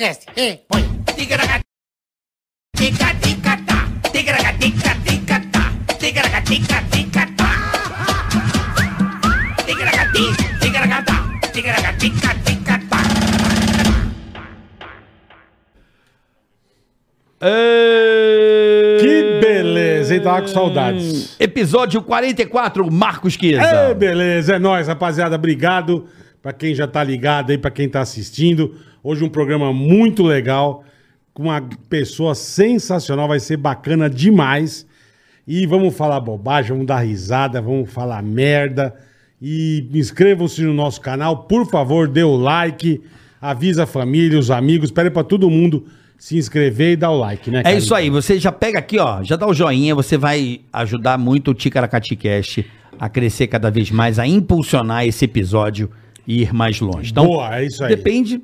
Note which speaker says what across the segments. Speaker 1: Cast. E põe.
Speaker 2: Que beleza, hein? Tava com saudades.
Speaker 3: Hum, Episódio 44, Marcos
Speaker 2: É,
Speaker 3: Chiesa.
Speaker 2: beleza, é nóis, rapaziada. Obrigado pra quem já tá ligado aí, pra quem tá assistindo. Hoje um programa muito legal, com uma pessoa sensacional, vai ser bacana demais. E vamos falar bobagem, vamos dar risada, vamos falar merda. E inscrevam-se no nosso canal, por favor, dê o like, avisa a família, os amigos, pede pra todo mundo se inscrever e dar o like, né?
Speaker 3: É isso aí, você já pega aqui, ó, já dá o joinha, você vai ajudar muito o Ticaracati Cast a crescer cada vez mais, a impulsionar esse episódio e ir mais longe. Então,
Speaker 2: Boa, é isso aí.
Speaker 3: depende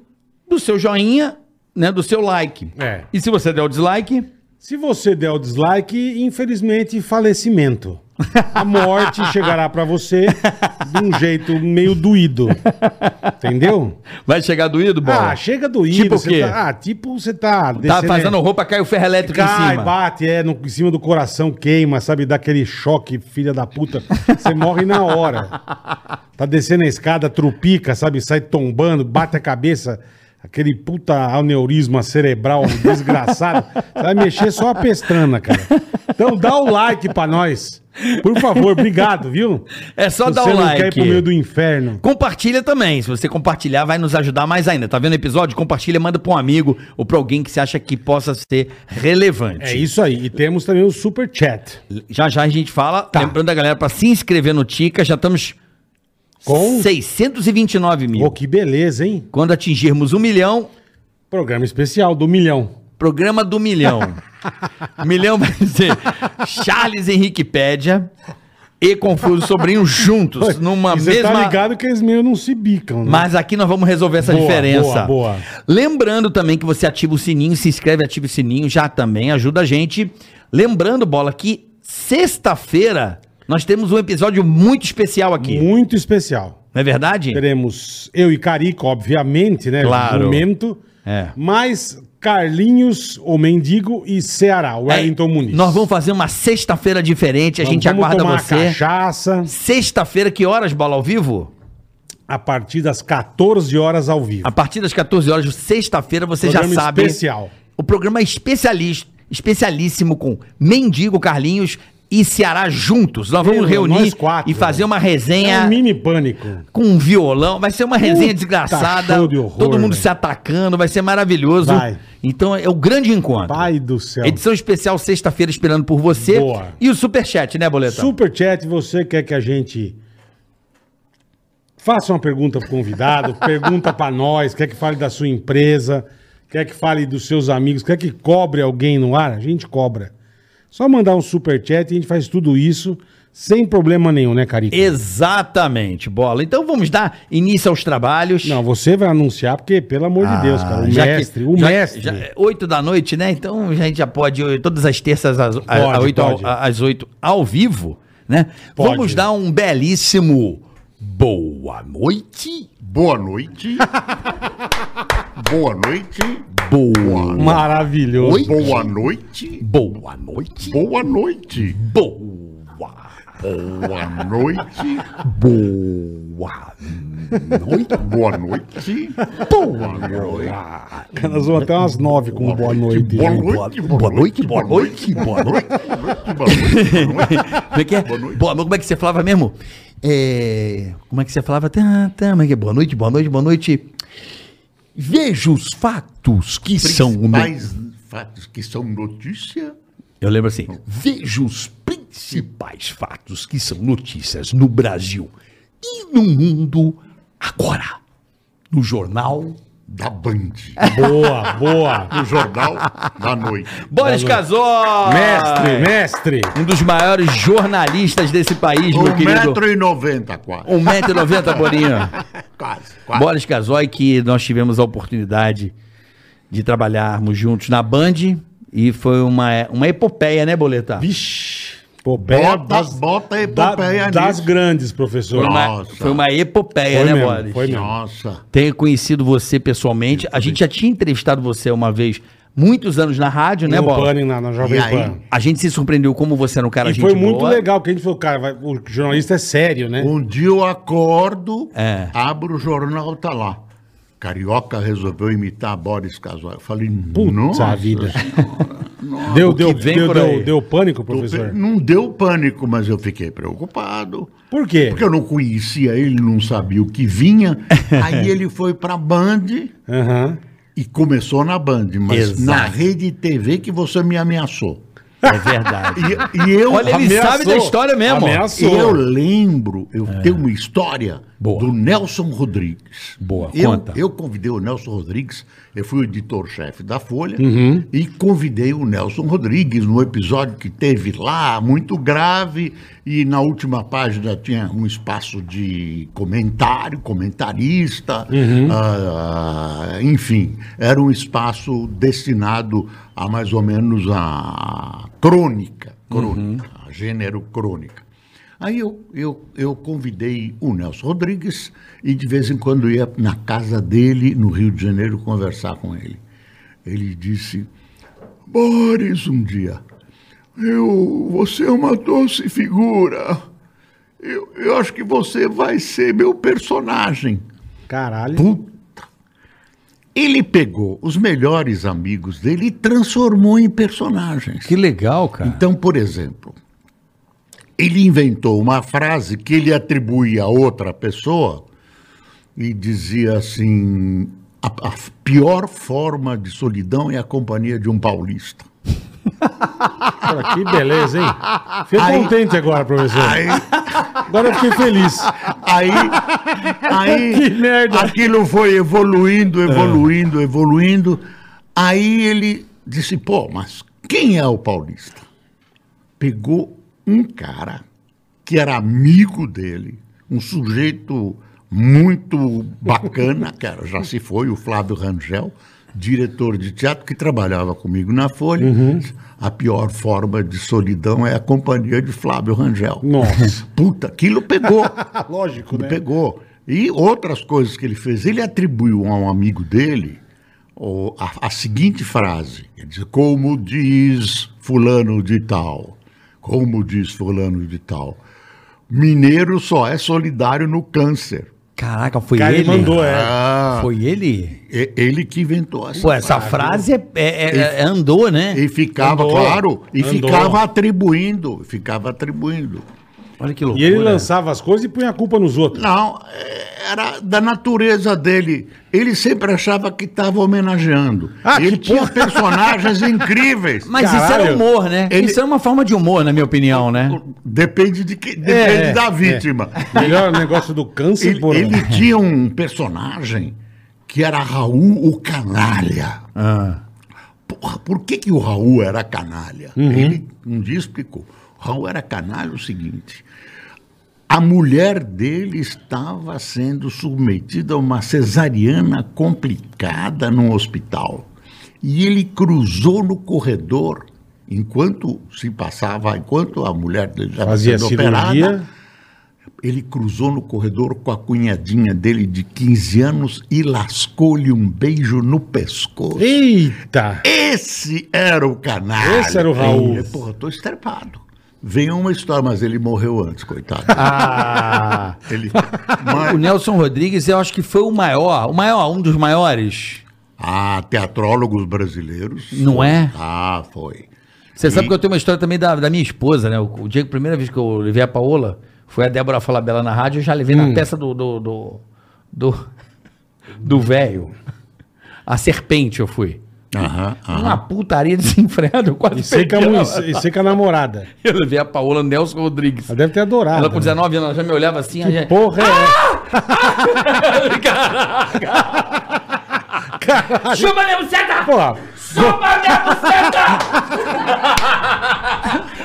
Speaker 3: do seu joinha, né, do seu like.
Speaker 2: É.
Speaker 3: E se você der o dislike,
Speaker 2: Se você der o dislike, infelizmente, falecimento. A morte chegará pra você de um jeito meio doído. Entendeu?
Speaker 3: vai chegar doído, bola?
Speaker 2: Ah, chega doído.
Speaker 3: Tipo o
Speaker 2: você
Speaker 3: quê?
Speaker 2: Tá, ah, tipo você tá...
Speaker 3: tá
Speaker 2: descendo-
Speaker 3: fazendo roupa, cai o ferro elétrico em
Speaker 2: Cai,
Speaker 3: cima.
Speaker 2: bate, é, no, em cima do coração queima, sabe? Dá aquele choque, filha da puta. Você morre na hora. Tá descendo a escada, trupica, sabe? Sai tombando, bate a cabeça. Aquele puta aneurisma cerebral desgraçado. Você vai mexer só a pestana, cara. Então dá o like pra nós. Por favor, obrigado, viu?
Speaker 3: É só
Speaker 2: Se
Speaker 3: dar
Speaker 2: você
Speaker 3: o
Speaker 2: não quer ir
Speaker 3: like.
Speaker 2: pro meio do inferno.
Speaker 3: Compartilha também. Se você compartilhar, vai nos ajudar mais ainda. Tá vendo o episódio? Compartilha, manda pra um amigo ou pra alguém que você acha que possa ser relevante.
Speaker 2: É isso aí. E temos também o super chat.
Speaker 3: Já já a gente fala.
Speaker 2: Tá.
Speaker 3: Lembrando a galera pra se inscrever no Tica, já estamos
Speaker 2: Com.
Speaker 3: 629 mil.
Speaker 2: Pô, que beleza, hein?
Speaker 3: Quando atingirmos um milhão,
Speaker 2: Programa especial do milhão.
Speaker 3: programa do milhão. Um milhão vai ser Charles Henrique Pédia e Confuso Sobrinho juntos, numa
Speaker 2: E Você tá
Speaker 3: mesma.
Speaker 2: ligado que eles meio não se bicam, né?
Speaker 3: Mas aqui nós vamos resolver essa
Speaker 2: Boa,
Speaker 3: diferença.
Speaker 2: boa, boa.
Speaker 3: Lembrando também que você ativa o sininho, se inscreve, ativa o sininho, já também ajuda a gente. Lembrando, bola, que sexta-feira nós temos um episódio muito especial aqui.
Speaker 2: Muito especial.
Speaker 3: Não é verdade?
Speaker 2: Teremos eu e Carico, obviamente, né?
Speaker 3: Claro.
Speaker 2: Momento.
Speaker 3: É.
Speaker 2: Mas Carlinhos, o Mendigo e Ceará, o Wellington Muniz.
Speaker 3: É, Nós vamos fazer uma sexta-feira diferente, a gente
Speaker 2: Vamos
Speaker 3: aguarda
Speaker 2: tomar uma
Speaker 3: você.
Speaker 2: cachaça
Speaker 3: Sexta-feira, que horas, bola ao vivo?
Speaker 2: a partir das 14 horas ao vivo.
Speaker 3: A partir das 14 horas, sexta-feira, você já
Speaker 2: Programa
Speaker 3: sabe.
Speaker 2: especial.
Speaker 3: O programa é especialista, especialíssimo com Mendigo Carlinhos e Ceará juntos. Nós vamos
Speaker 2: Meu,
Speaker 3: reunir
Speaker 2: nós quatro,
Speaker 3: e fazer uma
Speaker 2: É
Speaker 3: resenha
Speaker 2: um mini pânico.
Speaker 3: com um violão. Vai ser uma resenha
Speaker 2: Puta,
Speaker 3: desgraçada.
Speaker 2: show de horror,
Speaker 3: todo mundo
Speaker 2: velho.
Speaker 3: se atacando, vai ser maravilhoso.
Speaker 2: Vai.
Speaker 3: Então é o grande encontro.
Speaker 2: Pai do céu.
Speaker 3: Edição especial sexta-feira esperando por você.
Speaker 2: Boa.
Speaker 3: E o superchat, né, Boleta?
Speaker 2: Super chat, você quer que a gente faça uma pergunta pro convidado, pergunta pra nós, quer que fale da sua empresa, quer que fale dos seus amigos, quer que cobre alguém no ar? A gente cobra. Só mandar um super chat e a gente faz tudo isso sem problema nenhum, né, Carica?
Speaker 3: Exatamente, bola. Então vamos dar início aos trabalhos.
Speaker 2: Não, você vai anunciar porque pelo amor de Deus, cara, o
Speaker 3: Ah, já que-
Speaker 2: mestre, o
Speaker 3: já-
Speaker 2: mestre.
Speaker 3: já é oito da noite, né? Então a gente já pode, eh, todas as terças às, a- a
Speaker 2: Pode,
Speaker 3: oito ao-
Speaker 2: pode.
Speaker 3: a- às oito ao vivo, né?
Speaker 2: Pode.
Speaker 3: Vamos dar um belíssimo boa noite.
Speaker 4: Boa noite. Boa noite.
Speaker 3: Boa.
Speaker 2: Maravilhoso.
Speaker 4: Boa noite.
Speaker 3: Boa noite.
Speaker 4: Boa noite.
Speaker 3: Boa.
Speaker 4: Boa noite.
Speaker 3: Boa.
Speaker 4: Boa noite. Boa noite.
Speaker 2: Nós vamos até umas nove com boa noite.
Speaker 4: Boa
Speaker 2: gente.
Speaker 4: noite. Boa noite. Boa noite. Boa noite. Boa noite.
Speaker 3: Como é que é?
Speaker 4: Boa noite.
Speaker 3: Boa, como é que você falava mesmo? É, como é que você falava? Tá, tá, como é que é? Boa noite, boa noite, boa noite. Veja os fatos que são o meu.
Speaker 4: Principais fatos que são notícia.
Speaker 3: Eu lembro assim. Veja os principais fatos que são notícias no Brasil e no mundo agora. No jornal.
Speaker 4: Da Band.
Speaker 2: Boa, boa.
Speaker 4: No Jornal da Noite.
Speaker 3: Boris Casol!
Speaker 2: mestre, mestre.
Speaker 3: Um dos maiores jornalistas desse país,
Speaker 2: Um
Speaker 3: meu querido.
Speaker 4: 1,90m quase.
Speaker 3: 1,90m, Borinho.
Speaker 4: Quase,
Speaker 3: Ah.
Speaker 4: quase.
Speaker 3: Boris Casoy, que nós tivemos a oportunidade de trabalharmos juntos na Band e foi uma, uma epopeia, né, Boleta?
Speaker 2: Vixe. Epopeia
Speaker 4: Bota-
Speaker 2: das,
Speaker 4: bota a
Speaker 2: da-
Speaker 4: epopeia
Speaker 2: das
Speaker 4: nisso.
Speaker 2: grandes, professor.
Speaker 3: Foi uma,
Speaker 4: Nossa.
Speaker 3: foi uma epopeia,
Speaker 2: Foi
Speaker 3: né,
Speaker 2: mesmo,
Speaker 3: Boris?
Speaker 2: foi mesmo.
Speaker 4: Nossa.
Speaker 3: Tenho conhecido você pessoalmente. A gente já tinha entrevistado você uma vez, muitos anos na rádio, né,
Speaker 2: no
Speaker 3: Bola?
Speaker 2: um Pânico, na, na Jovem
Speaker 4: E aí?
Speaker 2: Pan.
Speaker 3: A gente se surpreendeu como você era um cara
Speaker 2: E
Speaker 3: gente
Speaker 2: foi muito
Speaker 3: boa.
Speaker 2: legal, porque a gente falou, cara, vai- o jornalista é sério, né?
Speaker 4: Um dia eu acordo,
Speaker 3: É.
Speaker 4: abro o jornal, tá lá. Carioca resolveu imitar Boris Casói. Eu falei,
Speaker 2: Puta
Speaker 4: nossa.
Speaker 2: vida. Deu, deu,
Speaker 3: que vem
Speaker 2: deu,
Speaker 3: por
Speaker 2: deu,
Speaker 3: aí.
Speaker 2: deu pânico,
Speaker 4: Eu
Speaker 2: professor?
Speaker 4: pe- Não deu pânico, mas eu fiquei preocupado.
Speaker 2: Por
Speaker 3: É.
Speaker 2: quê?
Speaker 4: Porque eu não conhecia ele, não sabia o que vinha. Aí ele foi pra Band
Speaker 2: Aham.
Speaker 4: e começou na Band, mas
Speaker 3: Exato.
Speaker 4: na rede TV que você me ameaçou.
Speaker 3: É verdade.
Speaker 4: E, e eu,
Speaker 3: Olha, ele
Speaker 2: Ameaçou.
Speaker 3: sabe da história mesmo.
Speaker 2: Ameaçou.
Speaker 4: eu lembro, eu tenho uma história
Speaker 3: É. Boa.
Speaker 4: do Nelson Rodrigues.
Speaker 3: Boa,
Speaker 4: eu,
Speaker 3: conta.
Speaker 4: Eu convidei o Nelson Rodrigues, eu fui o editor-chefe da Folha,
Speaker 3: Uhum.
Speaker 4: e convidei o Nelson Rodrigues no episódio que teve lá, muito grave, e na última página tinha um espaço de comentário, comentarista,
Speaker 3: Uhum.
Speaker 4: ah, enfim, era um espaço destinado a mais ou menos a crônica, crônica,
Speaker 3: Uhum.
Speaker 4: a gênero crônica. Aí eu, eu, eu convidei o Nelson Rodrigues e de vez em quando ia na casa dele, no Rio de Janeiro, conversar com ele. Ele disse, Boris, um dia, eu, você é uma doce figura. Eu, eu acho que você vai ser meu personagem.
Speaker 2: Caralho.
Speaker 4: Puta. Ele pegou os melhores amigos dele e transformou em personagens.
Speaker 3: Que legal, cara.
Speaker 4: Então, por exemplo, ele inventou uma frase que ele atribuía a outra pessoa e dizia assim: a, a pior forma de solidão é a companhia de um paulista.
Speaker 2: Cara, que beleza, hein? Fiquei
Speaker 4: Aí-
Speaker 2: contente agora, professor.
Speaker 4: Aí,
Speaker 2: Agora eu fiquei feliz.
Speaker 4: aí, aí
Speaker 2: Que merda. É.
Speaker 4: aquilo foi evoluindo, evoluindo, evoluindo. Aí ele disse: pô, mas quem é o paulista? Pegou um cara que era amigo dele, um sujeito muito bacana, cara, já se foi, o Flávio Rangel, diretor de teatro que trabalhava comigo na Folha.
Speaker 2: Uhum.
Speaker 4: A pior forma de solidão é a companhia de Flávio Rangel.
Speaker 2: Nossa.
Speaker 4: Puta, aquilo pegou.
Speaker 2: Lógico,
Speaker 4: Ele pegou. E outras coisas que ele fez. Ele atribuiu a um amigo dele o- a, a seguinte frase. Ele diz, como diz fulano de tal. Como diz fulano de tal. Mineiro só é solidário no câncer.
Speaker 3: Caraca, foi
Speaker 2: Cara,
Speaker 3: ele?
Speaker 2: ele mandou, é.
Speaker 4: Ah,
Speaker 3: Foi ele?
Speaker 4: E- ele que inventou essa
Speaker 3: Pô, essa frase é, é- é- é- andou, né?
Speaker 4: E ficava,
Speaker 2: Andou.
Speaker 4: claro, e
Speaker 2: Andou.
Speaker 4: ficava atribuindo, ficava atribuindo.
Speaker 3: Olha que loucura.
Speaker 2: E ele lançava as coisas e punha a culpa nos outros.
Speaker 4: Não, é, era da natureza dele. Ele sempre achava que estava homenageando.
Speaker 2: Ah,
Speaker 4: ele
Speaker 2: que
Speaker 4: tinha personagens incríveis.
Speaker 3: Mas isso
Speaker 2: Caralho.
Speaker 3: era humor, né?
Speaker 4: Ele-
Speaker 3: Isso era uma forma de humor, na minha opinião, né?
Speaker 4: Depende de que, depende
Speaker 2: é,
Speaker 4: da
Speaker 2: é.
Speaker 4: vítima.
Speaker 2: Melhor negócio do câncer,
Speaker 4: Ele,
Speaker 2: porra.
Speaker 4: ele tinha um personagem que era Raul o Canalha.
Speaker 2: Ah.
Speaker 4: Porra, por que, que o Raul era canalha?
Speaker 2: Uhum.
Speaker 4: Ele um dia explicou. O Raul era canalha o seguinte. A mulher dele estava sendo submetida a uma cesariana complicada num hospital. E ele cruzou no corredor, enquanto se passava, enquanto a mulher dele estava
Speaker 2: Fazia
Speaker 4: sendo
Speaker 2: cirurgia.
Speaker 4: operada, ele cruzou no corredor com a cunhadinha dele de 15 anos e lascou-lhe um beijo no pescoço.
Speaker 2: Eita!
Speaker 4: Esse era o canal.
Speaker 2: Esse era o Raul.
Speaker 4: Porra, tô estrepado. Veio uma história, mas ele morreu antes, coitado.
Speaker 3: Ah.
Speaker 4: Ele,
Speaker 3: O
Speaker 4: mas,
Speaker 3: Nelson Rodrigues, eu acho que foi o maior, o maior, um dos maiores.
Speaker 4: ah, teatrólogos brasileiros.
Speaker 3: Não
Speaker 4: Foi.
Speaker 3: é?
Speaker 4: Ah, foi.
Speaker 3: Você sabe que eu tenho uma história também da, da minha esposa, né? O, o dia que a primeira vez que eu levei a Paola, foi a Débora Falabella na rádio, eu já levei na peça do. do. do. do- do velho. A serpente eu fui.
Speaker 4: Aham, aham.
Speaker 3: Uma putaria desenfreada, eu quase
Speaker 2: E seca,
Speaker 3: perdi
Speaker 2: mu-
Speaker 3: ela.
Speaker 2: e seca a namorada.
Speaker 3: Eu levei a Paola Nelson Rodrigues.
Speaker 2: Ela deve ter adorado.
Speaker 3: Ela com
Speaker 2: né?
Speaker 3: 19 anos, Ah! ela já me olhava assim. a gente-
Speaker 2: Porra, é essa?
Speaker 1: Chupa minha buceta!
Speaker 2: Porra.
Speaker 1: Chupa minha buceta!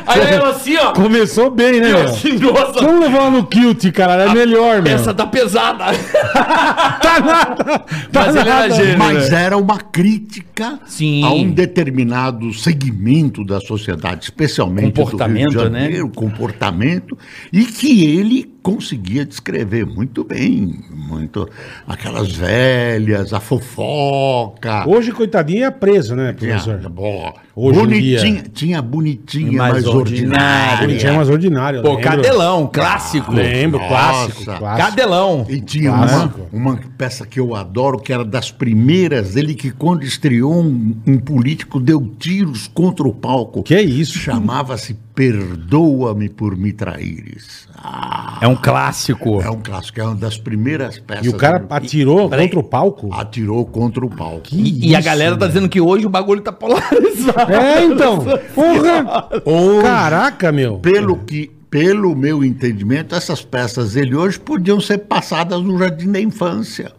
Speaker 3: Aí ela assim, ó.
Speaker 2: Começou bem, né,
Speaker 3: Eu
Speaker 2: meu? Então
Speaker 3: assim, nossa,
Speaker 2: Vamos levar ela no kilt, cara. É melhor, meu.
Speaker 3: essa tá pesada.
Speaker 2: tá nada. Tá
Speaker 3: Mas ele era
Speaker 2: nada.
Speaker 3: gênio.
Speaker 4: Mas era uma crítica
Speaker 3: Sim.
Speaker 4: a um determinado segmento da sociedade, especialmente
Speaker 3: Comportamento,
Speaker 4: do Rio de
Speaker 3: né?
Speaker 4: Janeiro, comportamento, e que ele conseguia descrever muito bem, muito aquelas velhas, a fofoca,
Speaker 2: Hoje, coitadinho, é preso, né,
Speaker 4: tinha,
Speaker 2: professor?
Speaker 4: bo-
Speaker 2: Hoje em é
Speaker 4: bonitinha, tinha bonitinha,
Speaker 3: Mais
Speaker 4: mais,
Speaker 3: ordinária.
Speaker 4: ordinária,
Speaker 2: Bonitinho é mais ordinário. eu
Speaker 3: Ah, Pô,
Speaker 2: lembro.
Speaker 3: cadelão, clássico.
Speaker 2: Lembro,
Speaker 4: Nossa.
Speaker 2: clássico, clássico.
Speaker 3: Cadelão.
Speaker 4: E tinha
Speaker 2: Clássico.
Speaker 4: uma, uma peça que eu adoro, que era das primeiras, ele que quando estreou um, um político deu tiros contra o palco.
Speaker 2: Que isso?
Speaker 4: Chamava-se Perdoa-me por me traíres. Ah,
Speaker 3: É um clássico.
Speaker 4: é um clássico, é uma das primeiras peças.
Speaker 2: E o cara
Speaker 4: do-
Speaker 2: atirou
Speaker 3: Peraí. Ah.
Speaker 2: contra o palco?
Speaker 4: atirou contra o palco.
Speaker 3: E, e a galera tá dizendo que hoje o bagulho tá polarizado.
Speaker 2: É, então. Porra!
Speaker 4: Hoje,
Speaker 2: Caraca, meu.
Speaker 4: pelo que pelo meu entendimento, essas peças dele hoje podiam ser passadas no Jardim da Infância.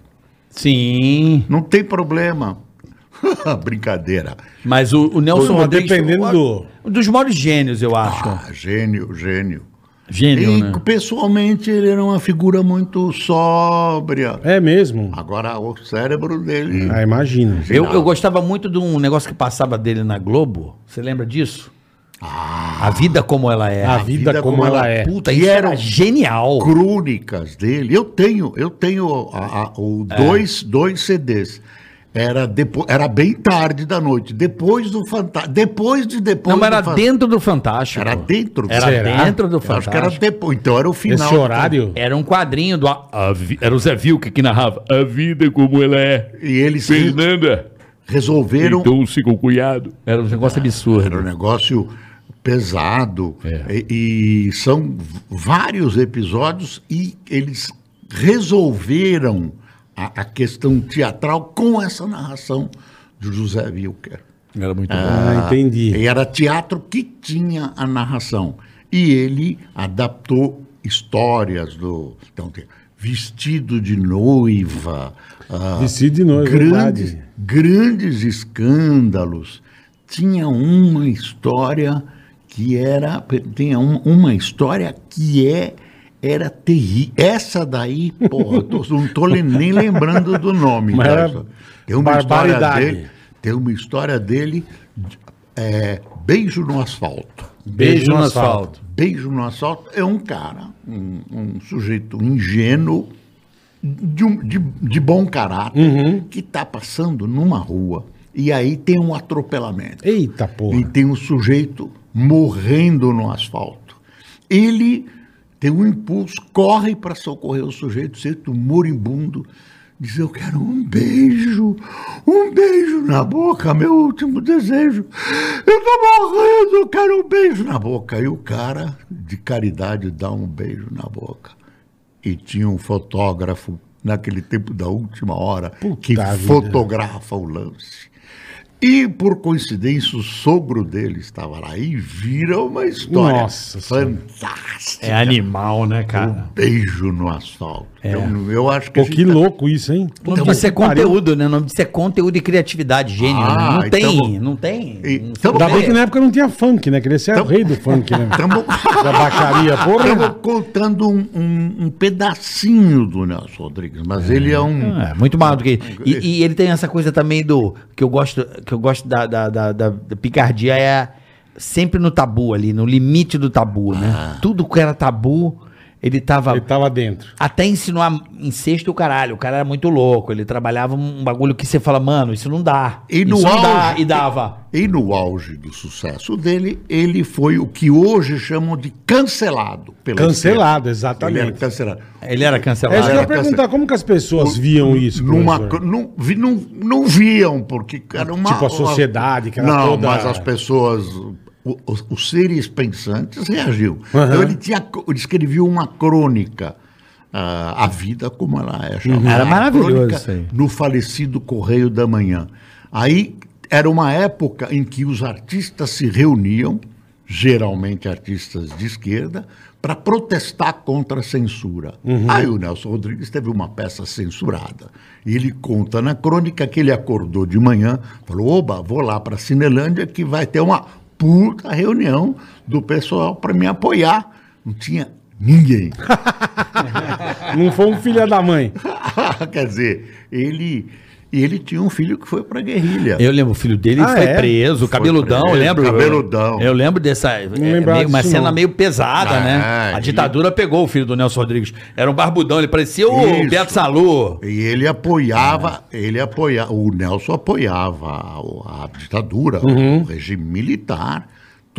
Speaker 3: Sim.
Speaker 4: Não tem problema. Brincadeira.
Speaker 2: Tá.
Speaker 3: Mas o, o Nelson
Speaker 2: Pô,
Speaker 3: Rodrigues.
Speaker 2: dependendo
Speaker 3: foi
Speaker 2: do-
Speaker 3: Um dos maiores gênios, eu acho.
Speaker 4: Ah, gênio, gênio.
Speaker 3: Gênio,
Speaker 4: e
Speaker 3: né?
Speaker 4: pessoalmente ele era uma figura muito sóbria.
Speaker 2: É mesmo.
Speaker 4: Agora o cérebro dele.
Speaker 3: Hum.
Speaker 2: Ah, imagina.
Speaker 3: Eu, eu gostava muito de um negócio que passava dele na Globo. Você lembra disso? a vida como ela é.
Speaker 2: A vida, como, ela é.
Speaker 3: Puta,
Speaker 4: E
Speaker 3: isso era
Speaker 4: eram
Speaker 3: genial.
Speaker 4: Crônicas dele. Eu tenho, eu tenho a- a- o
Speaker 3: É.
Speaker 4: dois, dois CDs. Era, depo... era bem tarde da noite, depois do Fantástico. Depois de depois.
Speaker 3: Não, mas
Speaker 4: do
Speaker 3: era
Speaker 4: Fan-
Speaker 3: dentro do Fantástico.
Speaker 4: Era dentro.
Speaker 3: Era
Speaker 2: Será?
Speaker 3: dentro do
Speaker 4: Eu Acho que
Speaker 3: Fantástico.
Speaker 4: era depois. Então era o final.
Speaker 2: Esse
Speaker 4: do-
Speaker 2: horário?
Speaker 3: Era um quadrinho do. A- a vi- era o Zé Vilca que narrava. A vida como ela é.
Speaker 4: E eles re-
Speaker 3: Fernanda.
Speaker 4: resolveram
Speaker 3: Deitou-se com o cunhado. Era um negócio absurdo.
Speaker 4: Era um negócio pesado.
Speaker 3: É.
Speaker 4: E, e são v- vários episódios e eles resolveram a, a questão teatral com essa narração de José Wilker.
Speaker 3: Era muito
Speaker 2: Ah, entendi.
Speaker 4: E era teatro que tinha a narração. E ele adaptou histórias do. Então, tem vestido de noiva. ah,
Speaker 2: Vestido de noiva,
Speaker 4: grandes,
Speaker 2: verdade.
Speaker 4: grandes escândalos. Tinha uma história que era. Tinha um- uma história que é. Era terrível. Essa daí, pô, eu tô- não tô le- nem lembrando do nome.
Speaker 2: Mas
Speaker 4: cara.
Speaker 2: era
Speaker 4: Tem uma história
Speaker 2: barbaridade.
Speaker 4: dele. Tem uma história dele. de- é, beijo no asfalto.
Speaker 3: Beijo no asfalto.
Speaker 4: Beijo no asfalto é um cara, um, um sujeito ingênuo, de, um- de- de bom caráter, que está passando numa rua e aí tem um atropelamento.
Speaker 2: Eita porra.
Speaker 4: E tem um sujeito morrendo no asfalto. Ele tem um impulso, corre para socorrer o sujeito, o sujeito moribundo, diz: Eu quero um beijo, um beijo na boca, meu último desejo. Eu tô morrendo, eu quero um beijo na boca. E o cara, de caridade, dá um beijo na boca. E tinha um fotógrafo, naquele tempo da última hora, que
Speaker 2: vida.
Speaker 4: fotografa o lance. E, por coincidência, o sogro dele estava lá e vira uma história
Speaker 2: Nossa Senhora.
Speaker 4: fantástica.
Speaker 3: É animal, né, cara?
Speaker 4: Beijo no asfalto. Eu, eu acho que. a
Speaker 2: É. Pô,
Speaker 4: gente
Speaker 2: que
Speaker 4: tá-
Speaker 2: louco isso, hein?
Speaker 3: O nome disso é conteúdo, né? O nome disso é conteúdo e criatividade, gênio. né?
Speaker 4: Ah,
Speaker 3: não, tem,
Speaker 4: então-
Speaker 3: não tem,
Speaker 4: E-
Speaker 3: não é
Speaker 4: então-
Speaker 3: sei
Speaker 2: Ainda
Speaker 3: o
Speaker 2: bem
Speaker 3: quê.
Speaker 2: que na época não tinha funk, né? Queria ser o rei do funk, né?
Speaker 4: tá Tamo-
Speaker 2: Da baixaria, porra.
Speaker 4: Estamos contando um, um- um pedacinho do Nelson Rodrigues, mas ele é um.
Speaker 3: É, muito mal do que. E, e ele tem essa coisa também do. Que eu gosto, que eu gosto da, da, da, da- da picardia é sempre no tabu ali, no limite do tabu, né?
Speaker 4: Ah.
Speaker 3: Tudo que era tabu, ele tava.
Speaker 2: Ele tava dentro.
Speaker 3: Até insinuar incesto o caralho. O cara era muito louco. Ele trabalhava um bagulho que você fala, mano, isso não dá.
Speaker 4: E no
Speaker 3: isso não dá.
Speaker 4: auge-
Speaker 3: E dava.
Speaker 4: E no auge do sucesso dele, ele foi o que hoje chamam de cancelado. pela
Speaker 2: Cancelado,
Speaker 4: esquerda. Ele era
Speaker 2: exatamente.
Speaker 4: cancelado.
Speaker 3: Ele era
Speaker 2: É isso que eu
Speaker 3: cancelado.
Speaker 2: ia perguntar, como que as pessoas viam isso?
Speaker 4: Numa,
Speaker 2: professor?
Speaker 4: co- não, vi- não, não viam, porque era uma.
Speaker 2: Tipo a sociedade, que era
Speaker 4: Não,
Speaker 2: toda-
Speaker 4: mas as pessoas. o- Os, os seres pensantes reagiam. Então ele, tinha, co- ele escrevia uma crônica. ah, a vida como ela é. chamava.
Speaker 3: Era
Speaker 4: A
Speaker 3: maravilhoso
Speaker 4: crônica
Speaker 3: isso aí.
Speaker 4: No falecido Correio da Manhã. Aí era uma época em que os artistas se reuniam, geralmente artistas de esquerda, para protestar contra a censura.
Speaker 3: Uhum.
Speaker 4: Aí o Nelson Rodrigues teve uma peça censurada. E ele conta na crônica que ele acordou de manhã, falou: oba, vou lá para a Cinelândia que vai ter uma puta reunião do pessoal para me apoiar. Não tinha ninguém.
Speaker 2: Não foi um filho da mãe.
Speaker 4: Quer dizer, ele, ele tinha um filho que foi para guerrilha.
Speaker 3: Eu lembro, o filho dele
Speaker 2: Ah,
Speaker 3: foi
Speaker 2: é?
Speaker 3: preso, cabeludão,
Speaker 4: preso,
Speaker 3: eu lembro.
Speaker 4: cabeludão.
Speaker 3: Eu, lembro dessa. é,
Speaker 2: lembrava
Speaker 3: meio- uma
Speaker 2: disso,
Speaker 3: cena
Speaker 2: não.
Speaker 3: meio pesada,
Speaker 4: Ah,
Speaker 3: né? A
Speaker 4: e-
Speaker 3: ditadura pegou o filho do Nelson Rodrigues. Era um barbudão, ele parecia o
Speaker 4: Isso.
Speaker 3: Beto Salu.
Speaker 4: E ele apoiava, ele apoiava, o Nelson apoiava a, a ditadura,
Speaker 2: Uhum.
Speaker 4: o regime militar,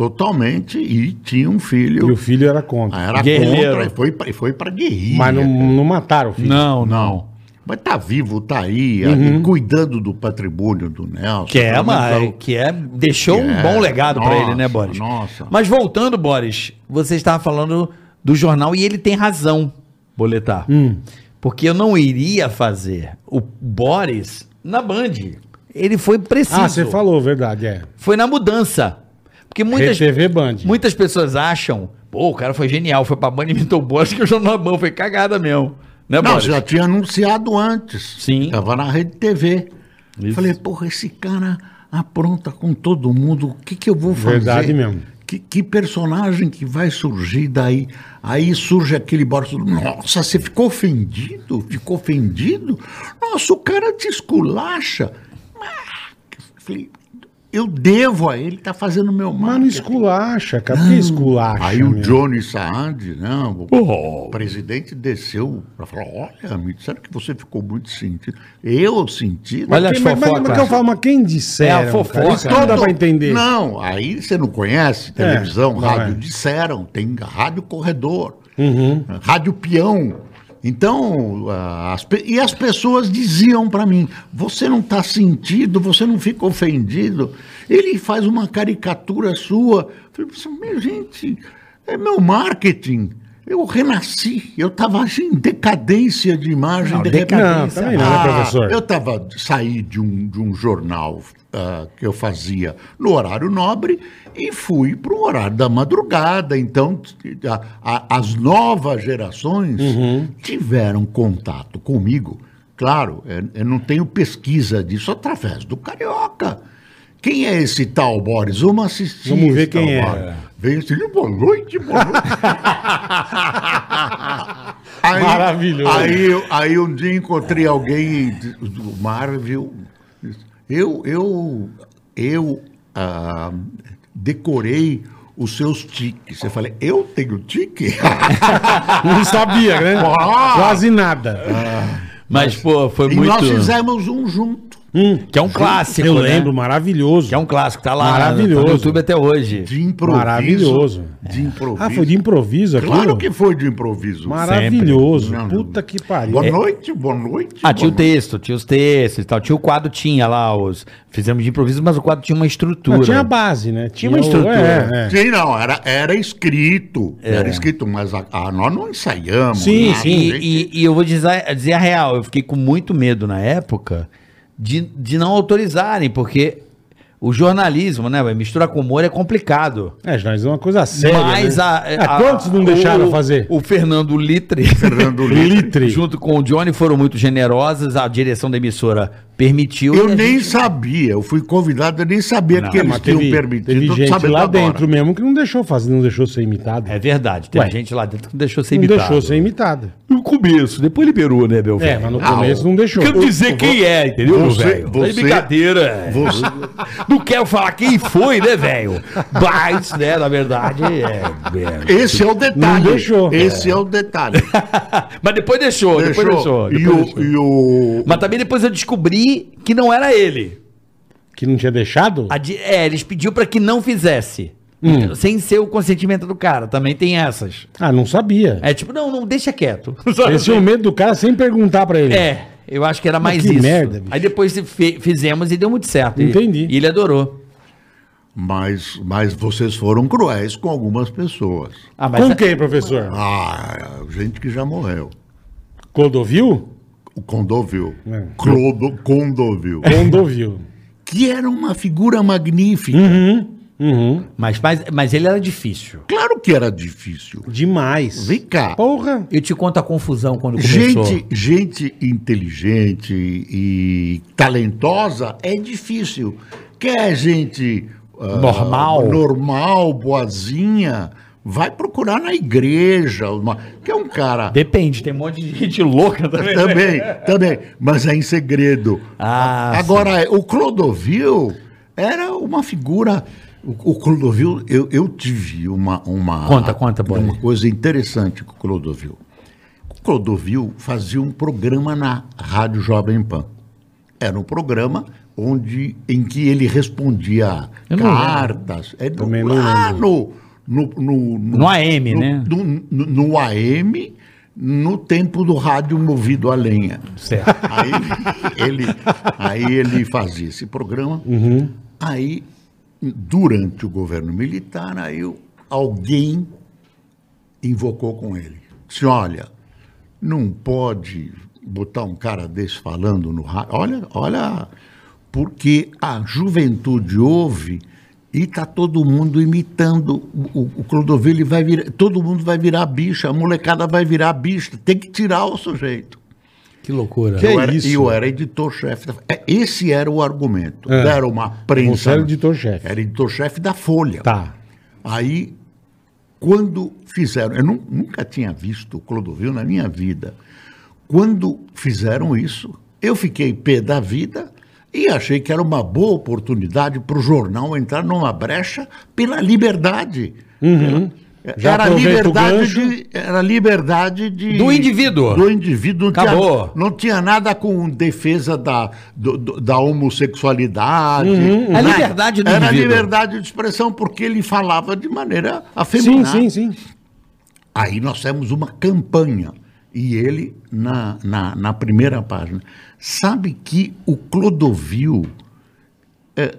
Speaker 4: totalmente, e tinha um filho.
Speaker 2: E o filho era contra.
Speaker 4: Ah, Era
Speaker 3: Guerrilheiro.
Speaker 4: contra, e foi, pra- e foi pra guerrilha.
Speaker 2: Mas não, não Uhum. mataram o filho.
Speaker 3: Não,
Speaker 4: Não. Mas tá vivo, tá aí, aí, cuidando do patrimônio do Nelson.
Speaker 3: Que é,
Speaker 4: Pelo menos
Speaker 3: mas,
Speaker 4: é o-
Speaker 3: que é, deixou
Speaker 4: Que
Speaker 3: um
Speaker 4: é.
Speaker 3: bom legado pra
Speaker 4: Nossa,
Speaker 3: ele, né, Boris?
Speaker 4: nossa.
Speaker 3: Mas voltando, Boris, você estava falando do jornal e ele tem razão, Boletar.
Speaker 2: Hum.
Speaker 3: Porque eu não iria fazer o Boris na Band. Ele foi preciso.
Speaker 2: Ah, você falou, verdade, é.
Speaker 3: Foi na mudança. Porque muitas,
Speaker 2: RTV Band.
Speaker 3: muitas pessoas acham, pô, o cara foi genial, foi pra Band e imitou o Boris, que o jornal da Band foi cagada mesmo. Né,
Speaker 4: Não,
Speaker 3: Boris?
Speaker 4: já tinha anunciado antes.
Speaker 3: Sim.
Speaker 4: Tava na Rede TV.
Speaker 3: Isso.
Speaker 4: Falei, porra, esse cara apronta com todo mundo. O que, que eu vou fazer?
Speaker 2: Verdade mesmo.
Speaker 4: Que, que personagem que vai surgir daí? Aí surge aquele Boris. Nossa, você ficou ofendido? Ficou ofendido? Nossa, o cara te esculacha. Ah, Falei, eu devo a ele, tá fazendo meu mal.
Speaker 2: Mano, esculacha, cara. Por que esculacha?
Speaker 4: Aí o
Speaker 2: meu?
Speaker 4: Johnny Saad, né, o
Speaker 3: Oh.
Speaker 4: presidente desceu para falar, olha, me disseram que você ficou muito sentido. Eu senti... né?
Speaker 3: Olha
Speaker 2: Quem-
Speaker 3: as
Speaker 2: mas, mas, mas
Speaker 3: fofocas.
Speaker 2: que eu falo, mas quem disseram?
Speaker 3: É a fofoca,
Speaker 2: cara? Isso não
Speaker 3: né?
Speaker 2: dá pra entender. É,
Speaker 4: Não, aí você não conhece, televisão,
Speaker 2: não
Speaker 4: rádio,
Speaker 2: é. Uhum.
Speaker 4: disseram, tem rádio corredor, rádio peão. Então, ah, as pe- e as pessoas diziam para mim, você não está sentido, você não fica ofendido. Ele faz uma caricatura sua. Eu falei, minha gente, é meu marketing. Eu renasci, eu estava em decadência de imagem.
Speaker 3: Não,
Speaker 4: de
Speaker 2: Não,
Speaker 3: decadência.
Speaker 2: também não, né,
Speaker 4: ah,
Speaker 2: professor?
Speaker 4: Eu tava, saí de um, de um jornal ah, que eu fazia no horário nobre e fui para o horário da madrugada. Então, t- a- a- as novas gerações
Speaker 2: Uhum.
Speaker 4: tiveram contato comigo. Claro, eu, eu não tenho pesquisa disso através do Carioca. Quem é esse tal Boris? Vamos assistir.
Speaker 2: Vamos
Speaker 4: esse
Speaker 2: ver quem
Speaker 4: tal
Speaker 2: é.
Speaker 4: Boris. Vem assim, boa noite, boa noite. Aí,
Speaker 2: Maravilhoso.
Speaker 4: Aí, eu- aí um dia encontrei alguém do Marvel. Eu, eu, eu ah, decorei os seus tiques. Eu falei, eu tenho tique?
Speaker 2: Não sabia, né?
Speaker 4: Ah.
Speaker 2: Quase nada.
Speaker 3: Ah. Mas, pô, foi
Speaker 4: e
Speaker 3: muito.
Speaker 4: nós fizemos um junto.
Speaker 3: Que é um clássico.
Speaker 2: Hum. eu
Speaker 3: né?
Speaker 2: lembro, maravilhoso.
Speaker 3: Que é um clássico, tá lá
Speaker 2: Maravilhoso.
Speaker 3: tá no YouTube até hoje.
Speaker 4: De improviso.
Speaker 2: Maravilhoso.
Speaker 4: De improviso.
Speaker 2: Ah, foi de improviso aquilo? Ah,
Speaker 4: Claro que foi de improviso.
Speaker 2: Maravilhoso.
Speaker 4: Não, não.
Speaker 2: Puta que pariu. É.
Speaker 4: Boa noite, boa noite.
Speaker 3: Ah, tinha o
Speaker 4: boa noite.
Speaker 3: texto, tinha os textos e tal. Tinha o quadro, tinha lá os. Fizemos de improviso, mas o quadro tinha uma estrutura. Ah,
Speaker 2: Não, tinha a base, né? Tinha
Speaker 3: uma
Speaker 2: o-
Speaker 3: estrutura.
Speaker 2: é, é.
Speaker 4: Sim, não, era, era escrito. Era escrito, mas a, a- nós não ensaiamos.
Speaker 2: Sim,
Speaker 4: nada,
Speaker 3: E,
Speaker 2: sim,
Speaker 4: gente.
Speaker 3: e- e eu vou dizer, dizer a real, eu fiquei com muito medo na época de, de não autorizarem, porque o jornalismo, né, vai misturar com humor é complicado.
Speaker 2: É, jornalismo é uma coisa séria.
Speaker 3: mas
Speaker 2: né?
Speaker 3: a,
Speaker 2: Ah,
Speaker 3: a-
Speaker 2: quantos não deixaram
Speaker 3: o-
Speaker 2: fazer?
Speaker 3: O Fernando Litre.
Speaker 4: Fernando Lima.
Speaker 2: Litre.
Speaker 3: junto com o Johnny foram muito generosas, a direção da emissora permitiu.
Speaker 4: Eu
Speaker 3: e a
Speaker 4: nem
Speaker 3: gente-
Speaker 4: sabia, eu fui convidado, eu nem sabia que eles
Speaker 2: Mas
Speaker 4: tinham
Speaker 2: teve, teve
Speaker 4: permitido. tô
Speaker 2: gente
Speaker 4: sabendo
Speaker 2: lá
Speaker 4: agora.
Speaker 2: dentro mesmo que não deixou fazer, não deixou ser imitado.
Speaker 3: É verdade, tem
Speaker 2: Ué.
Speaker 3: gente lá dentro que não deixou né? ser
Speaker 2: não
Speaker 3: imitado.
Speaker 2: deixou ser imitado.
Speaker 3: No começo, depois liberou, né, meu
Speaker 2: É,
Speaker 3: velho?
Speaker 2: mas no
Speaker 4: Ah,
Speaker 2: começo
Speaker 4: o-
Speaker 2: não deixou.
Speaker 3: Quero dizer quem é, entendeu, meu
Speaker 4: Você-
Speaker 3: velho?
Speaker 4: você-
Speaker 3: É brincadeira.
Speaker 4: Você-
Speaker 3: Não quero falar quem foi, né, velho? Mas, né, na verdade, é. é.
Speaker 4: Esse é o detalhe.
Speaker 2: Não deixou.
Speaker 4: Esse é, o detalhe.
Speaker 3: Mas depois deixou, depois deixou.
Speaker 4: E
Speaker 3: depois
Speaker 4: o-
Speaker 3: deixou.
Speaker 4: e o
Speaker 3: Mas também depois eu descobri que não era ele.
Speaker 2: Que não tinha deixado?
Speaker 3: A di- É, eles pediu pra que não fizesse. Então, Sem ser o consentimento do cara. Também tem essas.
Speaker 2: Ah, não sabia.
Speaker 3: É tipo, não, não, deixa quieto. Sabe
Speaker 2: Esse é o
Speaker 3: assim?
Speaker 2: medo do cara sem perguntar pra ele.
Speaker 3: É, eu acho que era mais
Speaker 2: Mas que
Speaker 3: isso.
Speaker 2: merda, bicho.
Speaker 3: Aí depois fe- fizemos e deu muito certo. E-
Speaker 2: Entendi.
Speaker 3: E ele adorou.
Speaker 4: mas, mas vocês foram cruéis com algumas pessoas.
Speaker 3: Ah,
Speaker 2: Com quem, professor?
Speaker 4: Ah, gente que já morreu.
Speaker 2: Clodovil?
Speaker 4: O Condovil.
Speaker 2: É.
Speaker 4: Clodo, Condovil.
Speaker 2: Clodovil.
Speaker 4: Que era uma figura magnífica.
Speaker 2: Uhum.
Speaker 4: Uhum.
Speaker 3: Mas, mas, mas ele era difícil.
Speaker 4: Claro que era difícil.
Speaker 2: Demais.
Speaker 4: Vem cá.
Speaker 2: Porra.
Speaker 3: Eu te conto a confusão quando começou.
Speaker 4: Gente, gente inteligente e talentosa é difícil. Quer gente ah,
Speaker 3: Normal.
Speaker 4: normal, boazinha, vai procurar na igreja, uma- que é um cara
Speaker 3: Depende, tem um monte de gente louca também. né?
Speaker 4: também, também, mas é em segredo.
Speaker 3: Ah,
Speaker 4: Agora, o Clodovil era uma figura. O, o Clodovil, eu, eu tive uma, uma.
Speaker 3: Conta, conta, Boy.
Speaker 4: Uma coisa interessante com o Clodovil. O Clodovil fazia um programa na Rádio Jovem Pan. Era um programa onde, em que ele respondia
Speaker 3: Eu não lembro.
Speaker 4: cartas. É do-
Speaker 2: Também não
Speaker 4: lá no, no, no,
Speaker 3: No AM, né?
Speaker 4: no, no- no AM, no tempo do rádio movido a lenha.
Speaker 3: Certo.
Speaker 4: Aí ele, aí ele fazia esse programa. Aí, durante o governo militar, aí o- alguém invocou com ele. Disse, olha, não pode botar um cara desse falando no rádio. Olha, olha, porque a juventude ouve e tá todo mundo imitando o, o- o Clodovil, ele vai virar, todo mundo vai virar bicha, a molecada vai virar bicha, tem que tirar o sujeito.
Speaker 3: Que loucura.
Speaker 2: Que- é
Speaker 4: Eu era-
Speaker 2: isso?
Speaker 4: E eu era editor-chefe. da- é, Esse era o argumento. Era uma prensa.
Speaker 2: É. Você era editor-chefe.
Speaker 4: Era editor-chefe da Folha.
Speaker 2: Tá.
Speaker 4: Aí, quando fizeram. Eu nu- nunca tinha visto o Clodovil na minha vida. Quando fizeram isso, eu fiquei pé da vida e achei que era uma boa oportunidade para o jornal entrar numa brecha pela liberdade. Pela-
Speaker 2: Uhum. Já
Speaker 4: Era
Speaker 2: aproveita o
Speaker 4: liberdade,
Speaker 2: gancho.
Speaker 4: de, era liberdade de.
Speaker 3: Do indivíduo.
Speaker 4: Do indivíduo. Não tinha-
Speaker 3: Acabou.
Speaker 4: não tinha nada com defesa da, do- do- da homossexualidade.
Speaker 3: A
Speaker 2: Uhum,
Speaker 4: Nada.
Speaker 3: liberdade do
Speaker 4: Era a
Speaker 3: indivíduo.
Speaker 4: liberdade de expressão, porque ele falava de maneira
Speaker 2: Sim,
Speaker 4: afeminada.
Speaker 2: sim, sim.
Speaker 4: Aí nós temos uma campanha. E ele, na, na, na primeira página. Sabe que o Clodovil eh,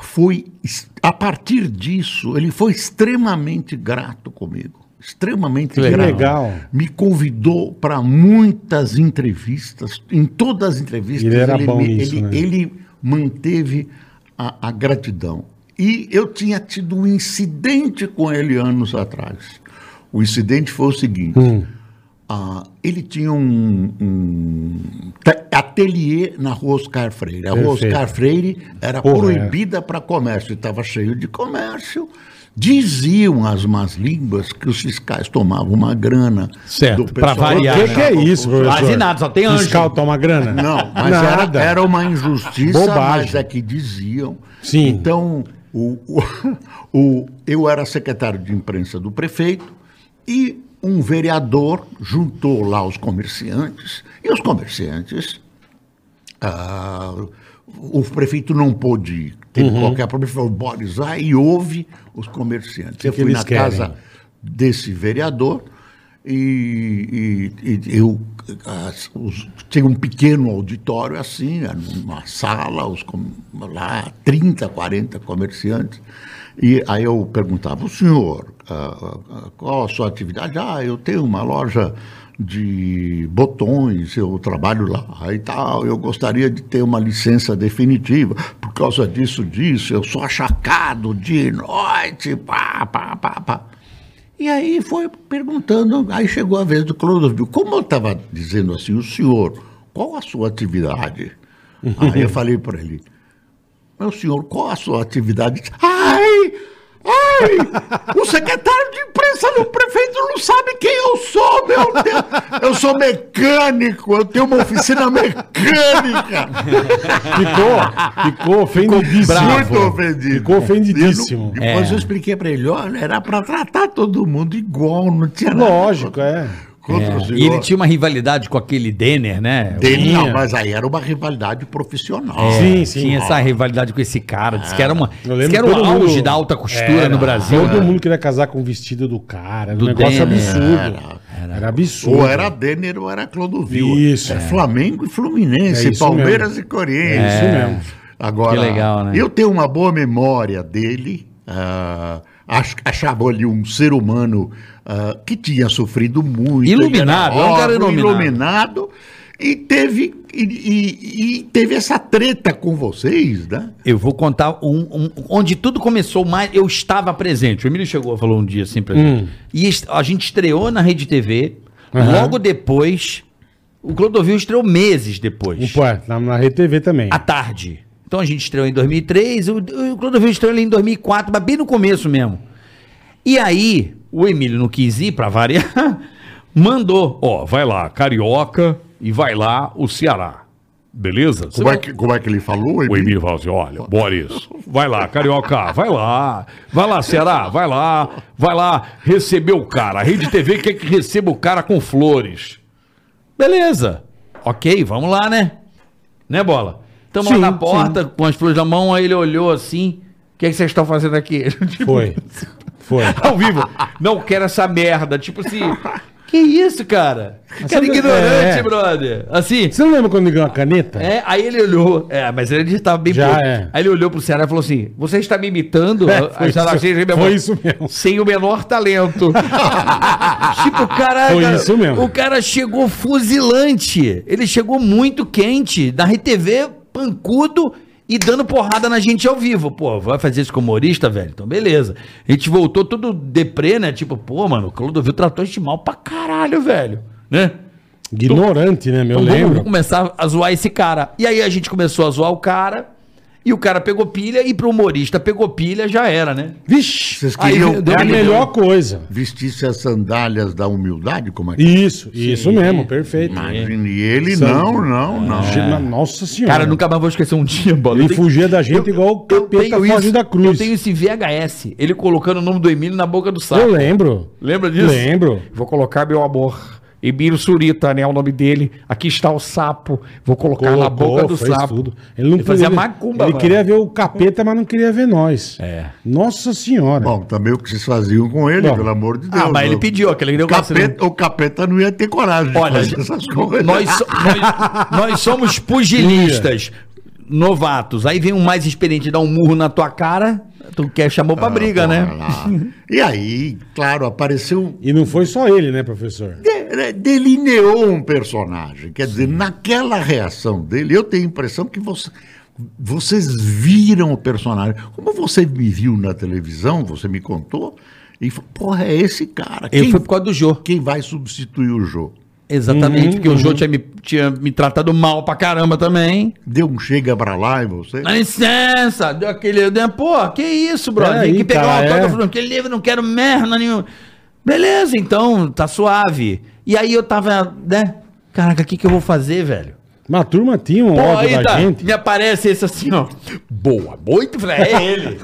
Speaker 4: foi, es- a partir disso, ele foi extremamente grato comigo. Extremamente
Speaker 3: Que
Speaker 4: grato.
Speaker 2: legal.
Speaker 4: Me convidou para muitas entrevistas. Em todas as entrevistas,
Speaker 2: Ele era bom
Speaker 4: me-
Speaker 2: nisso, né?
Speaker 4: ele manteve a, a gratidão. E eu tinha tido um incidente com ele anos atrás. O incidente foi o seguinte:
Speaker 2: Hum.
Speaker 4: Ah, ele tinha um, um te- ateliê na rua Oscar Freire. A rua
Speaker 2: Perfeito.
Speaker 4: Oscar Freire era
Speaker 2: Porra, é.
Speaker 4: proibida para comércio, estava cheio de comércio. Diziam as más línguas que os fiscais tomavam uma grana.
Speaker 3: Certo, pra
Speaker 4: pessoal.
Speaker 3: variar. né?
Speaker 2: O que, que é isso, professor?
Speaker 3: Quase nada, só tem anjo.
Speaker 2: Fiscal toma grana?
Speaker 4: Não, mas
Speaker 2: nada.
Speaker 4: era, era um- uma injustiça,
Speaker 2: Bobagem.
Speaker 4: mas é que diziam.
Speaker 2: Sim.
Speaker 4: Então, o, o- o- eu era secretário de imprensa do prefeito e um vereador juntou lá os comerciantes e os comerciantes. ah, o prefeito não pôde ter
Speaker 2: Uhum.
Speaker 4: qualquer problema, falou, Borisar, e houve os comerciantes. eu
Speaker 2: que
Speaker 4: fui
Speaker 2: eles
Speaker 4: na casa
Speaker 2: querem?
Speaker 4: desse vereador e, e- e eu as- os- tinha um pequeno auditório assim, era uma sala, os, com- lá 30, 40 comerciantes. E aí eu perguntava, o senhor, ah, ah, qual a sua atividade? Ah, eu tenho uma loja de botões, eu trabalho lá e tal, eu gostaria de ter uma licença definitiva, por causa disso, disso, eu sou achacado de noite, pá, pá, pá, pá. E aí foi perguntando, aí chegou a vez do Clodovil. Como eu estava dizendo assim, o senhor, qual a sua atividade? aí eu falei para ele, meu senhor, qual a sua atividade? Ai, ai, o secretário de imprensa do prefeito não sabe quem eu sou, meu Deus. Eu sou mecânico, eu tenho uma oficina mecânica.
Speaker 2: Ficou, ficou ofendidíssimo.
Speaker 4: Muito ofendido.
Speaker 2: Ficou ofendidíssimo.
Speaker 4: E eu não- Depois
Speaker 3: É.
Speaker 4: eu expliquei para ele, olha, era para tratar todo mundo igual, não tinha nada
Speaker 2: Lógico, é.
Speaker 4: contra o senhor.
Speaker 3: E ele tinha uma rivalidade com aquele Denner, né?
Speaker 4: Dele
Speaker 2: Tinha.
Speaker 4: não, mas aí era uma rivalidade profissional.
Speaker 3: É,
Speaker 2: Sim, sim.
Speaker 3: Tinha essa rivalidade com esse cara. Disse que era, uma,
Speaker 2: Eu lembro
Speaker 3: disse que era o
Speaker 2: todo mundo-
Speaker 3: auge da alta costura
Speaker 2: Era.
Speaker 3: no Brasil.
Speaker 2: Todo mundo queria casar com o vestido do cara. Era um
Speaker 3: Do Denner.
Speaker 2: negócio absurdo. Era, absurdo.
Speaker 4: Ou era Denner ou era Clodovil.
Speaker 2: Isso.
Speaker 4: É Flamengo e Fluminense,
Speaker 2: É isso
Speaker 4: Palmeiras
Speaker 2: mesmo.
Speaker 4: e Corinthians.
Speaker 2: É isso mesmo.
Speaker 4: Agora,
Speaker 3: Que legal, né?
Speaker 4: eu tenho uma boa memória dele. ah, ach- achava ele um ser humano ah, que tinha sofrido muito.
Speaker 3: Iluminado,
Speaker 4: Ele
Speaker 3: é um cara
Speaker 4: órfão,
Speaker 3: iluminado.
Speaker 4: iluminado. E teve, e, e- e teve essa treta com vocês, né?
Speaker 3: Eu vou contar um, um- onde tudo começou, mas eu estava presente. O Emílio chegou e falou um dia assim pra
Speaker 4: Hum.
Speaker 3: gente. E est- a gente estreou na Rede TV. Logo depois, o Clodovil estreou meses depois.
Speaker 2: Um, é, Pô, na, na RedeTV também.
Speaker 3: À tarde. Então a gente estreou em 2003, o, o Clodovil estreou ali em 2004, mas bem no começo mesmo. E aí, o Emílio não quis ir, pra variar, mandou, ó, vai lá, Carioca e vai lá o Ceará. Beleza? Você
Speaker 4: Como é,
Speaker 3: vai-
Speaker 4: que, como é que ele falou?
Speaker 3: o
Speaker 4: Emílio?
Speaker 3: Emílio fala assim: olha, Boris, vai lá, Carioca, vai lá, vai lá, Ceará, vai lá, vai lá, recebeu o cara. A Rede TV quer que receba o cara com flores. Beleza, ok, vamos lá, né? Né, Bola? Tamo lá
Speaker 2: Sim,
Speaker 3: na porta, com as flores na mão, aí ele olhou assim: o que, é que vocês estão fazendo aqui? Tipo,
Speaker 2: Foi. Foi.
Speaker 3: ao vivo. Não quero essa merda. Tipo assim, que isso, cara? Cara
Speaker 2: sabe-
Speaker 3: ignorante,
Speaker 2: é.
Speaker 3: brother. Assim,
Speaker 2: Você não lembra quando ligou a caneta?
Speaker 3: é, aí ele olhou, é, mas ele estava bem
Speaker 2: Já
Speaker 3: puto.
Speaker 2: é.
Speaker 3: Aí ele olhou pro Ceará e falou assim: você está me imitando?
Speaker 2: É,
Speaker 3: Aí
Speaker 2: foi
Speaker 3: o Ceará
Speaker 2: isso-
Speaker 3: fez, meu
Speaker 2: foi
Speaker 3: irmão,
Speaker 2: isso mesmo.
Speaker 3: Sem o menor talento. tipo, caraca.
Speaker 2: Foi isso mesmo.
Speaker 3: O cara chegou fuzilante. Ele chegou muito quente, da RTV, pancudo e dando porrada na gente ao vivo. Pô, vai fazer isso com humorista, velho? Então, beleza. A gente voltou tudo deprê, né? Tipo, pô, mano, o Clodovil tratou a gente mal pra caralho, velho. Né?
Speaker 2: Ignorante, né, meu? Eu
Speaker 3: Então, vamos-
Speaker 2: lembro.
Speaker 3: Vamos começar a zoar esse cara. E aí a gente começou a zoar o cara. E o cara pegou pilha. E pro humorista pegou pilha, já era, né?
Speaker 2: Vixe,
Speaker 4: Vocês
Speaker 3: Aí
Speaker 4: queriam
Speaker 3: deu-
Speaker 2: é a
Speaker 3: Ele
Speaker 2: melhor coisa.
Speaker 4: vestir-se as sandálias da humildade? Como é que
Speaker 2: Isso, isso mesmo, perfeito.
Speaker 4: Imagine. E ele,
Speaker 2: Santo.
Speaker 4: não,
Speaker 3: É.
Speaker 4: não, não.
Speaker 2: Imagina- Nossa senhora.
Speaker 3: Cara, eu nunca mais vou esquecer um dia, bola.
Speaker 2: É. Ele
Speaker 3: Eu tenho-
Speaker 2: fugia da gente igual o
Speaker 3: eu
Speaker 2: capeta
Speaker 3: tenho
Speaker 2: foge
Speaker 3: isso-
Speaker 2: da cruz.
Speaker 3: Eu tenho esse VHS. Ele colocando o nome do Emílio na boca do saco.
Speaker 2: Eu lembro.
Speaker 3: Lembra disso?
Speaker 2: Lembro.
Speaker 3: Vou colocar meu amor. Emílio Surita, né? É o nome dele. Aqui está o sapo. Vou colocar na
Speaker 2: Colocou,
Speaker 3: boca do
Speaker 2: fez
Speaker 3: sapo.
Speaker 2: tudo. Ele não
Speaker 3: Ele fazia
Speaker 2: ele-
Speaker 3: macumba,
Speaker 2: Ele
Speaker 3: mano.
Speaker 2: queria ver o capeta, mas não queria ver nós.
Speaker 3: É.
Speaker 2: Nossa senhora.
Speaker 4: Bom, também o que vocês faziam com ele,
Speaker 2: Bom.
Speaker 4: pelo amor de Deus.
Speaker 3: Ah, mas ele
Speaker 4: O
Speaker 3: pediu aquele negócio. né?
Speaker 4: Capeta, o capeta não ia ter coragem de
Speaker 3: Olha,
Speaker 4: fazer essas coisas.
Speaker 3: Nós, so- nós- nós somos pugilistas, novatos. Aí vem um mais experiente dar um murro na tua cara, tu quer chamou pra briga, né?
Speaker 4: Ah, E aí, claro, apareceu.
Speaker 2: E não foi só ele, né, professor?
Speaker 4: de- né, Delineou um personagem. Quer dizer, naquela reação dele, eu tenho a impressão que você- vocês viram o personagem. Como você me viu na televisão, você me contou, e falou, porra, é esse cara.
Speaker 3: Eu
Speaker 4: Quem,
Speaker 3: fui por causa do Jô.
Speaker 4: quem vai substituir o Jô?
Speaker 3: Exatamente,
Speaker 2: Uhum.
Speaker 3: porque o Jô tinha me, tinha me tratado mal pra caramba também.
Speaker 4: Deu um chega pra lá e você.
Speaker 3: Dá licença, deu aquele. deu- Pô, que isso, brother?
Speaker 2: Peraí,
Speaker 3: Tem que pegar
Speaker 2: cara,
Speaker 3: um autógrafo
Speaker 2: é.
Speaker 3: daquele livro, não quero merda nenhuma. Beleza, então, tá suave. E aí eu tava, né? Caraca, o que, que eu vou fazer, velho?
Speaker 2: Mas a turma tinha um
Speaker 3: Pô,
Speaker 2: ódio
Speaker 3: aí
Speaker 2: da
Speaker 3: tá,
Speaker 2: gente.
Speaker 3: me aparece esse assim, ó. Boa, muito, falei, é ele.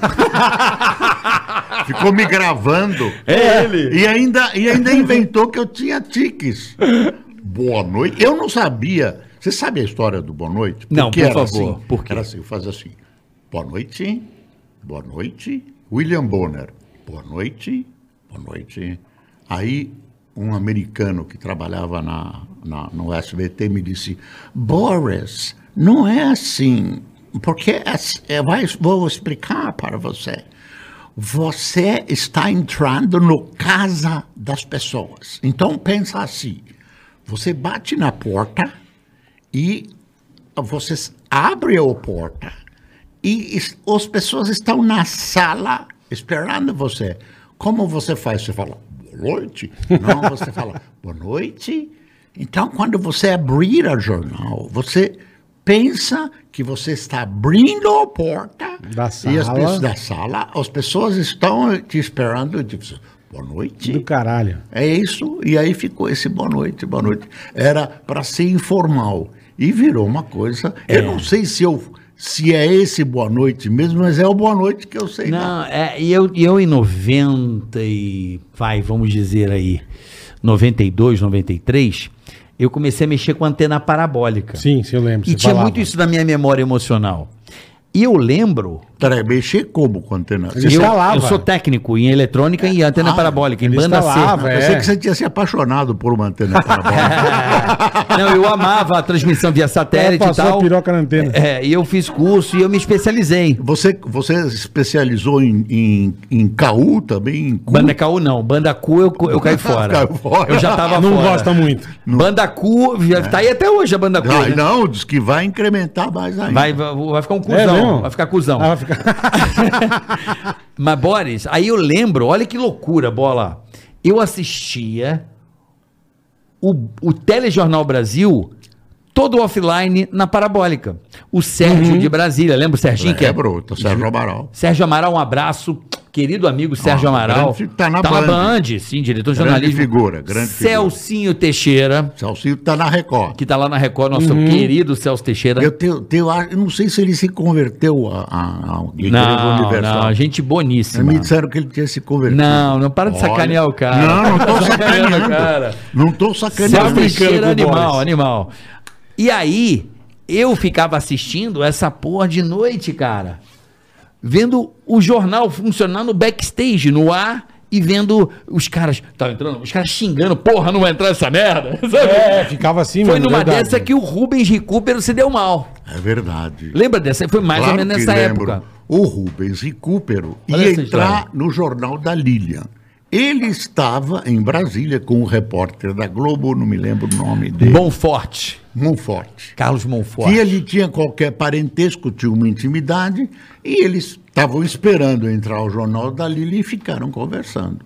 Speaker 4: Ficou me gravando.
Speaker 3: É ele.
Speaker 4: E ainda, e ainda inventou que eu tinha tiques. Boa noite. Eu não sabia. Você sabe a história do boa noite?
Speaker 3: Não,
Speaker 4: que
Speaker 3: por
Speaker 4: era
Speaker 3: favor,
Speaker 4: Assim,
Speaker 3: por quê?
Speaker 4: Era assim, eu fazia assim. Boa noite. Boa noite. William Bonner. Boa noite. Boa noite. Aí um americano que trabalhava na, na- no SBT me disse, Boris, não é assim. Porque as- eu vai- vou explicar para você. Você está entrando no casa das pessoas. Então pensa assim. Você bate na porta e você abre a porta e es- as pessoas estão na sala esperando você. Como você faz? Você fala, boa noite? Não, você fala, boa noite. Então, quando você abrir a jornal, você pensa que você está abrindo a porta
Speaker 2: Da
Speaker 4: e as
Speaker 2: sala.
Speaker 4: pessoas da sala, as pessoas estão te esperando. Tipo, boa noite.
Speaker 2: Do caralho.
Speaker 4: É isso, e aí ficou esse boa noite, boa noite. Era para ser informal e virou uma coisa.
Speaker 3: É.
Speaker 4: Eu não sei se eu se é esse boa noite mesmo, mas é o boa noite que eu sei. dar.
Speaker 3: Não, é, e eu, e eu em 90 e, vai, vamos dizer aí, 92, 93, eu comecei a mexer com antena parabólica.
Speaker 2: Sim, sim, eu lembro.
Speaker 3: e
Speaker 2: você
Speaker 3: tinha
Speaker 2: falava.
Speaker 3: muito isso na minha memória emocional. E eu lembro...
Speaker 4: Peraí, mexer como com a antena?
Speaker 2: Ele
Speaker 3: eu,
Speaker 2: instalava.
Speaker 3: eu sou técnico em eletrônica e antena
Speaker 4: Ah,
Speaker 3: parabólica, em
Speaker 2: ele
Speaker 3: banda
Speaker 2: instalava,
Speaker 3: C.
Speaker 2: é.
Speaker 4: Eu pensei que você tinha se apaixonado por uma antena parabólica.
Speaker 3: Não, eu amava a transmissão via
Speaker 2: Ela
Speaker 3: satélite e
Speaker 2: É, passou
Speaker 3: tal.
Speaker 2: a piroca na antena.
Speaker 3: É, e eu fiz curso e eu me especializei.
Speaker 4: Você, você se especializou em, em, em KU também? Em cu?
Speaker 3: Banda KU não, Banda Cu eu, eu caí fora.
Speaker 4: Caiu fora.
Speaker 3: Eu já tava
Speaker 2: Ah, não
Speaker 3: fora.
Speaker 2: gosta muito.
Speaker 3: Banda Cu, já tá aí até hoje a Banda Cu.
Speaker 4: Ah,
Speaker 3: né?
Speaker 4: não, diz que vai incrementar mais ainda.
Speaker 3: Vai, vai, vai ficar um cuzão,
Speaker 2: É mesmo?
Speaker 3: vai ficar cuzão.
Speaker 2: Ah, vai ficar-
Speaker 3: Mas Boris, aí eu lembro, olha que loucura, bola. Eu assistia o, o Telejornal Brasil todo offline na parabólica. O Sérgio de Brasília, lembra o Serginho? que é-
Speaker 4: É, bruto, Sérgio Amaral.
Speaker 3: Sérgio Amaral, um abraço. Querido amigo Sérgio
Speaker 4: Ah,
Speaker 3: Amaral.
Speaker 4: grande- tá na Band.
Speaker 3: sim, diretor de
Speaker 4: Grande
Speaker 3: jornalismo.
Speaker 4: figura, grande figura.
Speaker 3: Celcinho Teixeira,
Speaker 4: Salsinho está na Record.
Speaker 3: que tá lá na Record, nosso querido Celso Teixeira.
Speaker 4: Eu, tenho, tenho, a- eu não sei se ele se converteu a, a, ao Guerreiro
Speaker 3: Não,
Speaker 4: Universal. É
Speaker 3: não, gente boníssima.
Speaker 4: Me disseram que ele tinha se convertido.
Speaker 3: Não, não para de
Speaker 4: Olha.
Speaker 3: sacanear o cara.
Speaker 4: Não, não tô
Speaker 3: Sacaneando o
Speaker 4: sacaneando.
Speaker 3: cara. é
Speaker 4: Não tô
Speaker 3: Celso
Speaker 4: sacaneando.
Speaker 2: brincando
Speaker 3: Teixeira,
Speaker 2: com o
Speaker 3: animal,
Speaker 2: Boris.
Speaker 3: animal. E aí, eu ficava assistindo essa porra de noite, cara. Vendo o jornal funcionar no backstage, no ar, e vendo os caras. Tá entrando? Os caras xingando, porra, não vai entrar essa merda. Sabe?
Speaker 2: É, ficava assim,
Speaker 3: Foi
Speaker 2: mano,
Speaker 3: numa
Speaker 2: verdade.
Speaker 3: dessa que o Rubens Recupero se deu mal.
Speaker 4: É verdade.
Speaker 3: Lembra dessa? Foi mais
Speaker 4: Claro
Speaker 3: ou menos
Speaker 4: que
Speaker 3: nessa
Speaker 4: lembro.
Speaker 3: época.
Speaker 4: O Rubens Recupero
Speaker 3: Olha
Speaker 4: ia
Speaker 3: essa
Speaker 4: entrar
Speaker 3: história.
Speaker 4: no Jornal da Lilian. Ele estava em Brasília com um repórter da Globo, não me lembro o nome dele.
Speaker 3: Monforte.
Speaker 4: Monforte.
Speaker 3: Carlos
Speaker 4: Que
Speaker 3: Monforte.
Speaker 4: ele tinha qualquer parentesco, tinha uma intimidade, e eles estavam esperando entrar o Jornal da Lili e ficaram conversando.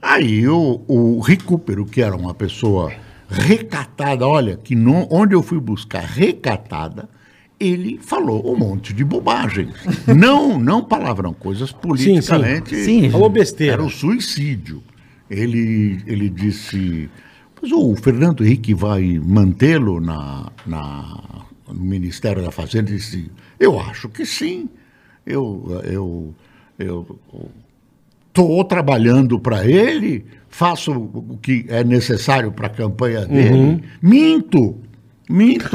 Speaker 4: Aí o, o Recupero, que era uma pessoa recatada, olha, que não, onde eu fui buscar recatada, ele falou um monte de bobagem. não, não palavrão, coisas politicamente.
Speaker 3: Sim.
Speaker 2: Falou besteira.
Speaker 4: Era o suicídio. Ele, ele disse. Mas o Fernando Henrique vai mantê-lo na, na- no Ministério da Fazenda? Ele disse: Eu acho que sim. Eu eu eu estou trabalhando para ele, faço o que é necessário para a
Speaker 3: Uhum.
Speaker 4: campanha dele. Minto, minto.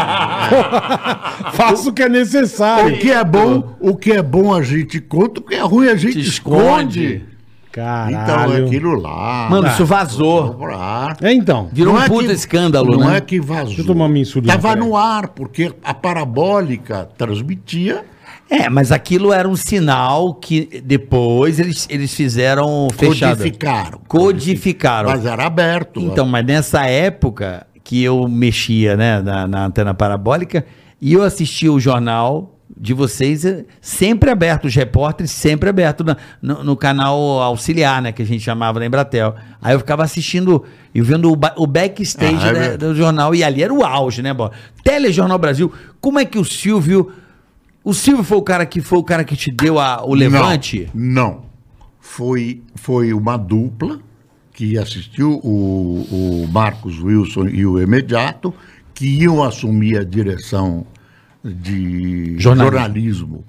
Speaker 2: Faça o que é necessário.
Speaker 4: o que é bom, o que é bom a gente conta, o que é ruim a gente
Speaker 3: Te
Speaker 4: esconde.
Speaker 3: esconde.
Speaker 2: Caralho.
Speaker 4: Então aquilo lá.
Speaker 3: Mano, isso vazou.
Speaker 4: Lá.
Speaker 2: É então.
Speaker 3: Virou
Speaker 4: Não
Speaker 3: um puto
Speaker 4: que-
Speaker 3: escândalo,
Speaker 4: não
Speaker 3: né?
Speaker 4: é que vazou.
Speaker 2: Deixa eu tomar minha insulina,
Speaker 4: Tava
Speaker 2: peraí.
Speaker 4: no ar, porque a parabólica transmitia.
Speaker 3: É, mas aquilo era um sinal que depois eles, eles fizeram fechado.
Speaker 4: Codificaram.
Speaker 3: Codificaram.
Speaker 4: Mas era aberto.
Speaker 3: Então, mas nessa época que eu mexia né, na, na antena parabólica e eu assistia o jornal de vocês eh, sempre aberto, os repórteres sempre aberto na- no, no canal auxiliar, né, que a gente chamava na Embratel. Aí eu ficava assistindo e vendo o, ba- o backstage
Speaker 4: Ah, é
Speaker 3: né,
Speaker 4: verdade.
Speaker 3: do jornal e ali era o auge, né, bó? Telejornal Brasil. Como é que o Silvio o Silvio foi o cara que foi o cara que te deu a- o levante?
Speaker 4: Não. não. Foi, foi uma dupla que assistiu o, o Marcos Wilson e o Imediato, que iam assumir a direção de
Speaker 3: Jornalismo.
Speaker 4: jornalismo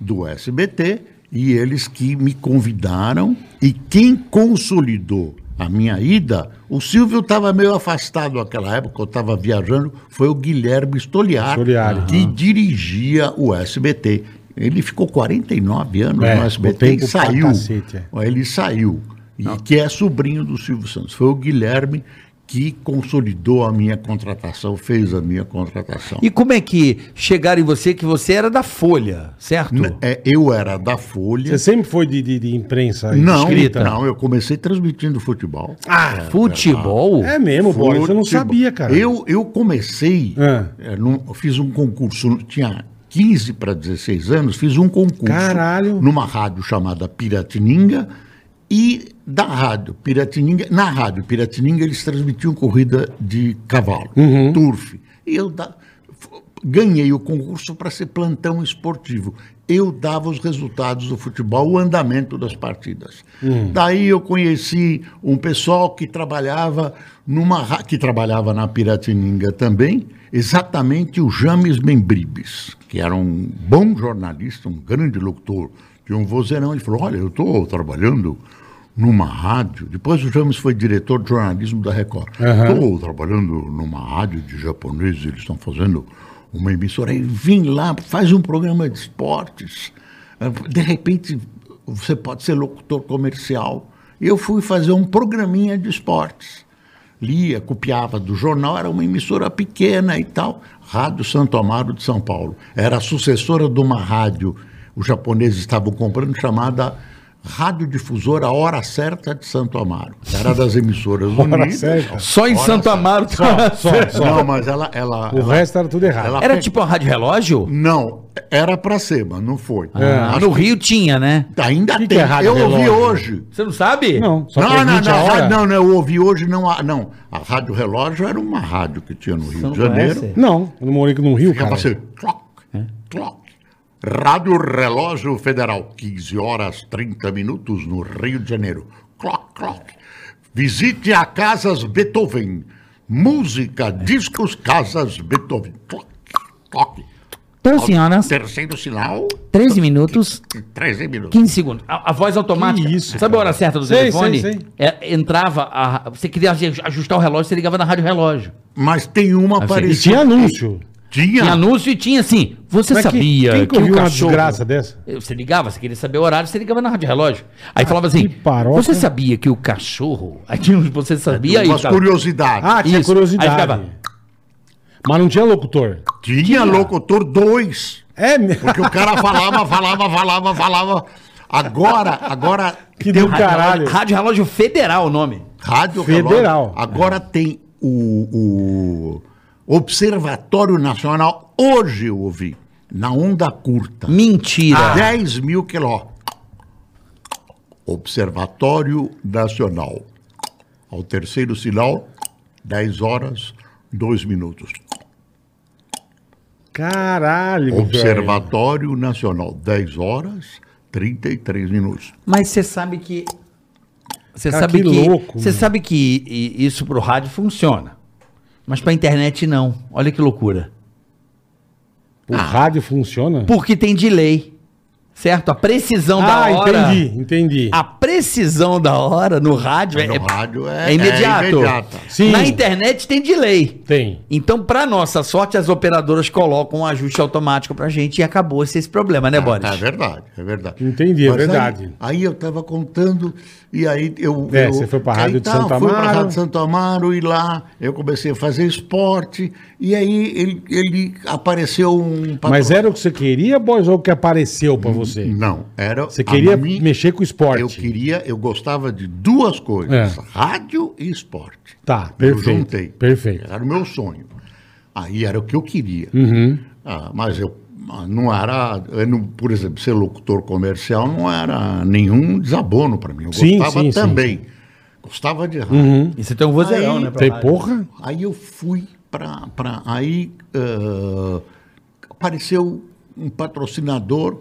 Speaker 4: do SBT, e eles que me convidaram. E quem consolidou a minha ida, o Silvio estava meio afastado naquela época, eu estava viajando, foi o Guilherme Stoliar,
Speaker 2: Stoliar.
Speaker 4: que dirigia o SBT. Ele ficou 49 anos
Speaker 2: É,
Speaker 4: no
Speaker 2: ficou
Speaker 4: SBT
Speaker 2: tempo
Speaker 4: e
Speaker 2: pra
Speaker 4: saiu.
Speaker 2: cacete, é.
Speaker 4: Ó, Ele saiu. E que é sobrinho do Silvio Santos. Foi o Guilherme que consolidou a minha contratação, fez a minha contratação.
Speaker 3: E como é que chegaram em você que você era da Folha, certo?
Speaker 4: N- é, eu era da Folha.
Speaker 2: Você sempre foi de, de- de imprensa
Speaker 4: Não,
Speaker 3: escrita?
Speaker 4: não, eu comecei transmitindo futebol.
Speaker 2: Ah,
Speaker 3: É, Futebol?
Speaker 2: é mesmo, Boris. Eu não
Speaker 4: Futebol.
Speaker 2: sabia, cara.
Speaker 4: Eu, eu comecei,
Speaker 2: Ah.
Speaker 4: é, num- eu fiz um concurso, tinha 15 para 16 anos, fiz um concurso
Speaker 2: Caralho.
Speaker 4: numa rádio chamada Piratininga e da rádio Piratininga, na rádio Piratininga eles transmitiam corrida de cavalo, turf. E eu da- f- ganhei o concurso para ser plantão esportivo. Eu dava os resultados do futebol, o andamento das partidas. Daí eu conheci um pessoal que trabalhava numa ra- que trabalhava na Piratininga também, exatamente o James Membribes, que era um bom jornalista, um grande locutor, tinha um vozeirão. Ele falou: Olha, eu estou trabalhando numa rádio. Depois o James foi diretor de jornalismo da Record. Estou trabalhando numa rádio de japoneses, eles estão fazendo uma emissora. Aí vim lá, faz um programa de esportes. Ah, De repente, você pode ser locutor comercial. Eu fui fazer um programinha de esportes lia, copiava do jornal, era uma emissora pequena e tal. Rádio Santo Amaro de São Paulo. Era a sucessora de uma rádio, os japoneses estavam comprando, chamada Radiodifusora Hora Certa de Santo Amaro. Era das emissoras
Speaker 2: Hora
Speaker 4: unidas.
Speaker 2: certa.
Speaker 3: Só em
Speaker 4: Hora
Speaker 3: Santo
Speaker 4: certa.
Speaker 3: Amaro. tá-
Speaker 2: Só, só.
Speaker 4: É. Não, mas ela... ela,
Speaker 2: O
Speaker 4: ela-
Speaker 2: resto era tudo errado.
Speaker 4: ela
Speaker 3: Era
Speaker 4: pe-
Speaker 3: tipo uma rádio relógio?
Speaker 4: Não, era pra ser, mas não foi.
Speaker 3: Ah, no Rio tinha, né?
Speaker 4: Ainda
Speaker 2: Que que
Speaker 4: tem.
Speaker 2: é rádio
Speaker 4: eu ouvi
Speaker 2: relógio?
Speaker 4: hoje.
Speaker 3: Você não sabe?
Speaker 2: Não, só
Speaker 4: Não, não,
Speaker 2: transmite a
Speaker 4: não,
Speaker 2: hora.
Speaker 4: rádio- não, não, eu ouvi hoje, não, a- não. A Rádio Relógio era uma rádio que tinha no Rio
Speaker 3: não
Speaker 4: de Janeiro.
Speaker 3: conhece?
Speaker 2: Não, eu não morei no Rio,
Speaker 4: Ficava
Speaker 2: cara. É.
Speaker 4: assim, clock, clock. Rádio Relógio Federal, 15 horas 30 minutos no Rio de Janeiro. Clock, clock. Visite a Casas Beethoven. Música, discos, Casas Beethoven. Clock, clock.
Speaker 3: Então, senhoras,
Speaker 4: Terceiro sinal,
Speaker 3: 13 minutos,
Speaker 4: 13 minutos.
Speaker 3: 15 segundos. A, a voz automática.
Speaker 2: Que isso,
Speaker 3: Sabe a
Speaker 2: cara?
Speaker 3: hora certa do
Speaker 2: Sei,
Speaker 3: telefone?
Speaker 2: sei, sei.
Speaker 3: É, entrava, a- você queria ajustar o relógio, você ligava na rádio relógio.
Speaker 4: Mas tem uma
Speaker 2: E
Speaker 4: parecida.
Speaker 2: tinha anúncio.
Speaker 4: Tinha.
Speaker 3: Tinha anúncio e tinha assim, você
Speaker 2: Mas que-
Speaker 3: sabia
Speaker 2: Quem que
Speaker 3: que, o
Speaker 2: ouviu uma
Speaker 3: cachorro... Eh,
Speaker 2: desgraça dessa?
Speaker 3: Você ligava, você queria saber o horário, você ligava na rádio relógio. Aí falava assim,
Speaker 2: Ah, que paroca. né?"
Speaker 3: você sabia que o cachorro... Aí tinha uns, você sabia...
Speaker 4: umas
Speaker 3: e,
Speaker 4: curiosidades.
Speaker 2: Ah, tinha
Speaker 3: Isso. Aí
Speaker 2: curiosidade.
Speaker 3: ficava-
Speaker 2: Mas não tinha locutor.
Speaker 4: tinha, locutor 2.
Speaker 2: É mesmo.
Speaker 4: Porque o cara falava, falava, falava, falava. Agora, agora
Speaker 2: Que
Speaker 3: um
Speaker 2: do caralho.
Speaker 3: Rádio Relógio Federal o nome.
Speaker 4: Rádio
Speaker 2: Federal.
Speaker 4: Relógio. Agora tem o, o Observatório Nacional. Hoje eu ouvi, na onda curta,
Speaker 2: É.
Speaker 3: Mentira.
Speaker 2: Ah.
Speaker 4: 10 mil quiló. Observatório Nacional. Ao terceiro sinal, 10 horas, 2 minutos.
Speaker 2: Caralho. velho.
Speaker 4: Observatório Nacional, 10 horas, 33 minutos.
Speaker 3: Mas você sabe que. Você
Speaker 2: Cara,
Speaker 3: sabe
Speaker 2: que
Speaker 3: que.
Speaker 2: louco,
Speaker 3: você
Speaker 2: mano.
Speaker 3: sabe que i- isso pro rádio funciona. Mas pra internet não. Olha que loucura.
Speaker 2: O rádio funciona?
Speaker 3: Porque tem delay. Certo? A precisão
Speaker 2: Ah,
Speaker 3: da hora.
Speaker 2: entendi, entendi.
Speaker 4: Ah.
Speaker 3: A precisão da hora no rádio é,
Speaker 4: No
Speaker 3: é-
Speaker 4: rádio é-
Speaker 3: é imediato.
Speaker 4: é imediata.
Speaker 2: Sim.
Speaker 3: Na internet tem delay.
Speaker 2: Tem.
Speaker 3: Então, pra nossa sorte, as operadoras colocam um ajuste automático pra gente e acabou-se esse problema, né, Boris?
Speaker 4: É verdade, é verdade.
Speaker 2: Entendi, é
Speaker 4: aí-
Speaker 2: verdade.
Speaker 4: Aí, eu estava contando, e aí eu.
Speaker 2: É,
Speaker 4: eu-
Speaker 2: você foi pra
Speaker 4: aí
Speaker 2: Rádio de
Speaker 4: tá,
Speaker 2: Santo
Speaker 4: fui pra
Speaker 2: Amaro.
Speaker 4: Rádio de Santo Amaro, e lá eu comecei a fazer esporte, e aí ele, ele apareceu um. patro-
Speaker 2: Mas é era o que você queria, boys, ou o que apareceu pra você?
Speaker 4: Não, era.
Speaker 2: Você
Speaker 4: Hum, a
Speaker 2: queria
Speaker 4: mim-
Speaker 2: mexer com o esporte.
Speaker 4: Eu queria, eu gostava de duas coisas:
Speaker 2: É.
Speaker 4: rádio e esporte.
Speaker 2: Tá,
Speaker 4: Eu
Speaker 2: perfeito.
Speaker 4: juntei.
Speaker 2: Perfeito.
Speaker 4: Era o meu sonho. Aí era o que eu queria.
Speaker 2: Uhum.
Speaker 4: Ah, mas eu ah, não era, eu não- por exemplo, ser locutor comercial não era nenhum desabono para mim. Eu
Speaker 2: Sim,
Speaker 4: gostava
Speaker 2: sim, sim, Uhum.
Speaker 4: também. Gostava de rádio.
Speaker 3: E você tem um vozeirão,
Speaker 4: Aí-
Speaker 3: né? pra
Speaker 2: Tem
Speaker 3: rádio.
Speaker 2: porra?
Speaker 4: Aí eu fui para. Pra, aí ah, apareceu um patrocinador.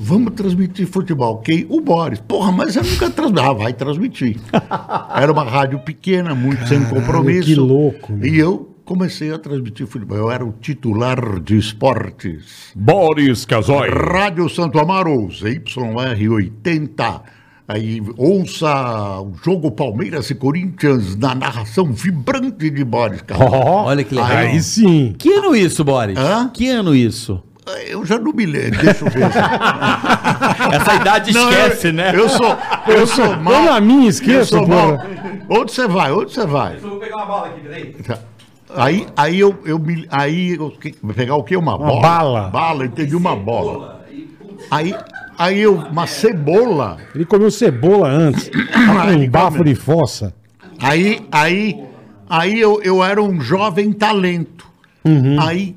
Speaker 4: Vamos transmitir futebol, ok? O Boris. Porra, mas eu nunca transmiti. Ah, vai transmitir. Era uma rádio pequena, muito sem compromisso.
Speaker 2: que louco, meu.
Speaker 4: E eu comecei a transmitir futebol. Eu era o titular de esportes.
Speaker 1: Boris Casoy.
Speaker 4: Rádio Santo Amaro, ZYR80. Aí ouça o jogo Palmeiras e Corinthians na narração vibrante de Boris Carvalho.
Speaker 2: Ó,
Speaker 3: Olha que legal.
Speaker 2: Aí sim.
Speaker 3: Que ano isso, Boris?
Speaker 4: Hã?
Speaker 3: Que ano isso?
Speaker 4: Eu já não me lembro, deixa eu ver.
Speaker 3: Essa idade
Speaker 4: Não, eu-
Speaker 3: esquece, né?
Speaker 4: Eu sou, eu sou mal.
Speaker 2: Eu na minha
Speaker 4: eu
Speaker 2: esqueço,
Speaker 4: sou mal.
Speaker 2: porra.
Speaker 4: Onde você vai? Onde você vai?
Speaker 5: Vou pegar uma bola aqui, peraí.
Speaker 4: Tá. Aí, aí eu, eu me. Aí eu que- pegar o quê? Uma, bola.
Speaker 2: bala.
Speaker 4: Bala, entendi, uma bola. Aí, aí eu, uma cebola.
Speaker 2: Ele comeu cebola antes. Tá com um bafo de fossa.
Speaker 4: Aí, aí, aí eu, eu era um jovem talento. Aí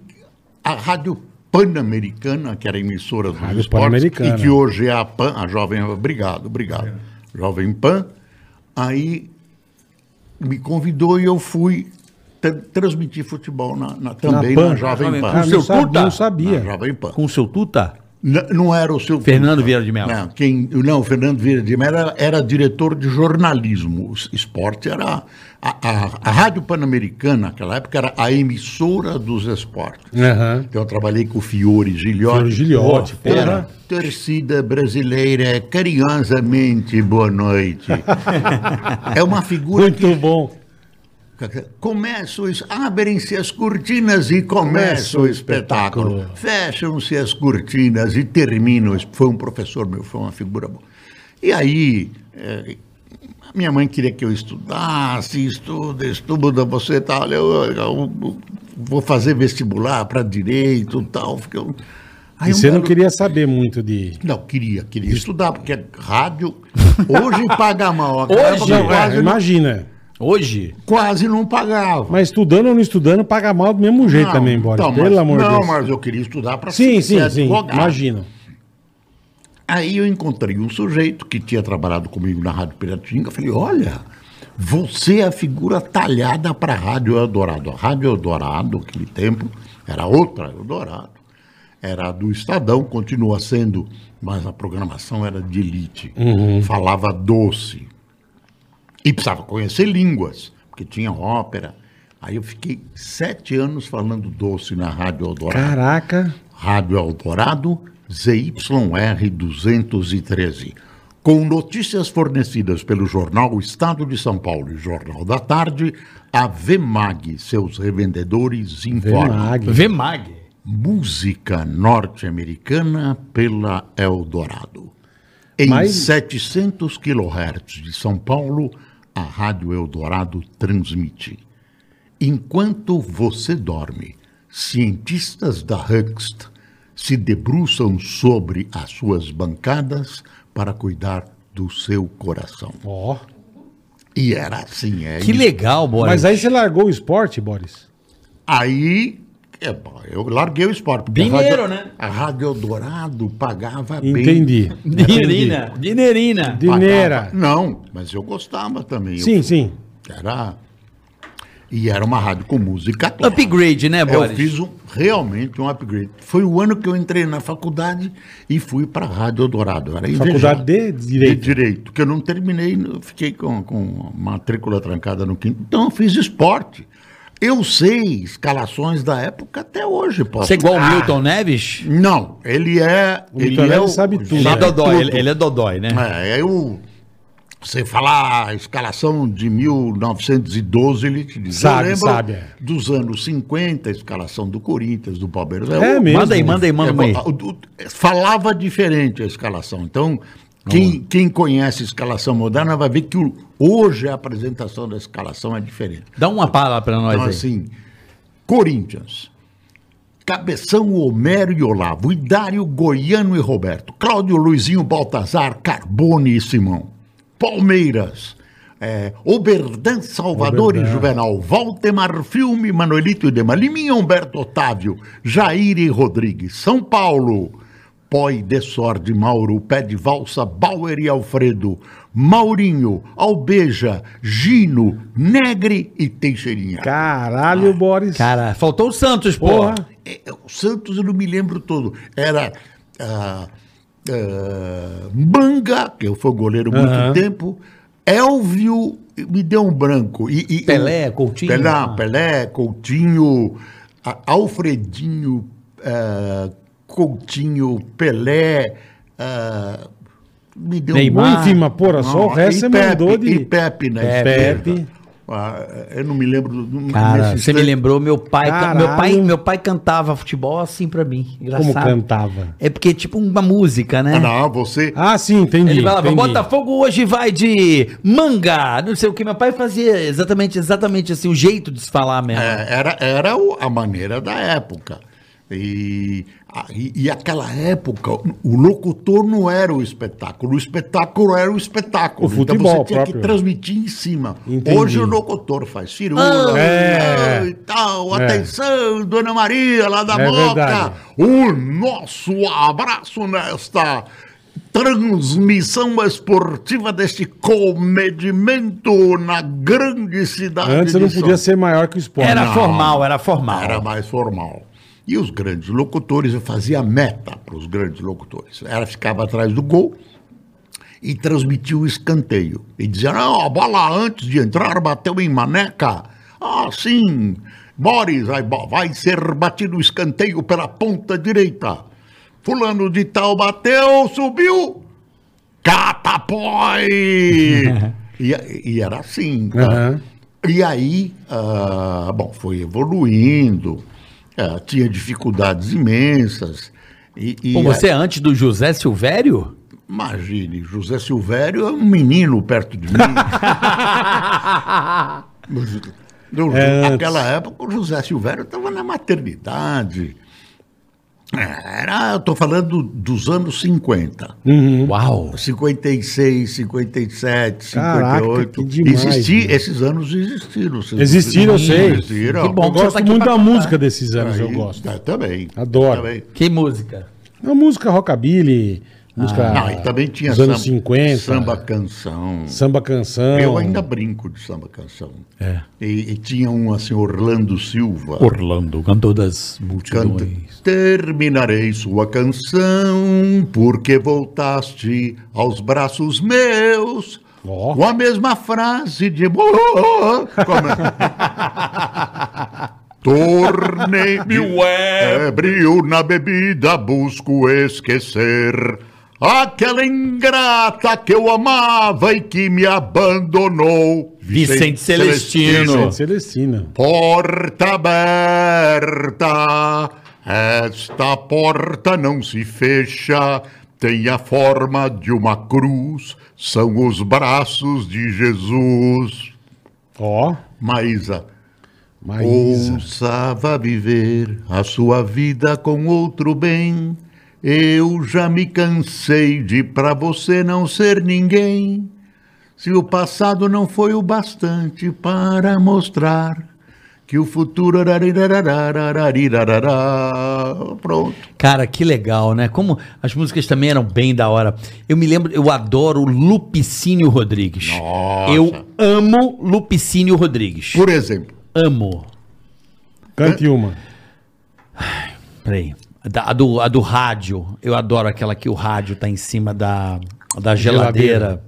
Speaker 4: a Rádio Pan-Americana, que era a emissora do Rádio
Speaker 2: Pan-Americana.
Speaker 4: e que hoje é a Pan, a Jovem obrigado, obrigado. Jovem Pan, aí me convidou e eu fui tra- transmitir futebol na, na- também na,
Speaker 2: Pan.
Speaker 4: Jovem Pan.
Speaker 2: Ah,
Speaker 3: seu
Speaker 2: não, sabe,
Speaker 3: Tuta?
Speaker 2: não
Speaker 4: Na
Speaker 2: sabia.
Speaker 4: Jovem Pan.
Speaker 3: Com o seu Tuta?
Speaker 4: N- não era o seu.
Speaker 3: Fernando Vieira de Mello.
Speaker 4: Não, É, quem, não, o Fernando Vieira de Mello era, era diretor de jornalismo. O esporte era. A, a- a Rádio Pan-Americana, naquela época, era a emissora dos esportes.
Speaker 2: Aham.
Speaker 4: Então eu trabalhei com o Fiore
Speaker 2: Senhor
Speaker 4: Gilhote.
Speaker 2: Giliotti,
Speaker 4: Era
Speaker 2: porra.
Speaker 4: torcida brasileira, é carinhosamente boa noite. é uma figura que
Speaker 2: Muito bom.
Speaker 4: Começam, os- abrem-se as cortinas e começa o espetáculo.
Speaker 2: espetáculo.
Speaker 4: Fecham-se as cortinas e terminam. Foi um professor meu, foi uma figura boa. E aí, eh, minha mãe queria que eu estudasse, estuda, estuda, você tá, tal. Eu, eu- eu vou fazer vestibular para direito tal. Porque eu- Aí
Speaker 2: e
Speaker 4: um
Speaker 2: você não
Speaker 4: garoto-
Speaker 2: queria saber muito de.
Speaker 4: Não, queria, queria estudar, porque é rádio hoje paga mal.
Speaker 3: Hoje?
Speaker 4: Aquela época
Speaker 2: Não, é,
Speaker 4: quase, não,
Speaker 2: imagina.
Speaker 3: Hoje?
Speaker 4: quase não pagava.
Speaker 2: Mas estudando ou não estudando, paga mal do mesmo jeito
Speaker 4: Não,
Speaker 2: também, Boris.
Speaker 4: então,
Speaker 2: Pelo
Speaker 4: mas-
Speaker 2: amor de
Speaker 4: Não,
Speaker 2: Deus.
Speaker 4: mas eu queria estudar para
Speaker 2: Sim, sim, sim.
Speaker 4: advogado.
Speaker 2: Imagina.
Speaker 4: Aí eu encontrei um sujeito que tinha trabalhado comigo na Rádio Piratinga. Falei, olha, você é a figura talhada para a Rádio Eldorado. A Rádio Eldorado, naquele tempo, era outra Eldorado. Era a do Estadão, continua sendo, mas a programação era de elite. Falava doce. E precisava conhecer línguas, porque tinha ópera. Aí eu fiquei sete anos falando doce na Rádio Eldorado.
Speaker 2: Caraca.
Speaker 4: Rádio Eldorado, ZYR 213. Com notícias fornecidas pelo jornal O Estado de São Paulo e Jornal da Tarde, a VMAG, seus revendedores, informa.
Speaker 2: Vemag.
Speaker 3: Vemag.
Speaker 4: Música norte-americana pela Eldorado. Em
Speaker 2: Mas-
Speaker 4: 700 kHz de São Paulo, a Rádio Eldorado transmite. Enquanto você dorme, cientistas da Huxt se debruçam sobre as suas bancadas para cuidar do seu coração.
Speaker 2: Ó.
Speaker 4: E era assim, é
Speaker 3: Que
Speaker 4: isso.
Speaker 3: legal, Boris.
Speaker 2: Mas aí você largou o esporte, Boris?
Speaker 4: Aí, é, bom, eu larguei o esporte. porque a
Speaker 3: Dinheiro,
Speaker 4: Rádio-
Speaker 3: né?
Speaker 4: A Rádio Eldorado pagava bem.
Speaker 2: Entendi.
Speaker 3: Dinerina. Dinerina.
Speaker 2: Entendi. Dineira.
Speaker 4: Pagava- Não, mas eu gostava também. Eu-
Speaker 2: Sim, sim.
Speaker 4: era... E era uma rádio com música clássica.
Speaker 3: Upgrade, né, Boris?
Speaker 4: Eu fiz um- realmente um upgrade. Foi o ano que eu entrei na faculdade e fui para a Rádio Eldorado. Eu Era
Speaker 2: Faculdade de
Speaker 4: Direito.
Speaker 2: Direito.
Speaker 4: De Direito, que eu não terminei, eu fiquei com, com a matrícula trancada no quinto. Então eu fiz esporte. Eu sei escalações da época até hoje, Paulo.
Speaker 3: Você é igual o Milton Neves?
Speaker 4: Não, ele é.
Speaker 2: O Vitorelli sabe tudo. Ele é
Speaker 3: dodói, ele- ele é dodói, né?
Speaker 4: É, eu. Você falar a escalação de 1912, ele te diz.
Speaker 2: Sabe,
Speaker 4: eu lembro
Speaker 2: sabe, é.
Speaker 4: Dos anos 50, a escalação do Corinthians, do Palmeiras.
Speaker 2: É mesmo.
Speaker 3: Manda aí, manda aí, manda aí.
Speaker 4: É, o- o- falava diferente a escalação. Então, quem, quem conhece a escalação moderna vai ver que o- hoje a apresentação da escalação é diferente.
Speaker 3: Dá uma pala pra nós
Speaker 4: Então,
Speaker 3: aí.
Speaker 4: assim, Corinthians. Cabeção, Homero e Olavo, Idário, Goiano e Roberto, Cláudio, Luizinho, Baltazar, Carbone e Simão, Palmeiras, eh, Oberdan, Salvador e
Speaker 2: Oberdan.
Speaker 4: Juvenal, Valtemar, Filme, Manuelito e Dema, Liminha, Humberto, Otávio, Jair e Rodrigues, São Paulo, Poi, Desorde, Mauro, Pé de Valsa, Bauer e Alfredo, Maurinho, Albeja, Gino, Negre e Teixeirinha.
Speaker 2: Caralho, Boris.
Speaker 3: Ah, Cara, faltou o Santos, porra.
Speaker 2: Porra.
Speaker 4: É, é, o Santos eu não me lembro todo. Era ah, ah, Manga, que eu fui goleiro há muito
Speaker 2: Aham.
Speaker 4: tempo, Elvio, me deu um branco. E, e-
Speaker 3: Pelé,
Speaker 4: o-
Speaker 3: Coutinho.
Speaker 4: Pelé,
Speaker 3: Ah.
Speaker 4: Pelé, Coutinho, a- Alfredinho, ah, Coutinho, Pelé. ah, me deu
Speaker 3: Neymar.
Speaker 2: Enfim, mas porra, só o
Speaker 4: Não,
Speaker 2: resto
Speaker 4: e
Speaker 2: você
Speaker 4: Pepe,
Speaker 2: mandou de.
Speaker 4: E Pepe, né?
Speaker 2: Pepe.
Speaker 4: esquerda. Ah, eu não me lembro. do-
Speaker 3: Cara,
Speaker 4: nesses
Speaker 3: você me
Speaker 4: três-
Speaker 3: lembrou meu pai,
Speaker 2: Caralho.
Speaker 3: meu pai, meu pai cantava futebol assim pra mim. Engraçado.
Speaker 2: Como cantava?
Speaker 3: É porque é tipo uma música, né?
Speaker 4: Ah, Não, você.
Speaker 2: Ah, sim, entendi.
Speaker 3: Ele falava,
Speaker 2: entendi.
Speaker 3: Botafogo hoje vai de manga, não sei o que. Meu pai fazia exatamente, exatamente assim, o jeito de se falar mesmo.
Speaker 4: É, era era o- a maneira da época. E, a- e, e aquela época, o- o locutor não era o espetáculo, o espetáculo era o espetáculo.
Speaker 2: O futebol
Speaker 4: então você tinha
Speaker 2: próprio.
Speaker 4: que transmitir em cima.
Speaker 2: Entendi.
Speaker 4: Hoje o locutor faz firula
Speaker 2: É.
Speaker 4: ah, e tal.
Speaker 2: É.
Speaker 4: Atenção, Dona Maria lá da
Speaker 2: É verdade.
Speaker 4: Moca. O nosso abraço nesta transmissão esportiva deste comedimento na grande cidade
Speaker 2: Antes você não
Speaker 4: de São
Speaker 2: podia ser maior que o esporte.
Speaker 3: era
Speaker 4: não.
Speaker 3: formal, era formal.
Speaker 4: era mais formal. E os grandes locutores, eu fazia meta para os grandes locutores. Ela ficava atrás do gol e transmitia o escanteio. E dizia, não, a bola antes de entrar bateu em maneca. Ah, sim, Boris, aí bo- vai ser batido o escanteio pela ponta direita. Fulano de tal bateu, subiu, catapói! e, e era assim, tá?
Speaker 2: Aham.
Speaker 4: E aí, ah, bom, foi evoluindo, ah, tinha dificuldades imensas. E, e
Speaker 3: Pô, você é antes do José Silvério?
Speaker 4: Imagine, José Silvério é um menino perto de mim. Eu-
Speaker 2: É, antes. É,
Speaker 4: naquela época, o José Silvério estava na maternidade. É, Era, eu tô falando dos anos 50.
Speaker 2: Hum.
Speaker 3: Uau!
Speaker 4: 56, 57, 58.
Speaker 2: Caraca, que demais,
Speaker 4: Existi-
Speaker 2: né?
Speaker 4: esses anos existiram. vocês não
Speaker 2: Existiram, eu
Speaker 4: precisam-
Speaker 2: sei.
Speaker 4: Existiram.
Speaker 3: Que bom.
Speaker 2: Eu
Speaker 3: que você tá
Speaker 2: gosto
Speaker 3: aqui
Speaker 2: muito
Speaker 3: pra
Speaker 2: da
Speaker 3: contar.
Speaker 2: música desses anos, eu
Speaker 4: Aí,
Speaker 2: gosto.
Speaker 4: tá, também.
Speaker 2: Adoro.
Speaker 4: Também.
Speaker 3: Que música?
Speaker 2: A É música rockabilly, música
Speaker 4: Ah, Não, e também tinha
Speaker 2: dos Ah, anos
Speaker 4: samba-
Speaker 2: 50,
Speaker 4: samba canção.
Speaker 2: samba canção.
Speaker 4: Eu ainda brinco de samba canção.
Speaker 3: É.
Speaker 4: E, e tinha um assim, Orlando Silva.
Speaker 3: Orlando, cantor das
Speaker 4: Canta, terminarei sua canção, porque voltaste aos braços meus.
Speaker 2: Ó.
Speaker 4: Com a mesma frase de. é? Come- Tornei-me ébrio na bebida, busco esquecer aquela ingrata que eu amava e que me abandonou.
Speaker 3: Vicente Celestino.
Speaker 2: Vicente Celestino.
Speaker 4: Porta aberta, esta porta não se fecha, tem a forma de uma cruz, são os braços de Jesus.
Speaker 2: Ó,
Speaker 4: Maísa,
Speaker 2: Maísa.
Speaker 4: ouça, vá viver a sua vida com outro bem. Eu já me cansei de pra você não ser ninguém. Se o passado não foi o bastante para mostrar que o futuro. arararararararirarará. Pronto.
Speaker 3: Cara, que legal, né? Como as músicas também eram bem da hora. Eu me lembro, eu adoro o Lupicínio Rodrigues.
Speaker 4: Nossa.
Speaker 3: Eu amo Lupicínio Rodrigues.
Speaker 4: Por exemplo,
Speaker 3: Amo.
Speaker 2: Cante uma.
Speaker 3: Peraí. Da- a, do, a do rádio. Eu adoro aquela que o rádio tá em cima da, da geladeira.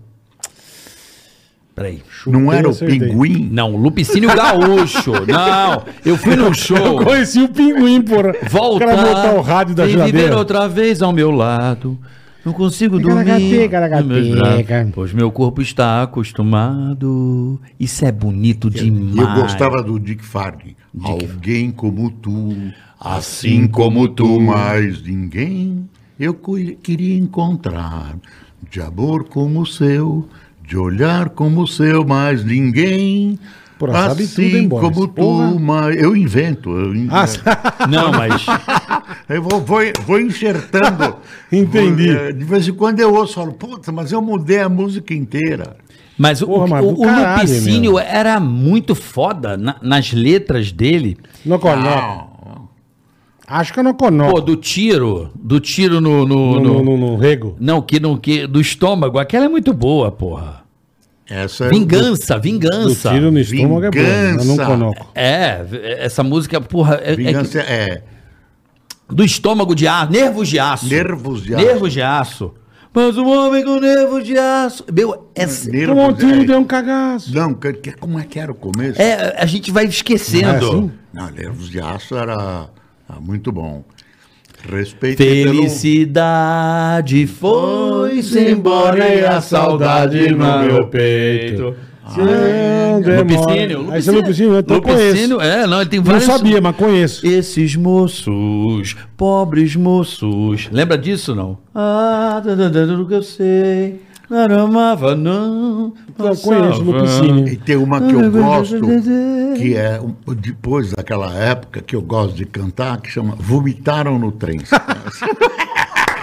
Speaker 3: Peraí.
Speaker 4: não era o
Speaker 2: acertei.
Speaker 4: pinguim?
Speaker 3: Não, Lupicínio Gaúcho. Não, eu fui num show.
Speaker 2: Eu conheci o pinguim, porra.
Speaker 3: Voltar.
Speaker 2: O cara botar o rádio da
Speaker 3: e viver
Speaker 2: geladeira.
Speaker 3: outra vez ao meu lado. Não consigo dormir.
Speaker 2: Garagateca,
Speaker 3: nos meus
Speaker 2: garagateca.
Speaker 3: braços, Pois meu corpo está acostumado. Isso é bonito
Speaker 4: E
Speaker 3: demais.
Speaker 4: eu gostava do Dick Farney. Alguém como tu, assim como tu, mais ninguém eu cu- queria encontrar. De amor como o seu, de olhar como o seu, mais ninguém.
Speaker 2: Porra, sabe tudo,
Speaker 4: assim
Speaker 2: hein, Boris?
Speaker 4: como
Speaker 2: Porra.
Speaker 4: tu, mas. Eu invento. Eu, invento.
Speaker 2: Ah, sa-
Speaker 3: Não, mas.
Speaker 4: eu vou, vou, vou enxertando.
Speaker 2: Entendi.
Speaker 4: Vou, eh, de vez em quando eu ouço, falo, puta, mas eu mudei a música inteira.
Speaker 3: Mas o,
Speaker 2: Porra,
Speaker 3: o-
Speaker 2: mas do
Speaker 3: o,
Speaker 2: caralho,
Speaker 3: Lupicínio
Speaker 2: meu.
Speaker 3: era muito foda na- nas letras dele.
Speaker 2: Noconoco. Acho que é Noconoco.
Speaker 3: Pô, do tiro. Do tiro no. no-
Speaker 2: No,
Speaker 3: no-
Speaker 2: no, no, no rego.
Speaker 3: Não, que não. Que, do estômago. Aquela é muito boa, porra.
Speaker 4: Essa é-
Speaker 3: Vingança,
Speaker 2: Do
Speaker 3: vingança.
Speaker 2: tiro no estômago é bom.
Speaker 4: Vingança.
Speaker 2: Não Noconoco.
Speaker 3: É, essa música, porra, é, é que-
Speaker 4: Vingança é.
Speaker 3: do estômago de aço, nervos de aço.
Speaker 4: Nervos de aço.
Speaker 3: Nervos de aço. Mas um homem com nervos de aço. Meu, essa-
Speaker 2: Tomou um
Speaker 4: Nervos,
Speaker 2: tiro,
Speaker 4: é.
Speaker 2: deu um cagaço.
Speaker 4: Não, que- que- como é que era o começo?
Speaker 3: é, a gente vai esquecendo.
Speaker 2: Não é assim?
Speaker 4: Não, Ah, Nervos de Aço era, era muito bom. Respeito
Speaker 3: Felicidade foi-se embora e a saudade no meu peito.
Speaker 4: Ah, é.
Speaker 2: Lupicínio. Esse é Lupicínio, eu tô conheço.
Speaker 3: Lupicínio, é, não, ele tem
Speaker 2: Não
Speaker 3: vários...
Speaker 2: sabia, mas conheço.
Speaker 3: Esses moços, pobres moços. Lembra disso, não? Ah, da, da, da, do que eu sei. Não amava, não.
Speaker 2: Eu conheço o
Speaker 4: E
Speaker 2: Lupicínio.
Speaker 4: tem uma que eu gosto, que é um- depois daquela época que eu gosto de cantar, que chama Vomitaram no Trem.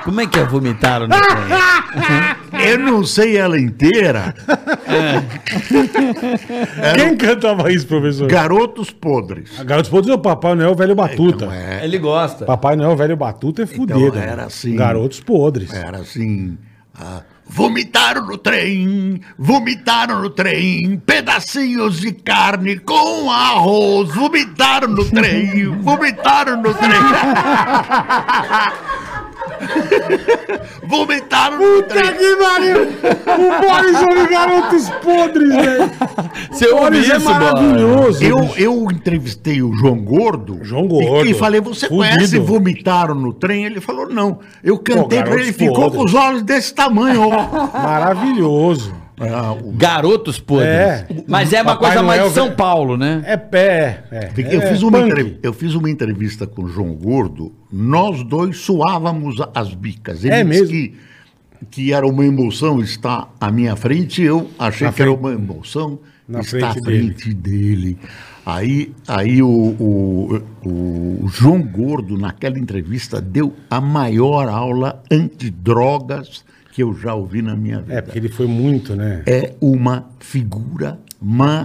Speaker 3: Como é que é vomitaram no trem?
Speaker 4: eu não sei ela inteira. Então,
Speaker 2: Quem cantava isso, professor?
Speaker 4: Garotos Podres.
Speaker 2: Garotos Podres é o Papai Noel Velho Batuta.
Speaker 4: Então, é, Então,
Speaker 3: Ele gosta.
Speaker 2: Papai Noel Velho Batuta é fudido.
Speaker 4: era
Speaker 2: mano.
Speaker 4: assim.
Speaker 2: Garotos Podres.
Speaker 4: Era assim. ah, vomitaram no trem, vomitaram no trem, pedacinhos de carne com arroz, vomitaram no trem, vomitaram no trem. vomitaram no
Speaker 2: Puta
Speaker 4: trem.
Speaker 2: que pariu! O Boris ouve Garotos Podres, velho.
Speaker 3: Seu
Speaker 2: Boris é maravilhoso.
Speaker 4: É. Eu, eu entrevistei o João Gordo.
Speaker 2: João Gordo.
Speaker 4: E, e falei, você
Speaker 2: Fudido.
Speaker 4: conhece Vomitaram no Trem? Ele falou, não. Eu cantei pra
Speaker 2: garotos
Speaker 4: ele, ele ficou
Speaker 2: podres.
Speaker 4: com os olhos desse tamanho. ó.
Speaker 2: Maravilhoso.
Speaker 4: Ah, o
Speaker 3: Garotos podres.
Speaker 2: É.
Speaker 3: Mas é uma
Speaker 2: Papai
Speaker 3: coisa mais
Speaker 2: Noel
Speaker 3: de São
Speaker 2: vem-
Speaker 3: Paulo, né?
Speaker 2: É pé. É,
Speaker 4: Porque eu,
Speaker 2: é
Speaker 4: fiz uma
Speaker 2: punk.
Speaker 4: entrev- eu fiz uma entrevista com o João Gordo, nós dois suávamos a- as bicas. Ele
Speaker 2: É
Speaker 4: disse
Speaker 2: mesmo?
Speaker 4: que, que era uma emoção estar à minha frente, eu achei
Speaker 2: Na
Speaker 4: que era
Speaker 2: frente-
Speaker 4: uma emoção
Speaker 2: na
Speaker 4: estar
Speaker 2: frente
Speaker 4: à frente dele. Aí, aí o, o- o João Gordo, naquela entrevista, deu a maior aula antidrogas que eu já ouvi na minha
Speaker 2: É,
Speaker 4: vida.
Speaker 2: porque ele foi muito, né?
Speaker 4: É uma figura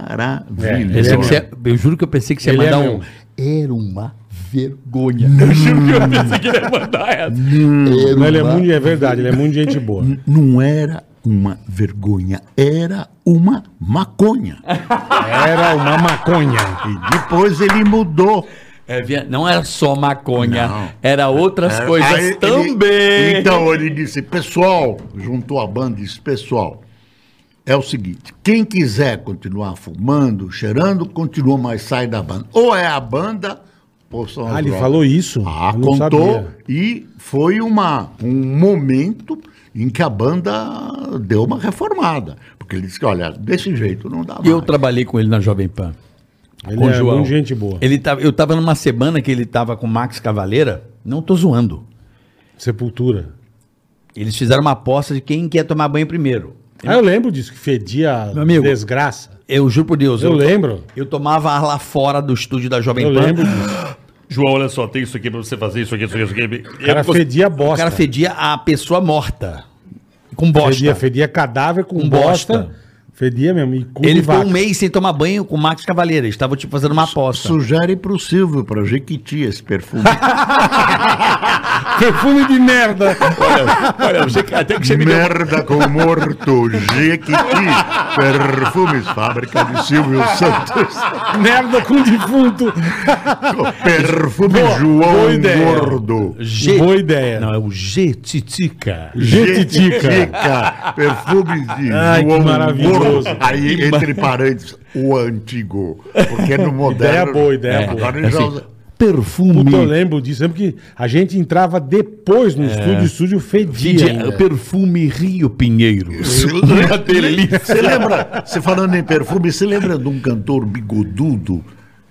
Speaker 2: É, ele é
Speaker 4: maravilhosa.
Speaker 3: Pensei que você- eu juro que eu pensei que você ia
Speaker 2: Ele é Hum.
Speaker 3: mandar
Speaker 2: mesmo.
Speaker 3: um. Era uma vergonha. Eu juro que eu pensei que ele ia mandar essa. Era
Speaker 2: Não, ele é
Speaker 3: uma-
Speaker 2: muito, é verdade, ele é muito gente boa.
Speaker 4: Não era uma vergonha, era uma maconha.
Speaker 2: Era uma maconha.
Speaker 4: E depois ele mudou.
Speaker 3: É, via- não era só maconha,
Speaker 4: Não.
Speaker 3: era outras
Speaker 4: É,
Speaker 3: coisas
Speaker 4: aí ele-
Speaker 3: também.
Speaker 4: então ele disse, pessoal, juntou a banda e disse, pessoal, é o seguinte, quem quiser continuar fumando, cheirando, continua, mas sai da banda. Ou é a banda, ou são as
Speaker 2: Ah, ele
Speaker 4: drogas.
Speaker 2: falou isso?
Speaker 4: Ah,
Speaker 2: Eu não
Speaker 4: contou
Speaker 2: sabia.
Speaker 4: e foi uma, um momento em que a banda deu uma reformada. Porque ele disse que, olha, desse jeito não dá mais.
Speaker 3: Eu trabalhei com ele na Jovem Pan.
Speaker 2: Ele é muito gente boa.
Speaker 3: Ele tava, eu tava numa semana que ele tava com o Max Cavaleira, não tô zoando.
Speaker 2: Sepultura.
Speaker 3: Eles fizeram uma aposta de quem quer tomar banho primeiro.
Speaker 2: Ah, eu lembro disso, que fedia
Speaker 3: Meu amigo, tá
Speaker 2: desgraça.
Speaker 3: Eu juro por Deus,
Speaker 2: Eu
Speaker 3: eu,
Speaker 2: lembro.
Speaker 3: eu tomava ar lá fora do estúdio da Jovem
Speaker 2: Eu
Speaker 3: Pan.
Speaker 2: lembro disso.
Speaker 1: João, olha só, tem isso aqui pra você fazer, isso aqui, isso aqui, isso aqui.
Speaker 2: O cara
Speaker 1: Eu não
Speaker 2: fedia
Speaker 3: O
Speaker 2: bosta.
Speaker 3: cara fedia a pessoa morta. Com bosta.
Speaker 2: fedia, fedia cadáver com
Speaker 3: Com
Speaker 2: bosta.
Speaker 3: bosta.
Speaker 2: Fedia mesmo. E cu
Speaker 3: Ele
Speaker 2: de
Speaker 3: ficou
Speaker 2: vaca.
Speaker 3: um mês sem tomar banho com o Max Cavaleira. Eles estavam, tipo, fazendo uma aposta.
Speaker 4: Sugere pro Silvio, pra Jequiti, esse perfume.
Speaker 2: Ah, Perfume de merda.
Speaker 1: Olha, você, até que você me deu.
Speaker 4: Merda com morto, Jequiti, perfumes, fábrica de Silvio Santos,
Speaker 2: merda com defunto.
Speaker 4: perfume
Speaker 2: boa
Speaker 4: João
Speaker 2: ideia.
Speaker 4: Gordo,
Speaker 3: G-
Speaker 2: Boa ideia.
Speaker 3: Não, é o Getitica.
Speaker 4: É,
Speaker 2: Jetitica.
Speaker 4: Jequitica, perfumes de
Speaker 2: Ai, que
Speaker 4: João
Speaker 2: maravilhoso.
Speaker 4: Gordo. Aí, entre parênteses, o antigo, porque é no moderno... É,
Speaker 2: Ideia boa, ideia boa. É assim,
Speaker 4: Agora ele já usa...
Speaker 3: É, assim, Perfume.
Speaker 2: Puta, eu lembro disso. Lembro que a gente entrava depois
Speaker 3: É.
Speaker 2: no estúdio, o estúdio fedia.
Speaker 3: Dia-
Speaker 2: ainda.
Speaker 3: é, Perfume Rio Pinheiro. Uma delícia.
Speaker 4: Você lembra, você falando em perfume, você lembra de um cantor bigodudo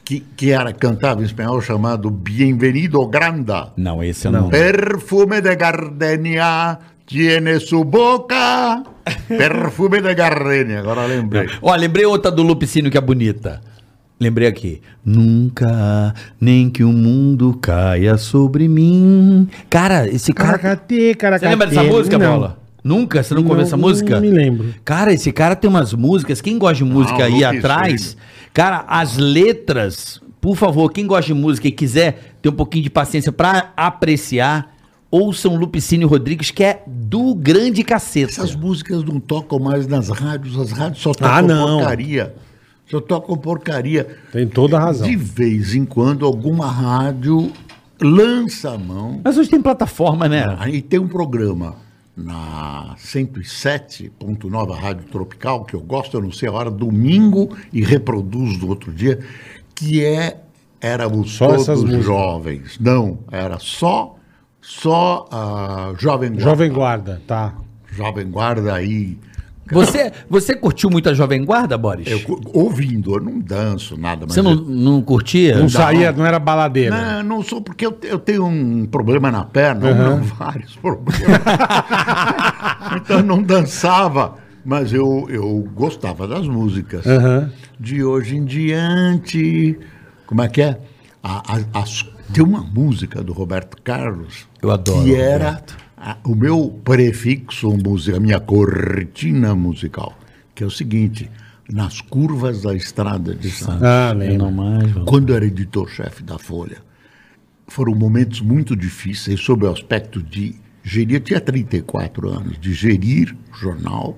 Speaker 4: que, que era, cantava em espanhol chamado Bienvenido Granda?
Speaker 3: Não, esse eu não.
Speaker 4: Perfume de gardenia tiene su boca. Perfume de gardenia. Agora lembrei.
Speaker 3: Ó, lembrei outra do Lupicínio que é bonita. Lembrei aqui. Nunca, nem que o mundo caia sobre mim. Cara, esse cara.
Speaker 2: Caracatê, caracatê.
Speaker 3: Você lembra dessa música,
Speaker 2: Não.
Speaker 3: Bola? Nunca? Você não
Speaker 2: Não,
Speaker 3: comeu essa música?
Speaker 2: não me lembro.
Speaker 3: Cara, esse cara tem umas músicas. Quem gosta de música
Speaker 4: Ah,
Speaker 3: aí
Speaker 4: Lucas,
Speaker 3: atrás, cara, as letras, por favor, quem gosta de música e quiser ter um pouquinho de paciência pra apreciar, ouçam Lupicínio Rodrigues, que é do grande caceta.
Speaker 4: Essas
Speaker 2: É.
Speaker 4: músicas não tocam mais nas rádios. As rádios só tocam
Speaker 2: Ah, não.
Speaker 4: porcaria. Só tocam porcaria.
Speaker 2: Tem toda a razão.
Speaker 4: De vez em quando, alguma rádio lança a mão
Speaker 3: Mas hoje tem plataforma, né?
Speaker 4: Aí tem um programa na 107.9 a Rádio Tropical, que eu gosto, eu não sei a hora, domingo e reproduz do outro dia, que é éramos
Speaker 2: Só
Speaker 4: todos
Speaker 2: essas músicas.
Speaker 4: jovens. Não, era só só a Jovem Guarda.
Speaker 2: Jovem Guarda, tá.
Speaker 4: Jovem Guarda aí.
Speaker 3: Você, você curtiu muito a Jovem Guarda, Boris?
Speaker 4: Eu cu- ouvindo, eu não danço nada, mas
Speaker 3: Você não, não curtia?
Speaker 2: Não saía, não era baladeira.
Speaker 3: né?
Speaker 4: Não, não sou, porque eu, te- eu tenho um problema na perna, não, vários problemas. então eu não dançava, mas eu, eu gostava das músicas.
Speaker 2: Aham.
Speaker 4: De hoje em diante. Como é que é? A- a- as- tem uma música do Roberto Carlos
Speaker 3: Eu adoro
Speaker 4: que é.
Speaker 3: o
Speaker 4: era a- o meu prefixo musical, a minha cortina musical, que é o seguinte: nas curvas da estrada de Santos.
Speaker 2: Ah, lembro.
Speaker 3: Não mais, mano.
Speaker 4: Quando eu era editor-chefe da Folha, foram momentos muito difíceis sob o aspecto de gerir. Eu tinha 34 anos, de gerir o jornal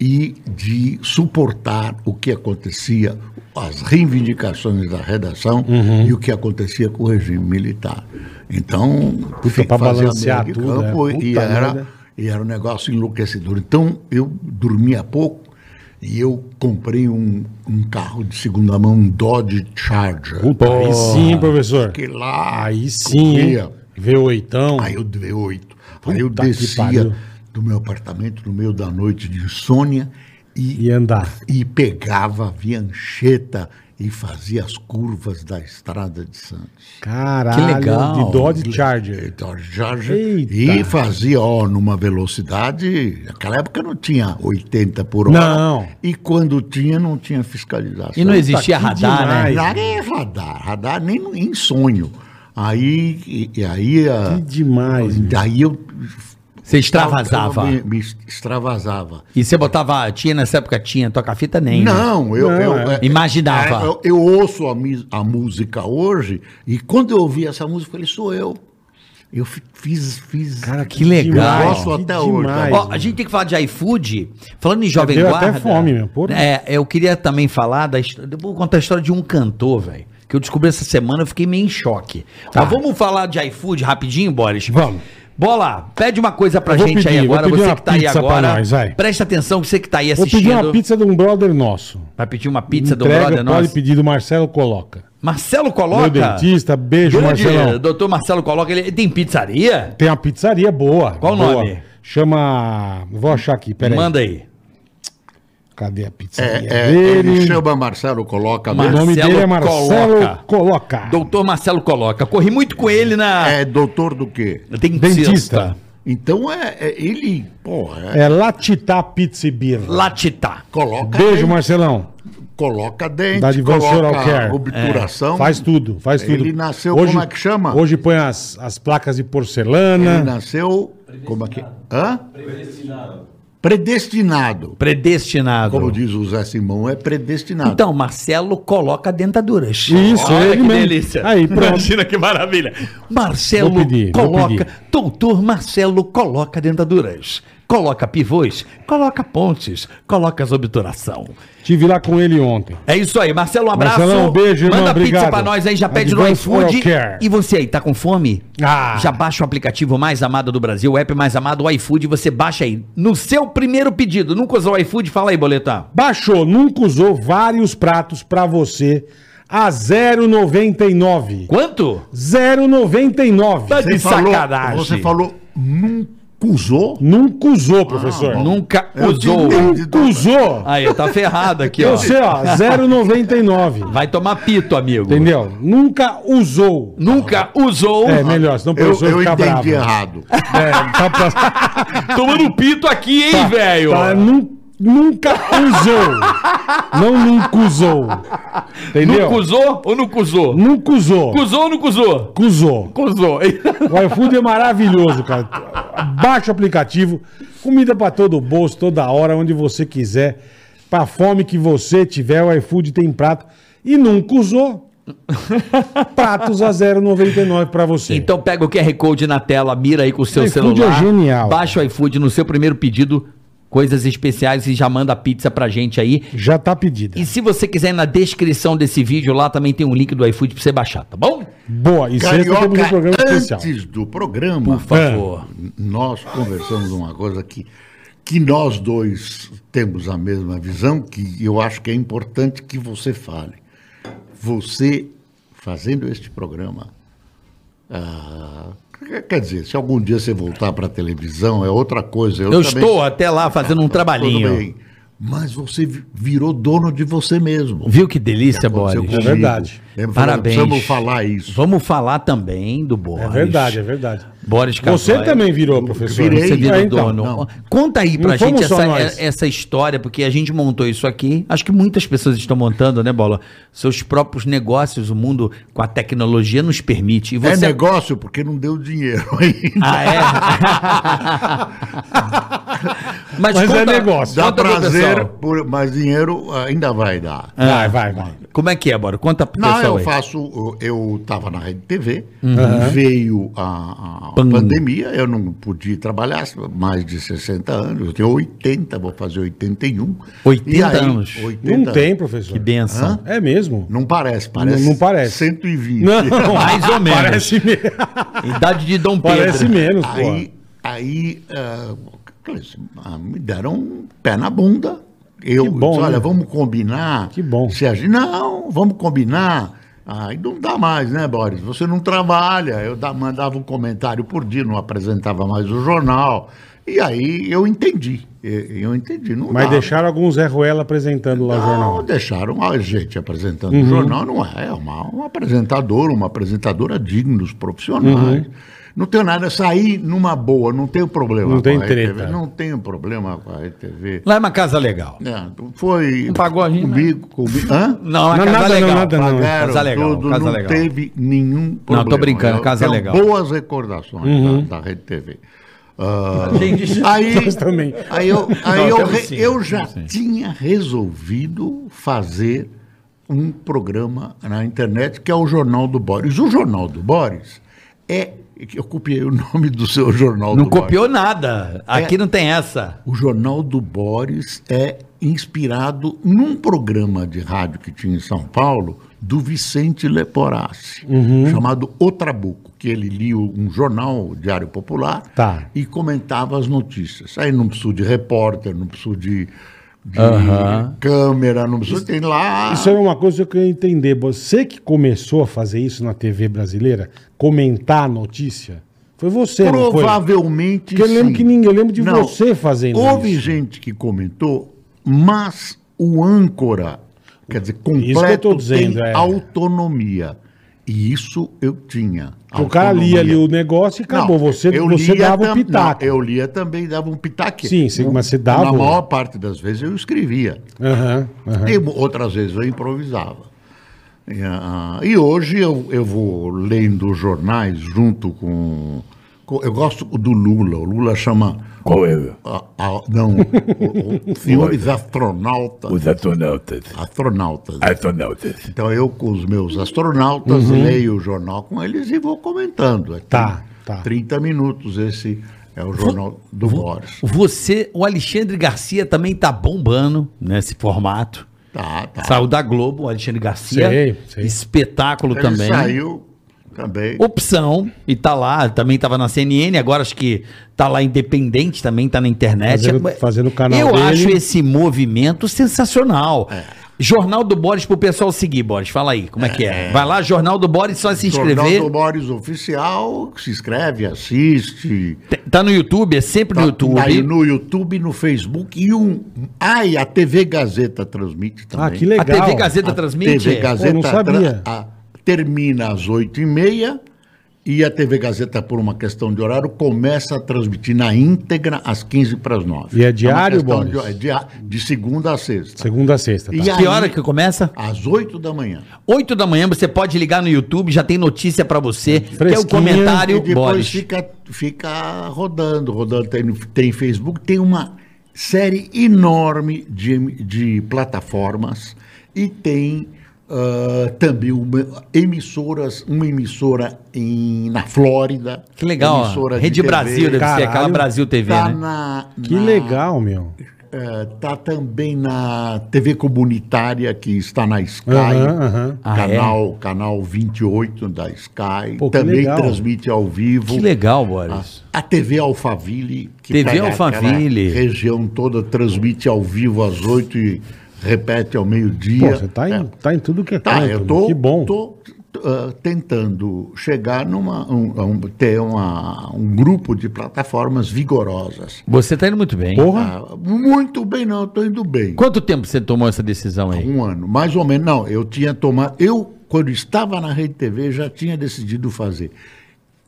Speaker 4: e de suportar o que acontecia, as reivindicações da redação
Speaker 2: Uhum.
Speaker 4: e o que acontecia com o regime militar. Então, fi-
Speaker 2: pra
Speaker 4: fazia
Speaker 2: balancear
Speaker 4: meio de
Speaker 2: tudo,
Speaker 4: campo
Speaker 2: é.
Speaker 4: e,
Speaker 2: Puta
Speaker 4: era,
Speaker 2: merda.
Speaker 4: e era um negócio enlouquecedor. Então, eu dormia pouco. E eu comprei um, um carro de segunda mão, um Dodge Charger.
Speaker 2: Puta, aí sim, professor.
Speaker 4: Que lá.
Speaker 2: Aí sim,
Speaker 4: corria.
Speaker 2: hein? V8.
Speaker 4: Aí eu dei oito. Aí eu
Speaker 2: Puta que
Speaker 4: descia
Speaker 2: pariu.
Speaker 4: do meu apartamento no meio da noite de insônia e,
Speaker 2: E andar.
Speaker 4: e pegava a viancheta e fazia as curvas da Estrada de Santos.
Speaker 2: Caralho,
Speaker 3: Que legal.
Speaker 2: de Dodge Charger.
Speaker 4: Dodge Charger.
Speaker 2: Eita.
Speaker 4: E fazia, ó, numa velocidade. Naquela época não tinha 80 por hora.
Speaker 2: Não.
Speaker 4: E quando tinha, não tinha fiscalização.
Speaker 3: E não existia
Speaker 2: que
Speaker 3: radar,
Speaker 2: demais.
Speaker 3: né?
Speaker 4: Radar é radar, radar nem no- em sonho. Aí, e- e aí, a-
Speaker 2: Que demais. meu.
Speaker 4: daí eu
Speaker 3: Você extravasava.
Speaker 4: eu me, me extravasava.
Speaker 3: E você botava, tinha nessa época, tinha toca-fita nem. né?
Speaker 4: Não, eu,
Speaker 2: Não,
Speaker 4: eu-
Speaker 2: é.
Speaker 3: Imaginava.
Speaker 4: é, eu, eu ouço a, mi- a música hoje e quando eu ouvi essa música, eu falei, sou eu. Eu fi- fiz, fiz.
Speaker 2: Cara,
Speaker 3: que legal.
Speaker 2: demais,
Speaker 4: Gosto
Speaker 2: que
Speaker 4: até hoje,
Speaker 2: demais,
Speaker 3: Ó,
Speaker 2: mano.
Speaker 3: a gente tem que falar de iFood. Falando em Jovem
Speaker 2: Deu até
Speaker 3: Guarda.
Speaker 2: fome, meu, porra.
Speaker 3: É, eu queria também falar da história. Vou contar a história de um cantor, velho. Que eu descobri essa semana, eu fiquei meio em choque. Mas vamos falar de iFood rapidinho, Boris?
Speaker 2: Tá. Vamos.
Speaker 3: Bola, pede uma coisa pra
Speaker 2: Eu vou
Speaker 3: gente aí
Speaker 2: pedir, vou
Speaker 3: agora,
Speaker 2: pedir
Speaker 3: você
Speaker 2: uma
Speaker 3: que tá aí
Speaker 2: pizza pra
Speaker 3: agora.
Speaker 2: nós, vai.
Speaker 3: Presta atenção, você que tá aí
Speaker 2: Vou pedir
Speaker 3: assistindo.
Speaker 2: uma pizza de um brother nosso.
Speaker 3: Vai pedir uma pizza do
Speaker 2: Entrega,
Speaker 3: brother
Speaker 2: pode
Speaker 3: nosso.
Speaker 2: pedir do Marcelo Coloca.
Speaker 3: Marcelo Coloca.
Speaker 2: Meu dentista, beijo,
Speaker 3: Grande
Speaker 2: Marcelão.
Speaker 3: doutor Marcelo Coloca, ele ele tem pizzaria?
Speaker 2: Tem uma pizzaria boa.
Speaker 3: Qual o
Speaker 2: boa.
Speaker 3: nome?
Speaker 2: Chama. Vou achar aqui, peraí.
Speaker 3: Manda aí.
Speaker 2: Cadê a pizzaria
Speaker 4: É, é,
Speaker 2: dele?
Speaker 4: ele chama Marcelo, coloca
Speaker 2: O
Speaker 3: Mar-
Speaker 2: nome
Speaker 3: Marcelo
Speaker 2: dele é Marcelo
Speaker 3: Coloca.
Speaker 2: Coloca.
Speaker 3: Doutor Marcelo Coloca. Corri muito com ele na.
Speaker 4: É doutor do quê?
Speaker 3: Dentista.
Speaker 2: Dentista.
Speaker 4: Então é, é- ele, pô, é-
Speaker 2: É Latitá Pizza e Birra.
Speaker 3: Latitá.
Speaker 4: coloca
Speaker 2: Beijo, Marcelão.
Speaker 4: dente, coloca dente,
Speaker 2: Da Advanced Oral Care.
Speaker 4: coloca obturação.
Speaker 2: É. faz tudo, faz tudo.
Speaker 4: Então, ele nasceu,
Speaker 2: hoje,
Speaker 4: como é que chama?
Speaker 2: Hoje põe as, as placas de
Speaker 4: Ele
Speaker 2: porcelana.
Speaker 4: nasceu, como é que, hã? Predestinado.
Speaker 3: Predestinado.
Speaker 4: Como diz o Zé Simão, é predestinado.
Speaker 3: Então, Marcelo coloca dentaduras.
Speaker 2: Isso,
Speaker 3: Olha
Speaker 2: ele
Speaker 3: que
Speaker 2: mesmo.
Speaker 3: delícia.
Speaker 2: Aí, pronto.
Speaker 1: Imagina que maravilha.
Speaker 3: Marcelo
Speaker 2: Vou pedir, vou
Speaker 3: coloca.
Speaker 2: pedir.
Speaker 3: Doutor Marcelo coloca dentaduras. Coloca pivôs, coloca pontes, coloca as obturação.
Speaker 2: Tive lá com ele ontem.
Speaker 3: É isso aí, Marcelo, um abraço.
Speaker 2: Marcelão, um beijo, irmão,
Speaker 3: Manda pizza
Speaker 2: obrigado.
Speaker 3: pra nós aí, já pede no
Speaker 2: Advance
Speaker 3: iFood.
Speaker 2: Oral Care.
Speaker 3: E você aí, tá com fome?
Speaker 2: Ah.
Speaker 3: Já baixa o aplicativo mais amado do Brasil, o app mais amado, o iFood, você baixa aí. No seu primeiro pedido, nunca usou o iFood? Fala aí, boletar.
Speaker 2: Baixou, nunca usou vários pratos pra você a 0,99.
Speaker 3: Quanto?
Speaker 2: 0,99.
Speaker 3: Tá de
Speaker 4: falou,
Speaker 3: sacanagem.
Speaker 4: você falou, nunca usou?
Speaker 2: Nunca
Speaker 4: Ah,
Speaker 2: usou, professor.
Speaker 3: Nunca
Speaker 4: Eu
Speaker 3: usou.
Speaker 4: te entendi.
Speaker 2: Nunca usou.
Speaker 3: Aí, tá ferrado aqui, ó.
Speaker 2: Eu sei, ó, 0,99.
Speaker 3: Vai tomar pito, amigo.
Speaker 2: Entendeu? Nunca usou.
Speaker 3: Nunca usou.
Speaker 2: É, melhor, senão o
Speaker 4: Eu,
Speaker 2: professor
Speaker 4: eu
Speaker 2: fica bravo.
Speaker 4: entendi errado.
Speaker 2: É, tá pra-
Speaker 3: Tomando pito aqui, hein, velho?
Speaker 2: tá, nun- nunca usou. Não nunca usou. Entendeu?
Speaker 3: Nunca usou ou nunca usou?
Speaker 2: Nunca usou.
Speaker 3: Cusou ou não cusou?
Speaker 2: Cusou.
Speaker 3: Cusou.
Speaker 2: O iFood é maravilhoso, cara. Baixa o aplicativo, comida pra todo bolso, toda hora, onde você quiser. Pra fome que você tiver, o iFood tem prato. E nunca usou. Pratos a 0,99 pra você.
Speaker 3: Então pega o QR Code na tela, mira aí com o seu
Speaker 2: iFood
Speaker 3: celular.
Speaker 2: é genial.
Speaker 3: Baixa o iFood no seu primeiro pedido, coisas especiais e já manda a pizza pra gente aí.
Speaker 2: Já tá pedida.
Speaker 3: E se você quiser, na descrição desse vídeo lá também tem um link do iFood pra você baixar, tá bom?
Speaker 2: Boa, e sexta temos um
Speaker 4: Carioca, é
Speaker 2: programa especial.
Speaker 4: antes do programa,
Speaker 3: Por favor.
Speaker 4: nós conversamos uma coisa que, que nós dois temos a mesma visão, que eu acho que é importante que você fale. Você, fazendo este programa, ah, quer dizer, se algum dia você voltar para a televisão, é outra coisa.
Speaker 3: Eu,
Speaker 4: também-
Speaker 3: estou até lá fazendo um
Speaker 4: Tudo
Speaker 3: trabalhinho.
Speaker 4: bem, mas você vi- virou dono de você mesmo.
Speaker 3: Viu que delícia, Boris?
Speaker 4: Aconteceu comigo.
Speaker 2: verdade.
Speaker 4: Lembra-
Speaker 3: é Parabéns.
Speaker 4: Precisamos falar isso.
Speaker 3: Vamos falar também do Boris.
Speaker 2: É verdade, é verdade.
Speaker 3: Boris Casoy.
Speaker 2: Você também virou, professor.
Speaker 4: Virei.
Speaker 3: Você virou
Speaker 2: É, então.
Speaker 3: dono.
Speaker 4: não.
Speaker 3: Conta aí pra
Speaker 2: Não fomos
Speaker 3: gente
Speaker 2: só
Speaker 3: essa,
Speaker 2: nós.
Speaker 3: é- essa história, porque a gente montou isso aqui. Acho que muitas pessoas estão montando, né, Bola? Seus próprios negócios, o mundo com a tecnologia nos permite. E
Speaker 4: É
Speaker 3: você. é?
Speaker 4: negócio porque não deu dinheiro ainda.
Speaker 2: Ah,
Speaker 3: Ah, é? Mas,
Speaker 2: Mas é negócio.
Speaker 4: Dá
Speaker 3: Dá
Speaker 4: prazer,
Speaker 3: prazer.
Speaker 4: por- mas dinheiro ainda vai dar.
Speaker 3: Ah.
Speaker 2: Vai, vai, vai.
Speaker 3: Como é que é, Bora? Conta pro
Speaker 4: Não,
Speaker 3: pessoal
Speaker 4: eu
Speaker 3: aí.
Speaker 4: faço. Eu estava na Rede TV,
Speaker 2: Uhum.
Speaker 4: veio a, a
Speaker 3: Pam.
Speaker 4: pandemia, eu não podia trabalhar mais de 60 anos, eu tenho 80, vou fazer 81.
Speaker 3: 80
Speaker 4: E aí,
Speaker 3: anos?
Speaker 4: 80
Speaker 2: Não tem,
Speaker 4: anos.
Speaker 2: professor.
Speaker 3: Que benção.
Speaker 2: É mesmo?
Speaker 4: Não parece, parece.
Speaker 2: Não- não parece.
Speaker 4: 120.
Speaker 3: Mais ou menos.
Speaker 2: Parece mesmo.
Speaker 3: Idade de Dom Pedro.
Speaker 2: Parece menos, pô.
Speaker 4: Aí, aí ah, aqueles, ah, me deram um pé na bunda. Eu
Speaker 2: Que bom,
Speaker 4: disse,
Speaker 2: né?
Speaker 4: olha, vamos combinar.
Speaker 2: Que bom.
Speaker 4: Se a gente- não, vamos combinar. Aí não dá mais, né, Boris? Você não trabalha. Eu da- mandava um comentário por dia, não apresentava mais o jornal. E aí eu entendi. e- Eu entendi. Não
Speaker 2: Mas
Speaker 4: dá.
Speaker 2: deixaram algum Zé Ruela apresentando lá o
Speaker 4: Não,
Speaker 2: jornal. Uhum.
Speaker 4: deixaram a gente apresentando o jornal, não é. É uma, um apresentador, uma apresentadora dignos,
Speaker 2: Uhum.
Speaker 4: profissionais. Não tenho nada, sair numa boa, não tenho problema
Speaker 2: Não tem
Speaker 4: a RTV,
Speaker 2: treta.
Speaker 4: Não tenho problema com a RTV.
Speaker 3: Lá é uma casa legal.
Speaker 4: É, foi
Speaker 3: Não pagou a gente, né?
Speaker 4: comigo, comigo. Hã?
Speaker 3: Não, é
Speaker 2: Não,
Speaker 3: uma casa
Speaker 2: nada, não,
Speaker 3: legal.
Speaker 2: nada, não.
Speaker 4: Pagaram
Speaker 3: Casa legal,
Speaker 4: tudo,
Speaker 3: casa
Speaker 4: não
Speaker 3: legal.
Speaker 4: teve nenhum problema.
Speaker 3: tô brincando,
Speaker 4: Eu
Speaker 3: casa
Speaker 4: tenho
Speaker 3: legal.
Speaker 4: Boas recordações
Speaker 2: Uhum.
Speaker 4: da, da Rede TV. Ah,
Speaker 3: Gente,
Speaker 4: aí,
Speaker 2: Nós também.
Speaker 4: aí eu, aí
Speaker 3: Não,
Speaker 4: eu,
Speaker 3: temos
Speaker 4: re-
Speaker 3: sim,
Speaker 4: eu
Speaker 3: temos
Speaker 4: já
Speaker 3: sim.
Speaker 4: tinha resolvido fazer um programa na internet que é o Jornal do Boris. O Jornal do Boris é. Eu copiei o nome do seu Jornal
Speaker 3: Não
Speaker 4: do Boris.
Speaker 3: copiou nada. Aqui não tem essa.
Speaker 4: O Jornal do Boris é inspirado num programa de rádio que tinha em São Paulo do Vicente Leporassi,
Speaker 2: Uhum.
Speaker 4: chamado O Trabuco, que ele lia um jornal, o Diário Popular,
Speaker 2: Tá.
Speaker 4: e comentava as notícias. Aí não precisou de repórter, não precisou de, de câmera, não precisou... Tem lá...
Speaker 2: Isso é era uma coisa que eu queria entender. Você que começou a fazer isso na TV brasileira, comentar a notícia, foi você, não foi?
Speaker 4: Provavelmente
Speaker 2: Porque eu lembro
Speaker 4: sim.
Speaker 2: que ninguém- eu lembro de você fazendo
Speaker 4: Houve
Speaker 2: isso.
Speaker 4: gente que comentou, mas o âncora, quer dizer, completo,
Speaker 2: eu tô dizendo,
Speaker 4: tem
Speaker 2: é.
Speaker 4: autonomia. E isso eu tinha.
Speaker 2: O cara lia ali o negócio e acabou.
Speaker 4: Não,
Speaker 2: você
Speaker 4: eu
Speaker 2: você
Speaker 4: lia
Speaker 2: dava o
Speaker 4: tam-
Speaker 2: pitaco.
Speaker 4: não, eu lia também, dava um pitaco.
Speaker 2: Sim, sim, mas você dava
Speaker 4: Na
Speaker 2: o-
Speaker 4: maior parte das vezes eu escrevia.
Speaker 2: Aham, aham.
Speaker 4: E outras vezes eu improvisava. E, ah, E hoje eu, eu vou lendo os jornais junto com, com- Eu gosto do Lula. O Lula chama.
Speaker 5: Qual é?
Speaker 4: ah, ah, não, o- o- senhores astronautas.
Speaker 5: Os astronautas.
Speaker 4: Astronautas. né?
Speaker 5: Astronautas.
Speaker 4: Então eu com os meus astronautas leio o jornal com eles e vou comentando. É
Speaker 2: Tá,
Speaker 4: trin-
Speaker 2: tá.
Speaker 4: 30 minutos esse é o jornal do Boris.
Speaker 3: Você, o Alexandre Garcia também tá bombando nesse formato.
Speaker 4: Tá, tá.
Speaker 3: Saiu da Globo, o Alexandre Garcia.
Speaker 2: Sei, sei.
Speaker 3: Espetáculo
Speaker 4: Ele
Speaker 3: também.
Speaker 4: saiu também.
Speaker 3: Opção, e tá lá, também tava na CNN, agora acho que tá lá independente também, tá na internet.
Speaker 2: Fazendo-
Speaker 3: É,
Speaker 2: fazendo o canal
Speaker 3: Eu
Speaker 2: dele.
Speaker 3: acho esse movimento sensacional.
Speaker 4: É.
Speaker 3: Jornal do Boris pro pessoal seguir, Boris. Fala aí, como é, que é? Vai lá, Jornal do Boris, só se inscrever.
Speaker 4: Jornal do Boris Oficial, se inscreve, assiste.
Speaker 3: Te- Tá no YouTube, é sempre no YouTube.
Speaker 4: Tá aí no YouTube, no Facebook e um. Ah, e a TV Gazeta transmite também.
Speaker 2: Ah, que
Speaker 3: A
Speaker 2: legal.
Speaker 3: TV Gazeta
Speaker 4: A
Speaker 3: transmite?
Speaker 4: TV Gazeta
Speaker 2: Pô, não sabia.
Speaker 4: tra- a- termina às oito e meia e a TV Gazeta, por uma questão de horário, começa a transmitir na íntegra às 15 para as 9.
Speaker 2: E é diário,
Speaker 4: De,
Speaker 2: Boris?
Speaker 4: é dia- de segunda a sexta.
Speaker 2: Segunda a sexta, tá.
Speaker 4: E
Speaker 3: Que
Speaker 4: aí,
Speaker 3: hora que começa?
Speaker 4: Às 8 da manhã.
Speaker 3: 8 da manhã você pode ligar no YouTube, já tem notícia pra você, que é o
Speaker 2: Fresquinha,
Speaker 4: E
Speaker 3: comentário
Speaker 4: depois
Speaker 3: Boris.
Speaker 4: Fica, fica rodando, rodando. Tem, no- tem Facebook, tem uma série enorme de, de plataformas e tem ah, também uma, emissoras, uma emissora em, na Flórida.
Speaker 3: Que legal, ó.
Speaker 4: emissora de
Speaker 3: Rede
Speaker 4: TV.
Speaker 3: Brasil, deve ser
Speaker 2: Caralho.
Speaker 3: aquela Brasil TV,
Speaker 4: Tá
Speaker 3: né?
Speaker 4: na,
Speaker 2: Que
Speaker 4: na-
Speaker 2: legal, meu.
Speaker 4: eh, tá também na TV comunitária que está na Sky,
Speaker 2: Aham, aham.
Speaker 3: Ah,
Speaker 4: canal canal 28 da Sky,
Speaker 2: Pô, que
Speaker 4: também
Speaker 2: legal.
Speaker 4: transmite ao vivo.
Speaker 3: Que legal, Boris.
Speaker 4: A TV Alphaville, que
Speaker 3: TV
Speaker 4: pega
Speaker 3: Alphaville.
Speaker 4: aquela região toda transmite ao vivo às 8 e repete ao
Speaker 2: Pô,
Speaker 4: meio-dia.
Speaker 2: você tá em,
Speaker 4: É.
Speaker 2: tá em tudo que é
Speaker 4: Tá,
Speaker 2: canto,
Speaker 4: eu
Speaker 2: meu.
Speaker 4: tô,
Speaker 2: Que bom.
Speaker 4: tô, ah, tentando chegar numa um- a um- ter uma, um grupo de plataformas vigorosas.
Speaker 3: Você tá indo muito bem.
Speaker 2: Porra,
Speaker 4: Ah, muito bem, não, estou indo bem.
Speaker 3: Quanto tempo você tomou essa decisão aí?
Speaker 4: Um ano, mais ou menos. Não, eu tinha tomado. Eu, quando estava na Rede TV, já tinha decidido fazer. O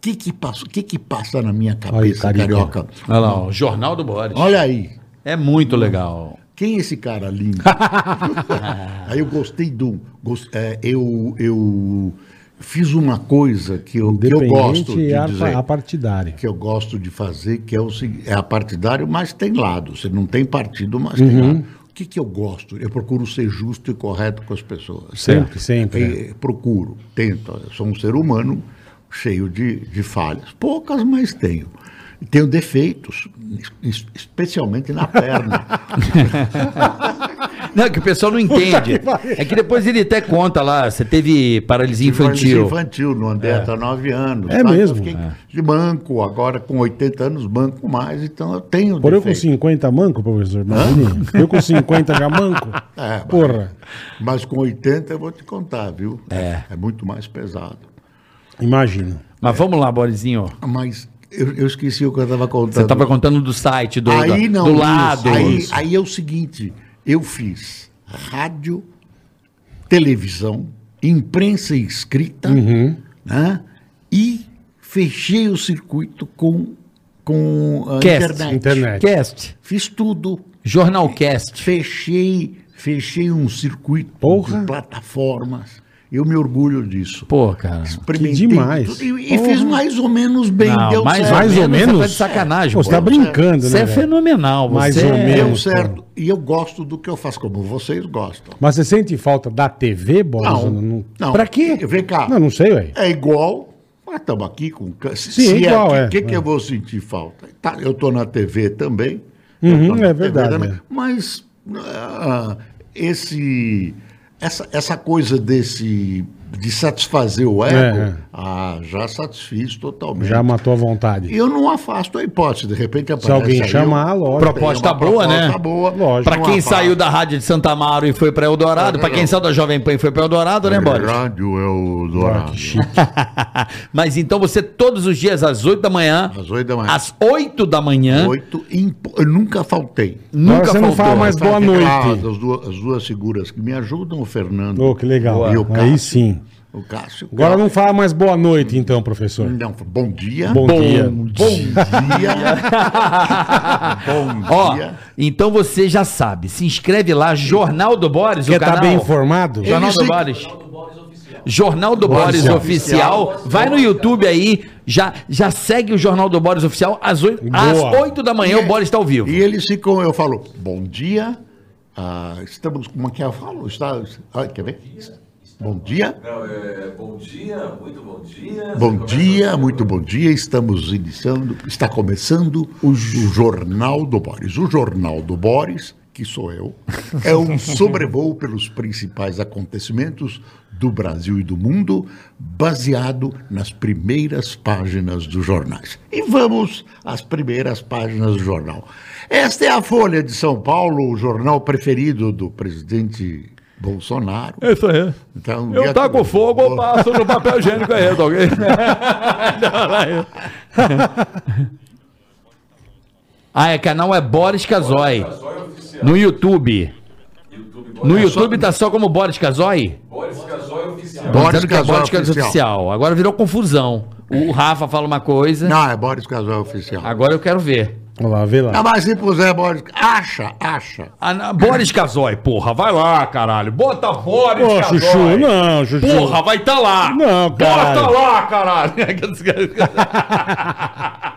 Speaker 4: que que, passa, que que passa na minha cabeça,
Speaker 2: Carica.
Speaker 4: carioca?
Speaker 3: Olha lá, ó, Jornal do Boris.
Speaker 4: Olha aí.
Speaker 3: É muito legal.
Speaker 4: Quem é esse cara lindo? aí eu gostei do. gos- é, eu, eu fiz uma coisa que eu, que eu gosto de
Speaker 2: independente a,
Speaker 4: dizer.
Speaker 2: a partidária.
Speaker 4: que eu gosto de fazer, que é o seguinte, é a partidário, mas tem lado. Você não tem partido, mas tem
Speaker 2: Uhum.
Speaker 4: lado. O que, que eu gosto? Eu procuro ser justo e correto com as pessoas.
Speaker 2: Sempre, sempre. é.
Speaker 4: Eh, procuro, tento. Eu sou um ser humano cheio de, de falhas. Poucas, mas tenho. E Tenho defeitos, es- es- especialmente na perna.
Speaker 3: Não, é que o pessoal não entende. É que depois ele até conta lá, você teve paralisia infantil.
Speaker 4: infantil, não andei até 9 anos.
Speaker 2: É mesmo?
Speaker 4: Eu fiquei de banco, agora com 80 anos, banco mais, então eu tenho
Speaker 2: Por eu com
Speaker 4: defeitos.
Speaker 2: 50 manco, professor? Imagina. Eu com 50 já manco?
Speaker 4: É, mas-
Speaker 2: Porra.
Speaker 4: Mas com 80 eu vou te contar, viu? É. É muito mais pesado.
Speaker 2: Imagino.
Speaker 3: Mas vamos lá, Borizinho.
Speaker 4: Mas Eu, eu esqueci o que eu estava contando.
Speaker 3: Você estava contando do site, do,
Speaker 4: Tá aí
Speaker 3: da-
Speaker 4: não,
Speaker 3: do
Speaker 4: isso.
Speaker 3: lado.
Speaker 4: Aí, aí é o seguinte, eu fiz rádio, televisão, imprensa escrita, né? E fechei o circuito com com a
Speaker 3: Cast,
Speaker 4: internet.
Speaker 2: internet.
Speaker 3: Cast,
Speaker 4: Fiz tudo,
Speaker 3: Jornalcast.
Speaker 4: fechei, fechei um circuito
Speaker 2: Porra.
Speaker 4: de plataformas. Eu me orgulho disso.
Speaker 3: Pô, cara.
Speaker 4: Experimentei
Speaker 2: demais.
Speaker 4: tudo E, e
Speaker 2: Porra.
Speaker 4: fiz mais ou menos bem.
Speaker 3: Não,
Speaker 4: deu
Speaker 3: mais
Speaker 4: certo.
Speaker 2: Mais ou é menos?
Speaker 3: Você tá de sacanagem,
Speaker 2: Pô, você tá
Speaker 3: pô.
Speaker 2: brincando,
Speaker 3: Você
Speaker 2: né?
Speaker 3: é
Speaker 2: velho?
Speaker 3: fenomenal.
Speaker 2: Mais
Speaker 3: você
Speaker 2: ou
Speaker 3: é-
Speaker 2: menos.
Speaker 4: Deu certo. E eu gosto do que eu faço, como vocês gostam.
Speaker 2: Mas você sente falta da TV, Bola?
Speaker 4: Não, não.
Speaker 2: Pra quê?
Speaker 4: Vem cá.
Speaker 2: Não, não sei, ué.
Speaker 4: É igual. Mas estamos aqui com. can- Se,
Speaker 2: Sim, é igual,
Speaker 4: aqui,
Speaker 2: é.
Speaker 4: O que, que
Speaker 2: É.
Speaker 4: eu vou sentir falta? Tá, eu estou na TV também.
Speaker 2: Uhum,
Speaker 4: eu tô na
Speaker 2: é verdade, é.
Speaker 4: Mas ah, esse, essa, essa coisa desse. De satisfazer o ego,
Speaker 2: É, é.
Speaker 4: ah, já satisfiz totalmente.
Speaker 2: Já matou a vontade.
Speaker 4: Eu não afasto a hipótese, de repente aparece.
Speaker 2: Se alguém
Speaker 4: aí
Speaker 2: chamar,
Speaker 4: eu-
Speaker 2: lógico.
Speaker 4: tem uma
Speaker 3: Proposta boa, né?
Speaker 4: proposta boa.
Speaker 2: Lógico.
Speaker 3: Pra
Speaker 4: Não
Speaker 3: quem
Speaker 4: afasto.
Speaker 3: saiu da rádio de Santa Amaro e foi pra
Speaker 4: Tá
Speaker 3: Eldorado, pra quem saiu da Jovem Pan e foi pra Eldorado, né, Boris?
Speaker 4: Rádio é o Dourado.
Speaker 3: Mas então você todos os dias às 8 da manhã,
Speaker 4: Às 8 da manhã.
Speaker 3: às 8 da manhã,
Speaker 4: Oito, impo- eu nunca faltei.
Speaker 3: nunca
Speaker 2: Agora você não
Speaker 3: faltou.
Speaker 2: fala mais boa
Speaker 4: Ah,
Speaker 2: noite.
Speaker 4: as, duas, as duas figuras que me ajudam, o Fernando
Speaker 2: Ô, que legal.
Speaker 4: e o Cássio.
Speaker 2: Aí sim.
Speaker 4: O Cássio.
Speaker 2: Agora não fala mais boa noite, então, professor.
Speaker 4: Não, bom dia.
Speaker 2: Bom, dia.
Speaker 4: Bom dia. bom
Speaker 3: Ó,
Speaker 4: dia.
Speaker 3: então você já sabe, se inscreve lá, Jornal do Boris,
Speaker 2: Quer
Speaker 3: o canal.
Speaker 2: estar bem informado?
Speaker 3: Jornal
Speaker 4: Ele
Speaker 3: do
Speaker 4: se-
Speaker 3: Boris. Jornal do Boris,
Speaker 2: Oficial.
Speaker 3: Oficial. Vai no YouTube aí, já, já segue o Jornal do Boris Oficial. Às 8,
Speaker 2: Boa.
Speaker 3: às 8 da manhã o Boris está ao vivo.
Speaker 4: E eles ficam, eu falo, bom dia. ah, estamos, como é que eu falo? Está, ah, quer ver? Bom dia.
Speaker 6: Não, é, bom dia, muito bom dia.
Speaker 4: Bom
Speaker 6: Você
Speaker 4: dia,
Speaker 6: começa-
Speaker 4: muito bom dia. Estamos iniciando, está começando o J- o Jornal do Boris. O Jornal do Boris, que sou eu, é um sobrevoo pelos principais acontecimentos do Brasil e do mundo, baseado nas primeiras páginas dos jornais. E vamos às primeiras páginas do jornal. Esta é a Folha de São Paulo, o jornal preferido do presidente Bolsonaro.
Speaker 3: É Isso aí.
Speaker 4: Então,
Speaker 3: Eu taco fogo, eu passo no papel higiênico aí, alguém. ah, é canal é Boris Casoy.
Speaker 6: Zóio Oficial.
Speaker 3: No YouTube.
Speaker 6: YouTube,
Speaker 3: No
Speaker 6: Boris,
Speaker 4: É
Speaker 3: YouTube tá só como Boris Casoy?
Speaker 6: Boris Casoy Oficial.
Speaker 4: Boris
Speaker 3: Dizendo que é
Speaker 4: Casoy
Speaker 3: Boris Casoy
Speaker 4: Oficial.
Speaker 3: oficial. Agora virou confusão. O Rafa fala uma coisa,
Speaker 4: Não, é Boris Casal oficial.
Speaker 3: né? agora eu quero ver.
Speaker 2: Olha lá, vê lá.
Speaker 4: Ah, mas se puser Boris. Acha, acha.
Speaker 3: Ah, na- Boris Casoy, porra, vai lá, caralho. Bota Boris
Speaker 2: Ô,
Speaker 3: Casoy.
Speaker 2: Chuchu, não, Chuchu.
Speaker 3: Porra, vai tá lá.
Speaker 2: Não, caralho.
Speaker 3: Bota lá, caralho.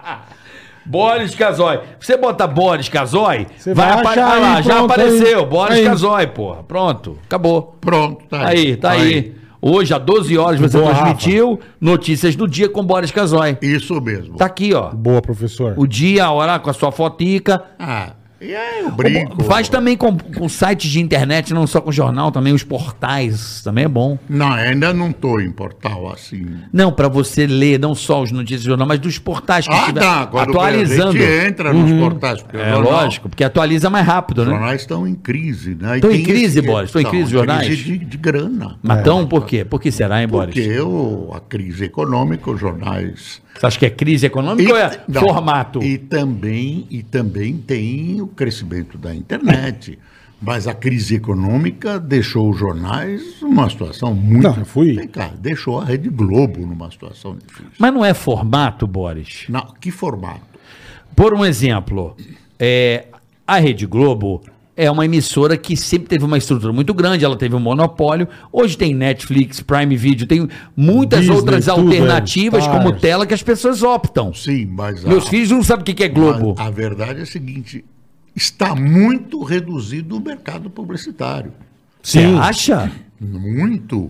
Speaker 3: Boris Casoy. Você bota Boris Casoy,
Speaker 2: Você
Speaker 3: vai
Speaker 2: vai
Speaker 3: aparecer.
Speaker 2: achar
Speaker 3: Ah lá,
Speaker 2: aí,
Speaker 3: já
Speaker 2: pronto,
Speaker 3: apareceu.
Speaker 2: aí.
Speaker 3: Boris
Speaker 2: Aí.
Speaker 3: Casoy, porra. Pronto, acabou.
Speaker 4: Pronto, tá
Speaker 3: Aí, tá aí. Hoje, às 12 horas, você
Speaker 2: Boa,
Speaker 3: transmitiu Notícias do Dia com Boris Casoy.
Speaker 4: Isso mesmo.
Speaker 3: Tá aqui, ó.
Speaker 2: Boa, professor.
Speaker 3: O dia, a hora, com a sua fotica.
Speaker 4: Ah, e aí eu brinco.
Speaker 3: Faz também com, com sites de internet, não só com jornal, também os portais. Também é bom.
Speaker 4: Não, ainda não tô em portal assim.
Speaker 3: Não, pra você ler não só os notícias do jornal, mas dos portais que
Speaker 4: Ah,
Speaker 3: estiver
Speaker 4: tá. Quando
Speaker 3: atualizando.
Speaker 4: a gente entra nos portais. Porque
Speaker 3: É lógico, porque atualiza mais rápido,
Speaker 4: Os
Speaker 3: né?
Speaker 4: jornais estão em crise, né? E
Speaker 3: Estão em
Speaker 4: tem
Speaker 3: crise,
Speaker 4: esse-
Speaker 3: Boris? Estão em crise, jornais?
Speaker 4: Crise de, de grana.
Speaker 3: Mas então, por quê? Por que será, hein, Boris?
Speaker 4: Porque o- a crise econômica, os jornais.
Speaker 3: Você acha que é crise econômica ou é
Speaker 4: t- não,
Speaker 3: formato?
Speaker 4: E também, e também tem o crescimento da internet. Mas a crise econômica deixou os jornais numa situação muito
Speaker 2: Não, eu fui-
Speaker 4: Vem cá, deixou a Rede Globo numa situação difícil.
Speaker 3: Mas não é formato, Boris?
Speaker 4: Na, que formato?
Speaker 3: Por um exemplo, é, a Rede Globo é uma emissora que sempre teve uma estrutura muito grande, ela teve um monopólio. Hoje tem Netflix, Prime Video, tem muitas
Speaker 2: Disney,
Speaker 3: outras
Speaker 2: tudo,
Speaker 3: alternativas
Speaker 2: é.
Speaker 3: como
Speaker 2: Vários.
Speaker 3: tela que as pessoas optam.
Speaker 4: Sim, mas a,
Speaker 3: Meus filhos não sabem o que que é Globo.
Speaker 4: a, a verdade é a seguinte: está muito reduzido o mercado publicitário.
Speaker 3: Você
Speaker 2: Sim.
Speaker 3: acha?
Speaker 4: Muito.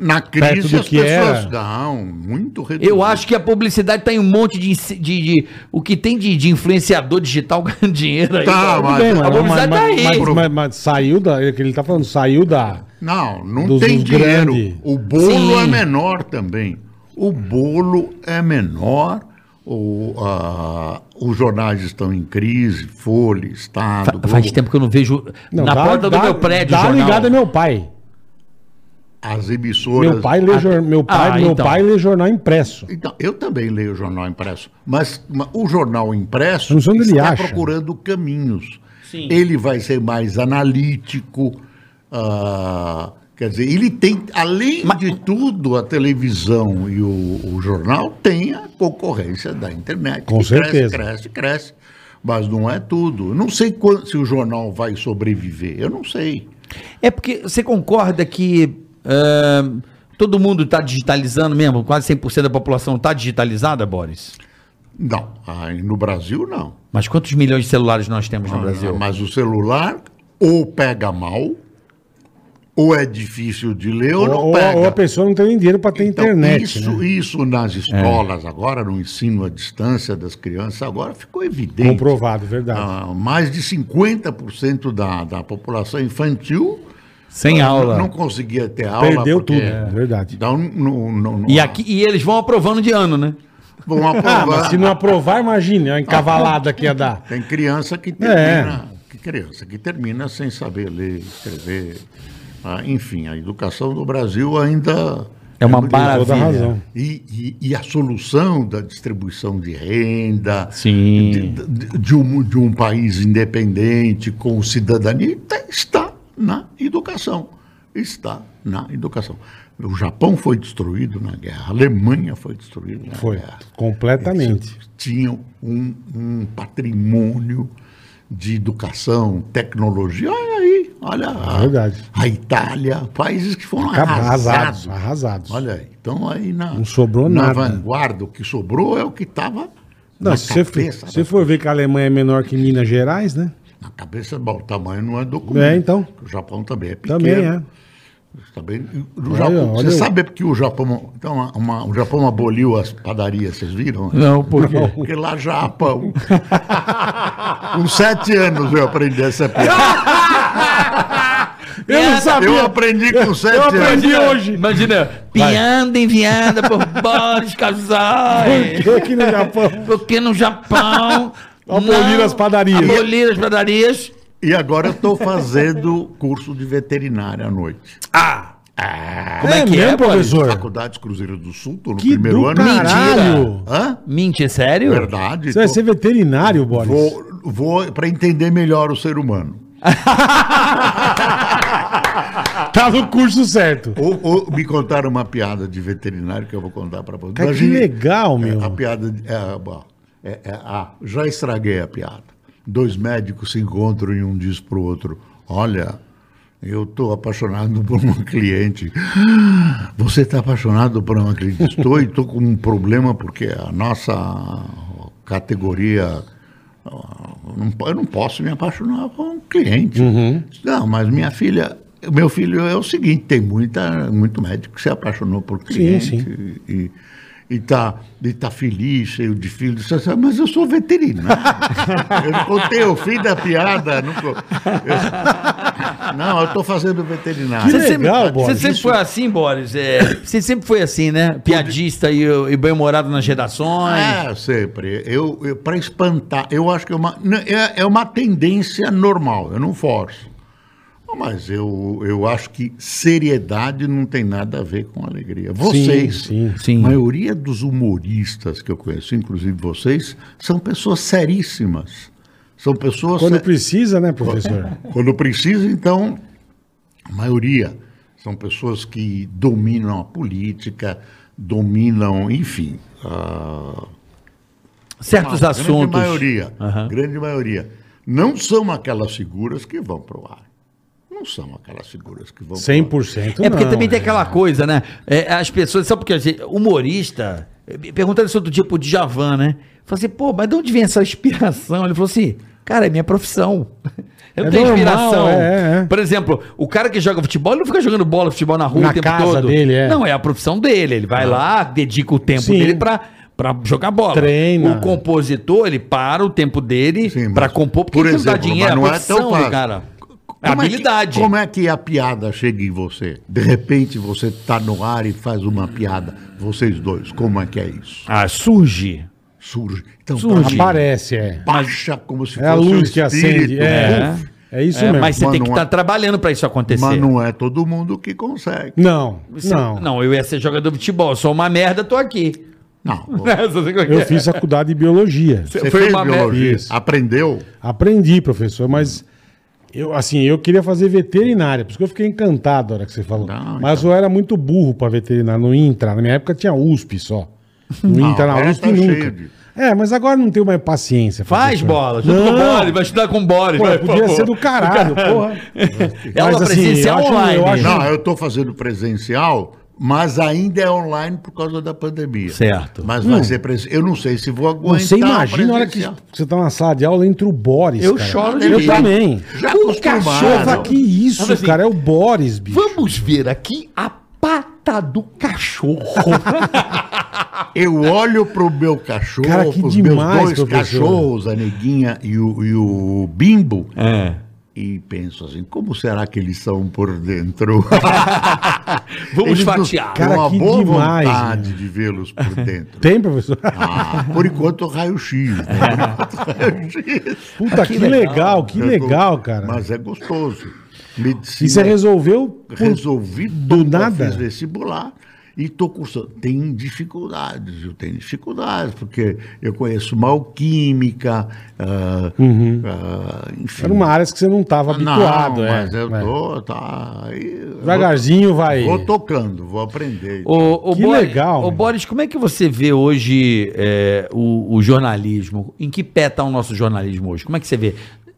Speaker 4: Na
Speaker 2: Perto
Speaker 4: crise
Speaker 2: do
Speaker 4: as
Speaker 2: que
Speaker 4: pessoas
Speaker 2: era.
Speaker 4: não, muito reduzido.
Speaker 3: Eu acho que a publicidade tá em um monte de. inci- de- de- o que tem de, de influenciador digital ganhando dinheiro aí.
Speaker 4: Tá,
Speaker 3: Então,
Speaker 4: mas-
Speaker 2: Bem, mas,
Speaker 3: a publicidade
Speaker 2: mas-
Speaker 3: tá aí.
Speaker 2: mas- mas- mas saiu da. é o que Ele tá falando, saiu da.
Speaker 4: Não, não
Speaker 2: Dos-
Speaker 4: tem
Speaker 2: dos
Speaker 4: dinheiro.
Speaker 2: grande.
Speaker 4: O bolo
Speaker 3: Sim.
Speaker 4: é menor também. O bolo é menor. O, ah, os jornais estão em crise, Folha, Estado.
Speaker 3: Fa- faz tempo que eu não vejo.
Speaker 2: Não,
Speaker 3: na
Speaker 2: dá-
Speaker 3: porta do
Speaker 2: dá-
Speaker 3: meu prédio,
Speaker 2: Dá
Speaker 3: jornal.
Speaker 2: ligada é meu pai.
Speaker 4: as emissoras.
Speaker 2: Meu pai lê, jor- meu pai,
Speaker 3: Ah,
Speaker 2: meu
Speaker 3: então.
Speaker 2: pai lê jornal impresso.
Speaker 4: Então, eu também leio o jornal impresso, mas ma- o jornal impresso
Speaker 2: Eu não sei onde ele
Speaker 4: está
Speaker 2: acha.
Speaker 4: procurando caminhos. Ele vai ser mais analítico, ah, quer dizer, ele tem, além de tudo, a televisão e o, o jornal tem a concorrência da internet.
Speaker 2: Com
Speaker 4: que
Speaker 2: certeza.
Speaker 4: Cresce, cresce, cresce, mas não é tudo. Eu Não sei quan- se o jornal vai sobreviver, eu não sei.
Speaker 3: É porque você concorda que ah, todo mundo está digitalizando mesmo? Quase 100% da população está digitalizada, Boris?
Speaker 4: Não, ah, no Brasil não.
Speaker 3: Mas quantos milhões de celulares nós temos no Brasil?
Speaker 4: Mas o celular ou pega mal, ou é difícil de ler, ou,
Speaker 2: Ou,
Speaker 4: não
Speaker 2: ou-
Speaker 4: pega.
Speaker 2: ou a pessoa não tem nem dinheiro pra ter
Speaker 4: Então,
Speaker 2: internet.
Speaker 4: Isso,
Speaker 2: né?
Speaker 4: isso nas escolas agora, no ensino à distância das crianças, agora ficou evidente.
Speaker 2: Comprovado, verdade.
Speaker 4: Ah, mais de 50% da, da população infantil
Speaker 3: Sem
Speaker 4: ah,
Speaker 3: aula.
Speaker 4: não conseguia ter aula.
Speaker 2: Perdeu
Speaker 4: porque-
Speaker 2: tudo, é verdade.
Speaker 4: Então, não, não, não-
Speaker 3: E, aqui, e eles vão aprovando de ano, né?
Speaker 4: Vão
Speaker 2: Ah,
Speaker 4: aprovar.
Speaker 2: mas se não aprovar, imagine a encavalada que ia dar.
Speaker 4: Tem criança
Speaker 3: É.
Speaker 4: que termina, que criança que termina sem saber ler, escrever. Ah, enfim, a educação do Brasil ainda.
Speaker 3: É uma
Speaker 4: muito-
Speaker 3: maravilha.
Speaker 2: Toda razão.
Speaker 4: E, e- e a solução da distribuição de renda,
Speaker 3: Sim.
Speaker 4: de, de- de um, de um país independente, com cidadania, tá- está na educação. Está na educação. O Japão foi destruído na guerra, a Alemanha foi destruída na
Speaker 2: Foi.
Speaker 4: guerra
Speaker 2: Completamente.
Speaker 4: tinham um, um patrimônio de educação, tecnologia. Olha aí, olha a,
Speaker 2: É Verdade.
Speaker 4: a Itália, países que foram
Speaker 2: Acabaram,
Speaker 4: arrasados.
Speaker 2: arrasados, arrasados.
Speaker 4: Olha aí, então aí na,
Speaker 2: Não sobrou
Speaker 4: na
Speaker 2: nada.
Speaker 4: vanguarda, o que sobrou é o que estava
Speaker 2: Não,
Speaker 4: na
Speaker 2: se você, for-
Speaker 4: cabeça.
Speaker 2: se
Speaker 4: né?
Speaker 2: você
Speaker 4: da-
Speaker 2: for ver que a Alemanha é menor que Minas Gerais, né?
Speaker 4: Na cabeça, bom, o tamanho não é documento.
Speaker 2: É, então.
Speaker 4: O Japão também é pequeno.
Speaker 2: Também é.
Speaker 4: Também, o
Speaker 2: Olha,
Speaker 4: Japão,
Speaker 2: olha
Speaker 4: você
Speaker 2: o-
Speaker 4: sabe porque o Japão, então, uma- uma- o Japão aboliu as padarias, vocês viram?
Speaker 3: Não, porque.
Speaker 4: Porque lá Japão. Com sete anos eu aprendi essa piada.
Speaker 3: É,
Speaker 2: Eu não sabia.
Speaker 4: Eu aprendi com sete
Speaker 2: eu aprendi
Speaker 4: anos.
Speaker 2: hoje.
Speaker 3: Imagina, piada enviada por Boris Casais.
Speaker 2: Por que aqui no Japão?
Speaker 3: Porque no Japão.
Speaker 2: Aboliram
Speaker 3: não-
Speaker 2: as padarias.
Speaker 3: Aboliram as padarias.
Speaker 4: E agora eu estou fazendo curso de veterinária à noite.
Speaker 3: Como é, que é,
Speaker 2: mesmo,
Speaker 3: Boris?
Speaker 2: professor?
Speaker 4: Faculdades Cruzeiro do Sul, estou no
Speaker 2: Que
Speaker 4: primeiro
Speaker 2: do
Speaker 4: ano.
Speaker 2: caralho.
Speaker 4: Hã?
Speaker 3: Mente, é sério?
Speaker 4: Verdade.
Speaker 2: Você vai
Speaker 4: tô-
Speaker 2: ser veterinário, Boris.
Speaker 4: Vou, vou para entender melhor o ser humano.
Speaker 2: Tá no curso certo.
Speaker 4: Ou, ou me contaram uma piada de veterinário que eu vou contar para vocês.
Speaker 2: Cara, que
Speaker 4: Imagine-
Speaker 2: legal,
Speaker 4: É,
Speaker 2: meu.
Speaker 4: A piada. de- É, bom, é- é- ah, já estraguei a piada. Dois médicos se encontram e um diz pro outro: Olha, eu estou apaixonado por uma cliente. Você está apaixonado por uma cliente? Estou e estou com um problema porque a nossa categoria. ah, não po- eu não posso me apaixonar por um cliente.
Speaker 2: Uhum.
Speaker 4: Não, mas minha filha. Meu filho é o seguinte: tem muita, muito médico que se apaixonou por cliente
Speaker 2: sim.
Speaker 4: e, e tá, e tá feliz, cheio de filhos. Você sabe, Mas eu sou veterinário. eu não contei o fim da piada. Não, co- eu- não eu estou fazendo
Speaker 2: Que
Speaker 4: veterinário.
Speaker 3: Você sempre-
Speaker 2: legal,
Speaker 3: Você
Speaker 2: Boris.
Speaker 3: sempre foi assim, Boris? É, você sempre foi assim, né? Piadista e, e bem-humorado nas redações.
Speaker 4: É, sempre. Eu, eu para espantar, eu acho que é uma, não, é, é uma tendência normal, eu não forço. Mas eu, eu acho que seriedade não tem nada a ver com alegria. Vocês,
Speaker 2: sim,
Speaker 3: sim.
Speaker 4: a maioria dos humoristas que eu conheço, inclusive vocês, são pessoas seríssimas. São pessoas.
Speaker 2: Quando
Speaker 4: sé-
Speaker 2: precisa, né, professor?
Speaker 4: quando precisa, então, a maioria são pessoas que dominam a política, dominam, enfim, a
Speaker 3: certos
Speaker 4: a
Speaker 3: assuntos.
Speaker 4: Grande maioria. Grande maioria. Não são aquelas figuras que vão para o ar. Não são aquelas figuras que vão pro ar.
Speaker 2: 100% não.
Speaker 3: É porque também tem aquela coisa, né? É, as pessoas, sabe porque a gente- humorista, eh, perguntaram isso outro dia pro Djavan, né? Falei assim, pô, mas de onde vem essa inspiração? Ele falou assim, cara, é minha profissão. Eu não
Speaker 2: É
Speaker 3: tenho
Speaker 2: normal,
Speaker 3: inspiração.
Speaker 2: é, é.
Speaker 3: Por exemplo, o cara que joga futebol, ele não fica jogando bola, futebol na rua
Speaker 2: Na
Speaker 3: o tempo
Speaker 2: casa
Speaker 3: todo.
Speaker 2: dele, é. Ah.
Speaker 3: Não, é a profissão dele. Ele vai lá, dedica o tempo
Speaker 2: Sim.
Speaker 3: dele pra, pra jogar bola.
Speaker 2: Treina.
Speaker 3: O compositor, ele para o tempo dele
Speaker 4: Sim,
Speaker 3: pra
Speaker 4: mas,
Speaker 3: compor, porque
Speaker 4: por
Speaker 3: ele não dá
Speaker 4: exemplo,
Speaker 3: dinheiro, é a
Speaker 4: mas não é
Speaker 3: profissão
Speaker 4: tão
Speaker 3: do
Speaker 4: fácil.
Speaker 3: cara. É
Speaker 4: Como é que-
Speaker 3: habilidade.
Speaker 4: como é que a piada chega em você? De repente você está no ar e faz uma piada. Vocês dois, como é que é isso?
Speaker 3: Ah, surge.
Speaker 4: Surge. Então,
Speaker 3: Surge.
Speaker 4: tá-
Speaker 2: Aparece, é.
Speaker 4: baixa como se
Speaker 2: É a
Speaker 4: fosse um
Speaker 3: né?
Speaker 2: luz que acende, é.
Speaker 4: Uf,
Speaker 2: É isso
Speaker 3: É,
Speaker 2: mesmo.
Speaker 3: mas você
Speaker 4: Mas
Speaker 3: tem que
Speaker 4: não
Speaker 3: estar
Speaker 4: é-
Speaker 3: trabalhando pra isso acontecer.
Speaker 4: Mas não é todo mundo que consegue.
Speaker 2: Não,
Speaker 3: Você-
Speaker 2: não.
Speaker 3: não, eu ia ser jogador de futebol, sou uma merda, tô aqui.
Speaker 4: Não.
Speaker 2: Eu fiz faculdade de biologia.
Speaker 4: Você
Speaker 3: é Foi
Speaker 4: fez
Speaker 3: uma
Speaker 4: biologia,
Speaker 2: merda.
Speaker 4: aprendeu.
Speaker 2: Aprendi, professor, mas eu assim, eu queria fazer veterinária, por isso que eu fiquei encantado na hora que você falou.
Speaker 4: Não, então.
Speaker 2: mas eu era muito burro pra veterinária, não ia entrar. Na minha época tinha USP só. Não ia
Speaker 4: Não,
Speaker 2: entrar na
Speaker 4: agora
Speaker 2: USP
Speaker 4: tá
Speaker 2: nunca.
Speaker 4: cheio de-
Speaker 2: É, mas agora não tenho mais paciência.
Speaker 3: Faz
Speaker 2: professor.
Speaker 3: bola, junto
Speaker 2: não,
Speaker 3: com o Boris, vai estudar com o Boris.
Speaker 2: Pô,
Speaker 3: vai, por
Speaker 2: podia
Speaker 3: favor.
Speaker 2: ser do caralho, porra.
Speaker 3: É uma
Speaker 2: Mas, assim,
Speaker 3: presencial
Speaker 2: eu acho-
Speaker 3: online. né?
Speaker 2: eu acho-
Speaker 4: Não, eu estou fazendo presencial, mas ainda é online por causa da pandemia.
Speaker 3: Certo.
Speaker 4: Mas vai ser presencial. Eu não sei se vou aguentar.
Speaker 2: Hum. Você imagina
Speaker 4: o
Speaker 2: a hora que
Speaker 4: presencial.
Speaker 2: você tá na sala de aula, entra o Boris.
Speaker 3: Eu
Speaker 2: cara.
Speaker 3: choro de
Speaker 2: Eu
Speaker 3: rir.
Speaker 2: também.
Speaker 4: Já
Speaker 2: o
Speaker 4: acostumado.
Speaker 2: um cachorro, que isso,
Speaker 3: Mas, assim,
Speaker 2: cara? É o Boris, bicho.
Speaker 3: Vamos ver aqui a pata do cachorro.
Speaker 4: Eu olho pro meu cachorro,
Speaker 2: Cara, que
Speaker 4: pros
Speaker 2: demais,
Speaker 4: meus dois
Speaker 2: professor.
Speaker 4: cachorros, a neguinha e o, e o bimbo,
Speaker 2: É.
Speaker 4: e penso assim, como será que eles são por dentro?
Speaker 3: Vamos
Speaker 4: Eles não-
Speaker 3: fatiar.
Speaker 2: Cara,
Speaker 4: com uma
Speaker 2: que
Speaker 4: boa
Speaker 2: demais,
Speaker 4: vontade
Speaker 2: meu.
Speaker 4: de vê-los por dentro.
Speaker 2: Tem, professor?
Speaker 4: Ah, por enquanto, raio-x. né?
Speaker 2: É.
Speaker 4: Por enquanto, raio-x.
Speaker 2: Puta, que, legal, que legal, cara.
Speaker 4: É Mas é gostoso. Medicina
Speaker 2: E você resolveu por-
Speaker 4: resolvi
Speaker 2: do
Speaker 4: tudo, eu
Speaker 2: nada?
Speaker 4: Fiz vestibular e estou cursando. Tem dificuldades, eu tenho dificuldades, porque eu conheço mal química, ah, ah, enfim.
Speaker 2: Uhum. Era uma área que você não
Speaker 3: Ah,
Speaker 2: estava habituado,
Speaker 4: Não,
Speaker 2: é.
Speaker 4: mas eu
Speaker 2: é.
Speaker 4: tô, tá, aí,
Speaker 2: Devagarzinho vai.
Speaker 4: Vou, vou tocando, vou aprender.
Speaker 3: Ô, ô,
Speaker 2: Que
Speaker 3: Boris,
Speaker 2: legal,
Speaker 3: ô,
Speaker 2: né?
Speaker 3: Boris, como é que você vê hoje é, o, o jornalismo? Em que pé está o nosso jornalismo hoje? Como é que você vê?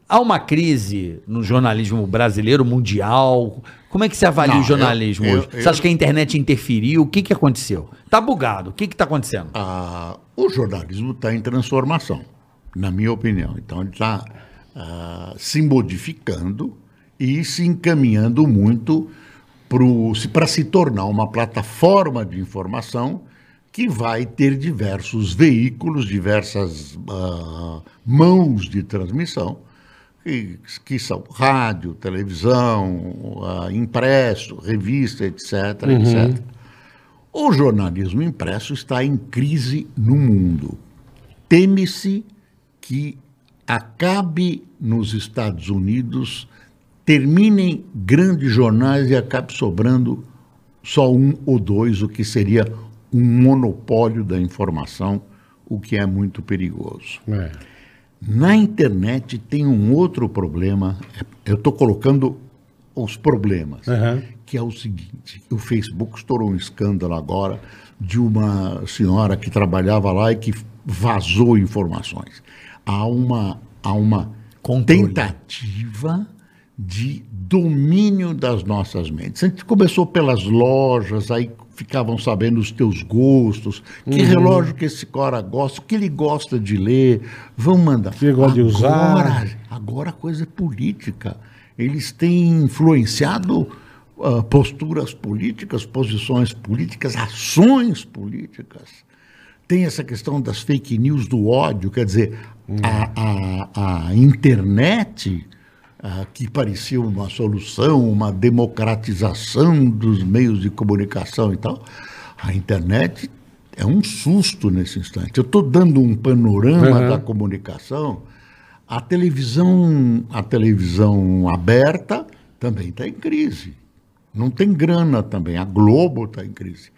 Speaker 3: Há uma crise no jornalismo brasileiro, mundial? Como é que você avalia
Speaker 4: Não,
Speaker 3: o jornalismo
Speaker 4: eu- eu-
Speaker 3: hoje? você acha
Speaker 4: eu-
Speaker 3: que a internet interferiu? O que, que aconteceu? Tá bugado. O que que tá acontecendo?
Speaker 4: Ah, o jornalismo está em transformação, na minha opinião. Então, ele está se modificando e se encaminhando muito para se tornar uma plataforma de informação que vai ter diversos veículos, diversas ah, mãos de transmissão, que, que são rádio, televisão, ah, impresso, revista, etc, etc. O jornalismo impresso está em crise no mundo. Teme-se que acabe nos Estados Unidos, terminem grandes jornais e acabe sobrando só um ou dois, o que seria um monopólio da informação, o que é muito perigoso.
Speaker 2: É.
Speaker 4: Na internet tem um outro problema. é, Eu estou colocando os problemas,
Speaker 2: Aham.
Speaker 4: que é o seguinte: o Facebook estourou um escândalo agora de uma senhora que trabalhava lá e que vazou informações. Há uma, há uma tentativa de domínio das nossas mentes. A gente começou pelas lojas, aí ficavam sabendo os teus gostos, que relógio que esse cara gosta, o que ele gosta de ler, vão mandar.
Speaker 2: Que ele gosta de
Speaker 4: Agora,
Speaker 2: usar.
Speaker 4: agora a coisa é política. Eles têm influenciado ah, posturas políticas, posições políticas, ações políticas. Tem essa questão das fake news do ódio, quer dizer, a, a- a internet, ah, que parecia uma solução, uma democratização dos meios de comunicação e tal, a internet é um susto nesse instante. Eu estou dando um panorama
Speaker 2: Uhum.
Speaker 4: da comunicação. A televisão, a televisão aberta também está em crise. Não tem grana também. A Globo está em crise.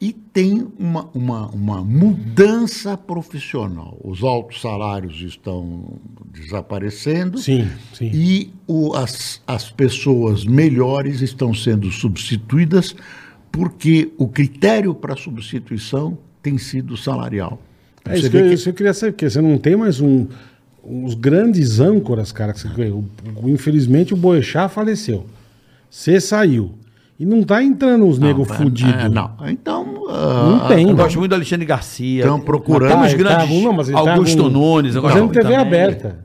Speaker 4: E tem uma, uma, uma mudança profissional. Os altos salários estão desaparecendo.
Speaker 2: Sim, sim.
Speaker 4: E o- as, as pessoas melhores estão sendo substituídas porque o critério para substituição tem sido salarial.
Speaker 2: É
Speaker 4: Você
Speaker 2: isso que
Speaker 4: vê
Speaker 2: eu,
Speaker 4: que-
Speaker 2: isso eu queria saber, porque você não tem mais um, uns grandes âncoras, cara. Que você, o- o- infelizmente o Boechat faleceu. Você saiu. E não tá entrando uns nego
Speaker 4: Ah,
Speaker 2: fudido.
Speaker 4: é, não. Então. ah,
Speaker 2: Não tem.
Speaker 3: Eu gosto muito do Alexandre Garcia.
Speaker 4: Estão procurando.
Speaker 3: Temos
Speaker 4: Ah,
Speaker 2: ele tá
Speaker 3: grandes.
Speaker 2: bom, não, mas ele tá
Speaker 3: Augusto
Speaker 2: bom.
Speaker 3: Nunes. eu gosto
Speaker 2: Fazendo
Speaker 3: muito
Speaker 2: TV
Speaker 3: também.
Speaker 2: aberta.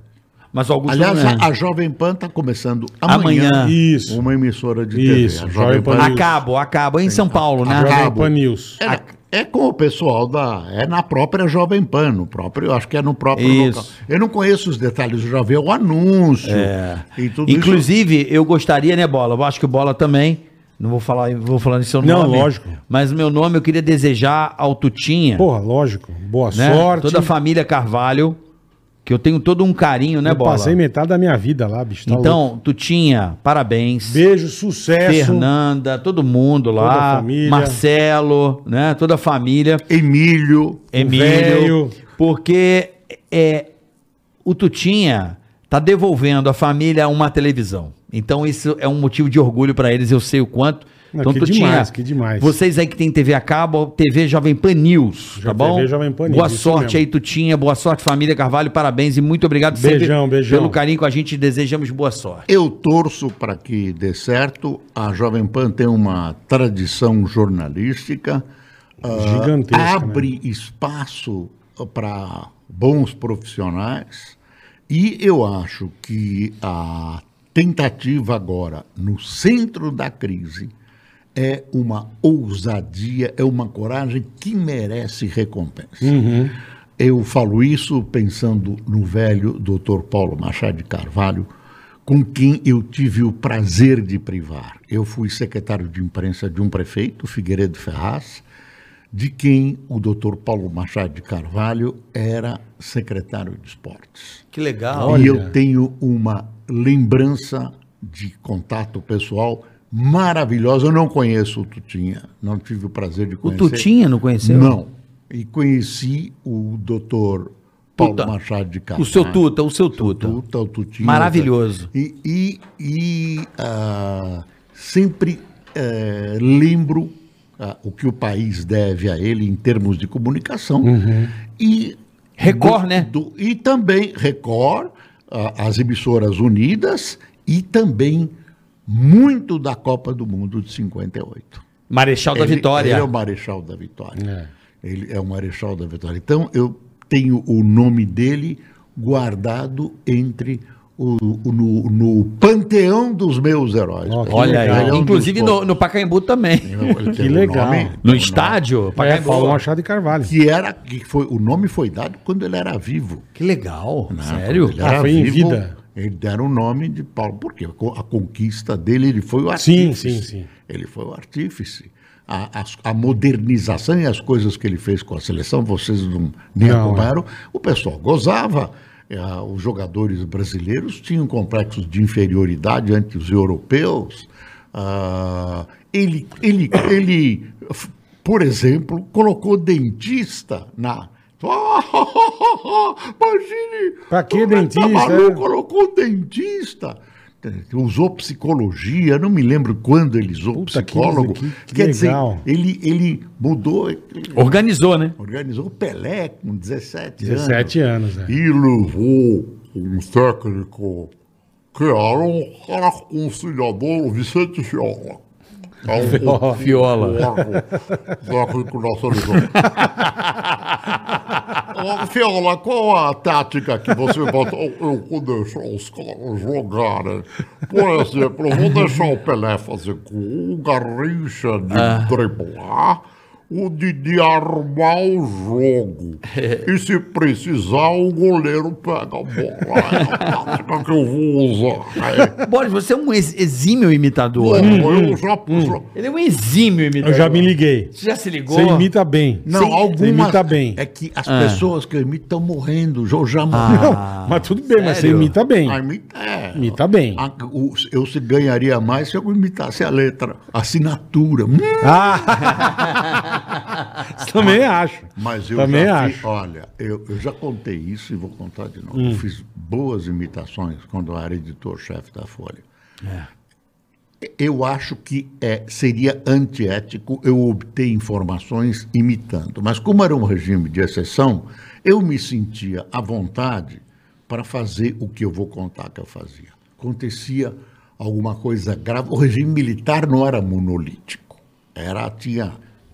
Speaker 3: Mas Augusto
Speaker 4: Aliás,
Speaker 3: Nunes.
Speaker 4: a, a Jovem Pan está começando amanhã,
Speaker 3: Amanhã.
Speaker 2: Isso.
Speaker 4: uma emissora de
Speaker 2: Isso,
Speaker 4: TV.
Speaker 2: Jovem
Speaker 4: A Jovem
Speaker 2: Pan
Speaker 4: Pan
Speaker 2: News.
Speaker 3: Acabo, acabo. É Em São Paulo, né?
Speaker 4: Acabo.
Speaker 2: Jovem Pan News.
Speaker 4: é, é com o pessoal da. É na própria Jovem Pan, no próprio, eu acho que é no próprio
Speaker 3: Isso.
Speaker 4: local. Eu não conheço os detalhes, eu já vi o anúncio e tudo isso.
Speaker 3: Inclusive, eu gostaria, né, Bola? Eu acho que o Bola também. Não vou falar, vou falando seu
Speaker 2: Não,
Speaker 3: nome.
Speaker 2: lógico.
Speaker 3: Mas o meu nome eu queria desejar ao Tutinha.
Speaker 2: Porra, lógico. Boa
Speaker 3: né?
Speaker 2: sorte.
Speaker 3: Toda a família Carvalho. Que eu tenho todo um carinho, né,
Speaker 2: eu
Speaker 3: Bola?
Speaker 2: passei metade da minha vida lá, bicho. tá louco.
Speaker 3: Então, tu tinha, parabéns.
Speaker 2: beijo, sucesso.
Speaker 3: Fernanda, todo mundo
Speaker 2: Toda a
Speaker 3: lá,
Speaker 2: família.
Speaker 3: Marcelo, né? Toda a família,
Speaker 4: Emílio,
Speaker 3: Emílio,
Speaker 2: velho.
Speaker 3: porque é o Tutinha tá devolvendo à família uma televisão. Então isso é um motivo de orgulho pra eles, eu sei o quanto.
Speaker 2: Não,
Speaker 3: Então
Speaker 2: que
Speaker 3: Tutinha,
Speaker 2: demais, que demais.
Speaker 3: Vocês aí que tem TV a cabo, TV Jovem Pan News, tá
Speaker 2: Já
Speaker 3: bom?
Speaker 2: TV Jovem Pan News,
Speaker 3: boa
Speaker 2: isso
Speaker 3: sorte
Speaker 2: mesmo.
Speaker 3: aí Tutinha, boa sorte família Carvalho, parabéns e muito obrigado
Speaker 2: Beijão, beijão.
Speaker 3: pelo carinho com a gente, desejamos boa sorte.
Speaker 4: eu torço para que dê certo. A Jovem Pan tem uma tradição jornalística. ah,
Speaker 2: Gigantesca, né?
Speaker 4: Abre espaço para bons profissionais. E eu acho que a tentativa agora, no centro da crise, é uma ousadia, é uma coragem que merece recompensa.
Speaker 2: Uhum.
Speaker 4: Eu falo isso pensando no velho Dr. Paulo Machado de Carvalho, com quem eu tive o prazer de privar. Eu fui secretário de imprensa de um prefeito, Figueiredo Ferraz, de quem o Dr. Paulo Machado de Carvalho era secretário de esportes.
Speaker 3: Que legal.
Speaker 4: E eu tenho uma lembrança de contato pessoal maravilhosa. Eu não conheço o Tutinha, não tive o prazer de
Speaker 3: O
Speaker 4: conhecer.
Speaker 3: Tutinha não conheceu?
Speaker 4: Não. E conheci o Dr. Paulo
Speaker 3: Tuta.
Speaker 4: Machado de Carvalho.
Speaker 3: O seu Tuta, o seu Tuta.
Speaker 4: Tuta, tá, o Tutinha.
Speaker 3: então. Maravilhoso.
Speaker 4: E, e- e, ah, sempre eh, lembro ah, o que o país deve a ele em termos de comunicação. E
Speaker 3: Uhum. Record,
Speaker 4: do-
Speaker 3: né?
Speaker 4: do- e também Record, ah, as emissoras unidas e também muito da Copa do Mundo de 58.
Speaker 3: Marechal da
Speaker 4: Ele-
Speaker 3: Vitória.
Speaker 4: Ele é o Marechal da Vitória. Ele é o Marechal da Vitória. Então, eu tenho o nome dele guardado entre o, o- no, no panteão dos meus heróis.
Speaker 2: Ó, que
Speaker 3: Olha
Speaker 2: legal.
Speaker 3: aí.
Speaker 4: Panteão
Speaker 3: Inclusive
Speaker 4: é um dos
Speaker 3: no, no Pacaembu também.
Speaker 4: povos. Ele tem
Speaker 2: Que
Speaker 4: um
Speaker 2: legal.
Speaker 4: nome
Speaker 3: No estádio?
Speaker 2: É,
Speaker 3: Pacaembu.
Speaker 2: Paulo Machado de Carvalho.
Speaker 4: que era que foi o nome foi dado quando ele era vivo.
Speaker 3: Que legal.
Speaker 4: né?
Speaker 3: Sério?
Speaker 4: Quando ele era
Speaker 2: Ah, foi em
Speaker 4: vivo,
Speaker 2: vida.
Speaker 4: Ele deram o nome de Paulo, porque a co- a conquista dele, ele foi o
Speaker 2: Sim,
Speaker 4: artífice.
Speaker 2: sim, sim.
Speaker 4: Ele foi o artífice. A, as- a modernização e as coisas que ele fez com a seleção, vocês não nem
Speaker 2: Não, é.
Speaker 4: acompanharam, o pessoal gozava. Eh, Os jogadores brasileiros tinham complexos de inferioridade ante os europeus. Ah, ele, ele, ele, f- por exemplo, colocou dentista na. Imagine!
Speaker 2: Pra que
Speaker 4: Tá
Speaker 2: dentista,
Speaker 4: maluco?
Speaker 2: é?
Speaker 4: colocou dentista. Usou psicologia, não me lembro quando ele usou
Speaker 2: Puta, que-
Speaker 4: psicólogo.
Speaker 2: que- que
Speaker 4: Quer
Speaker 2: legal.
Speaker 4: dizer, ele, ele mudou, ele
Speaker 3: Organizou, né?
Speaker 4: organizou o Pelé com 17,
Speaker 2: 17 anos, né?
Speaker 4: E levou um técnico que era um cara conciliador, o Vicente Fiola. É um-
Speaker 3: Fiola.
Speaker 4: técnico da seleção. Ô, Fiola, qual a tática que você bota? Eu eu vou deixar os caras jogarem. Por exemplo, eu vou deixar o Pelé fazer com o Garrincha de driblar, o Didi armar o jogo. E se precisar, o goleiro pega a bola. É a tática que eu vou usar. É.
Speaker 3: Boris, você é um ex- exímio
Speaker 4: Pô,
Speaker 3: imitador.
Speaker 4: eu já... já-
Speaker 3: Ele é um exímio imitador.
Speaker 2: Eu já me liguei.
Speaker 3: Você já se ligou?
Speaker 2: Você imita bem.
Speaker 4: Não,
Speaker 2: Sim,
Speaker 4: algumas...
Speaker 2: Você imita bem.
Speaker 4: É que as pessoas que eu imito estão morrendo. Eu já morreu.
Speaker 2: Não, mas tudo bem, mas você
Speaker 3: sério?
Speaker 2: imita bem.
Speaker 4: Ah, imita, é.
Speaker 2: Imita bem.
Speaker 4: A- o- eu se ganharia mais se eu imitasse a letra, a assinatura. Hum,
Speaker 2: Ah. Também acho.
Speaker 4: Mas eu
Speaker 2: Também
Speaker 4: já
Speaker 2: acho.
Speaker 4: fiz- olha, eu, eu já contei isso e vou contar de novo.
Speaker 2: Hum.
Speaker 4: Eu fiz boas imitações quando eu era editor-chefe da Folha. Eu acho que é, seria antiético eu obter informações imitando. Mas como era um regime de exceção, eu me sentia à vontade para fazer o que eu vou contar que eu fazia. Acontecia alguma coisa grave. O regime militar não era monolítico. Era, tinha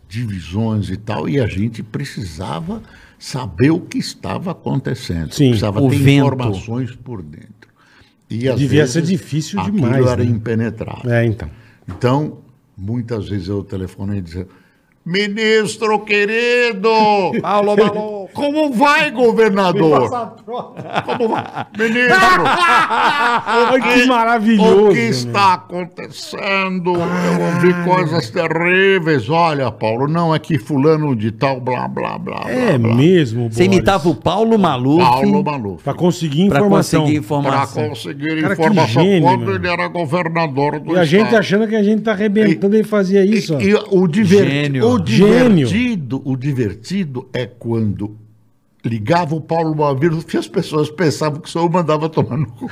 Speaker 4: divisões e tal, e a gente precisava saber o que estava acontecendo.
Speaker 2: Sim,
Speaker 4: precisava
Speaker 3: o
Speaker 4: ter
Speaker 3: vento.
Speaker 4: informações por dentro. E, às
Speaker 2: Devia ser difícil
Speaker 4: aquilo
Speaker 2: demais,
Speaker 4: era
Speaker 2: né?
Speaker 4: impenetrável.
Speaker 2: É, então.
Speaker 4: Então, muitas vezes eu telefonei e dizia, ministro querido,
Speaker 3: Paulo Balon.
Speaker 2: Sol.
Speaker 4: Como vai,
Speaker 2: Me
Speaker 4: governador?
Speaker 2: passa a prova.
Speaker 4: Como vai? Ministro,
Speaker 2: Ai, que maravilhoso.
Speaker 4: Ah,
Speaker 2: né,
Speaker 4: o que
Speaker 2: meu.
Speaker 4: está acontecendo? Eu ouvi coisas terríveis. Olha, Paulo, não é que fulano de tal, blá, blá, blá, blá.
Speaker 2: É
Speaker 4: blá.
Speaker 2: mesmo,
Speaker 3: Você imitava o
Speaker 2: Boris.
Speaker 3: Paulo Maluf
Speaker 4: Paulo Maluf.
Speaker 2: Pra conseguir
Speaker 3: pra
Speaker 2: informação.
Speaker 3: conseguir
Speaker 4: Para
Speaker 3: informação.
Speaker 4: conseguir
Speaker 2: Cara, que
Speaker 4: informação
Speaker 2: gênio,
Speaker 4: quando
Speaker 2: meu.
Speaker 4: ele era governador do
Speaker 2: E a gente
Speaker 4: estado.
Speaker 2: achando que a gente tá arrebentando e ele fazia isso. ó.
Speaker 4: E, e o, diver-
Speaker 3: Gênio.
Speaker 4: o
Speaker 2: Gênio.
Speaker 4: divertido, o divertido é quando ligava o Paulo Malvino e as pessoas pensavam que só eu mandava tomar no cu.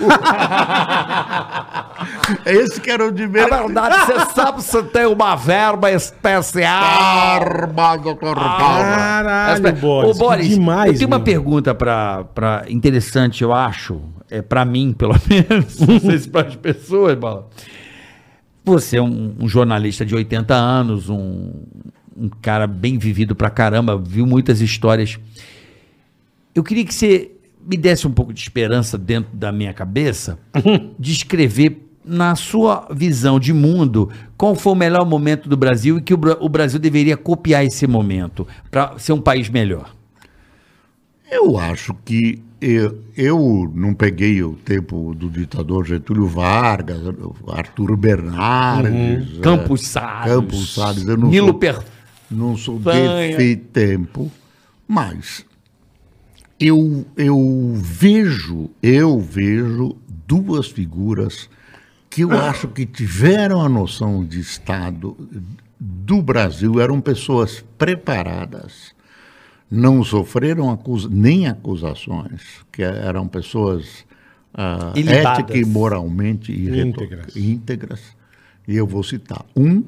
Speaker 4: Esse que era o
Speaker 3: É
Speaker 2: Ah,
Speaker 4: divertido.
Speaker 3: verdade, você sabe se tem uma verba especial.
Speaker 4: Arma, doutor
Speaker 2: Ah.
Speaker 4: Paulo.
Speaker 2: Caralho,
Speaker 3: Essa-
Speaker 2: Boris.
Speaker 3: Ô,
Speaker 2: que
Speaker 3: Boris,
Speaker 2: demais.
Speaker 3: eu tenho uma
Speaker 2: meu.
Speaker 3: pergunta pra, pra interessante, eu acho. É pra mim, pelo menos. Não sei se pras pessoas, Bala. Você é um, um jornalista de 80 anos, um, um cara bem vivido pra caramba, viu muitas histórias. Eu queria que você me desse um pouco de esperança dentro da minha cabeça, descrever na sua visão de mundo qual foi o melhor momento do Brasil e que o, Bra- o Brasil deveria copiar esse momento para ser um país melhor.
Speaker 4: Eu acho que eu, eu não peguei o tempo do ditador Getúlio Vargas,
Speaker 2: Uhum.
Speaker 4: Arthur Bernardes, eh,
Speaker 3: Campos Salles.
Speaker 4: Campos Salles, eu não
Speaker 3: Nilo
Speaker 4: sou-
Speaker 3: Per-
Speaker 4: Não sou
Speaker 3: Banha.
Speaker 4: desse tempo, mas eu, eu vejo, eu vejo duas figuras que eu acho que tiveram a noção de Estado do Brasil, eram pessoas preparadas, não sofreram acusa nem acusações, que eram pessoas ah,
Speaker 3: Ilibadas.
Speaker 4: ética e moralmente irreto-
Speaker 2: Íntegras.
Speaker 4: íntegras. E eu vou citar. Um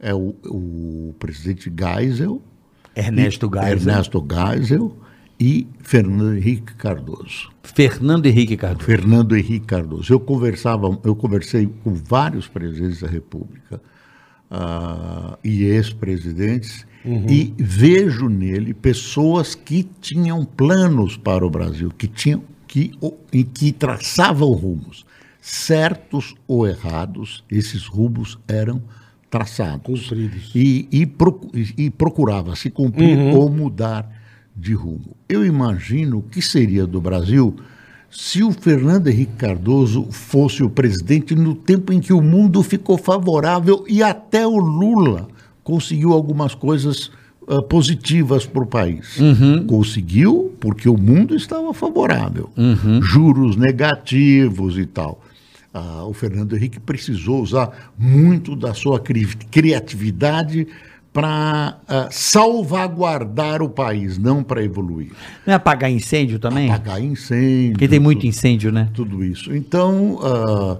Speaker 4: é o, o presidente Geisel,
Speaker 3: Ernesto Geisel.
Speaker 4: Ernesto né? Geisel e Fernando Henrique Cardoso.
Speaker 3: Fernando Henrique Cardoso.
Speaker 4: Fernando Henrique Cardoso. Eu conversava, eu conversei com vários presidentes da República ah, e ex-presidentes e vejo nele pessoas que tinham planos para o Brasil, que tinham que o- e que traçavam rumos, certos ou errados, esses rumos eram traçados,
Speaker 2: Cumpridos.
Speaker 4: e, e, procu- e- e procurava se cumprir ou mudar de rumo. Eu imagino o que seria do Brasil se o Fernando Henrique Cardoso fosse o presidente no tempo em que o mundo ficou favorável e até o Lula conseguiu algumas coisas ah, positivas para o país. Conseguiu porque o mundo estava favorável. Juros negativos e tal. Ah, o Fernando Henrique precisou usar muito da sua cri- criatividade para salvaguardar o país, não para evoluir.
Speaker 3: Não é apagar incêndio também?
Speaker 4: Pagar incêndio.
Speaker 3: Porque tem muito incêndio, né?
Speaker 4: Tudo isso. Então, ah,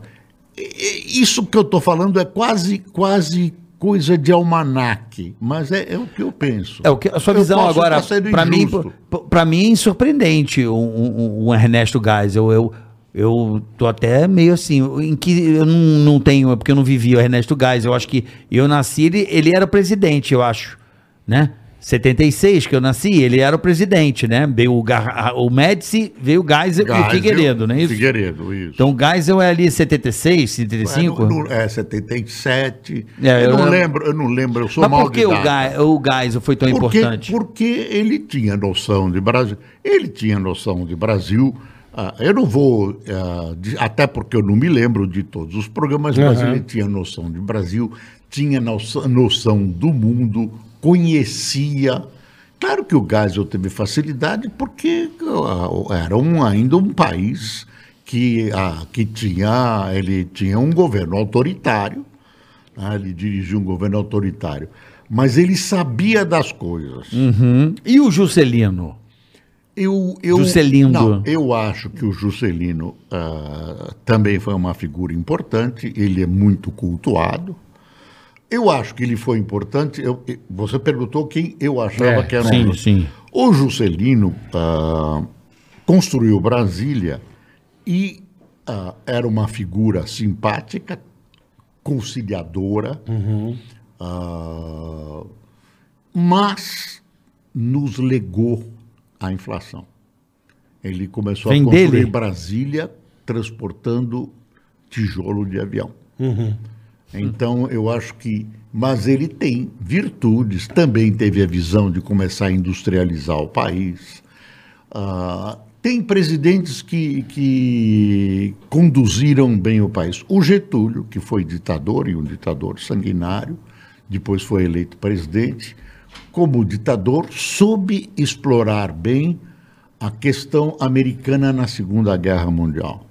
Speaker 4: e- e- isso que eu estou falando é quase, quase coisa de almanaque, mas é, é o que eu penso.
Speaker 3: É, o que, a sua
Speaker 4: Eu
Speaker 3: visão
Speaker 4: posso
Speaker 3: agora,
Speaker 4: tá sendo
Speaker 3: para mim,
Speaker 4: injusto.
Speaker 3: para mim é surpreendente o, o- o um Ernesto Geisel. Eu, eu tô até meio assim, em que eu não, não tenho, é porque eu não vivi o Ernesto Geisel. Eu acho que eu nasci, ele, ele era o presidente, eu acho, né? 76 que eu nasci, ele era o presidente, né? Veio o, Gar- o Médici, veio o Geisel, e o
Speaker 4: Geisel,
Speaker 3: Figueiredo, não é isso?
Speaker 4: Ah, Figueiredo, isso.
Speaker 3: Então o Geisel é ali 76, 75?
Speaker 4: É, no- no- é 77.
Speaker 3: É, eu
Speaker 4: eu, não
Speaker 3: lembro.
Speaker 4: lembro, eu não lembro, eu sou
Speaker 3: Mas
Speaker 4: mal
Speaker 3: por que
Speaker 4: de
Speaker 3: o,
Speaker 4: data.
Speaker 3: Ga- o Geisel foi tão
Speaker 4: porque,
Speaker 3: importante?
Speaker 4: Porque ele tinha noção de Brasil. Ele tinha noção de Brasil. ah, eu não vou. ah, de- até porque eu não me lembro de todos os programas, mas
Speaker 2: Aham.
Speaker 4: ele tinha noção de Brasil, tinha noção, noção do mundo, conhecia. Claro que o Geisel teve facilidade porque ah, era um- ainda um país que, ah, que tinha, ele tinha um governo autoritário, ah, ele dirigiu um governo autoritário. Mas ele sabia das coisas.
Speaker 3: Uhum. E o Juscelino?
Speaker 4: Eu, eu,
Speaker 3: Juscelino.
Speaker 4: Não, eu acho que o Juscelino ah, também foi uma figura importante, ele é muito cultuado. Eu acho que ele foi importante. eu- eu- você perguntou quem eu
Speaker 2: É,
Speaker 4: achava que era
Speaker 3: sim,
Speaker 4: um-
Speaker 3: sim.
Speaker 4: O Juscelino ah, construiu Brasília e ah, era uma figura simpática, conciliadora, ah, mas nos legou a inflação. Ele começou
Speaker 3: Vem
Speaker 4: a construir
Speaker 3: dele?
Speaker 4: Brasília transportando tijolo de avião. Então, eu acho que. Mas ele tem virtudes, também teve a visão de começar a industrializar o país. Ah, tem presidentes que, que conduziram bem o país. O Getúlio, que foi ditador e um ditador sanguinário, depois foi eleito presidente, como ditador, soube explorar bem a questão americana na Segunda Guerra Mundial.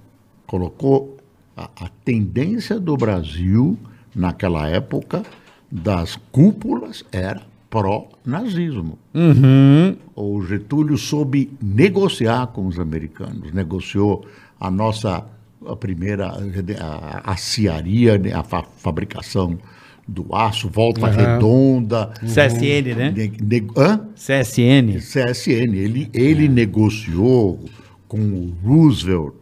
Speaker 4: Colocou a, a tendência do Brasil, naquela época, das cúpulas era pró-nazismo o Getúlio soube negociar com os americanos, negociou a nossa a primeira a, a aciaria, né, a fa- fabricação do aço, volta redonda,
Speaker 7: CSN, né?
Speaker 4: ne- ne- hã?
Speaker 7: CSN.
Speaker 4: CSN. Ele, ele negociou com o Roosevelt,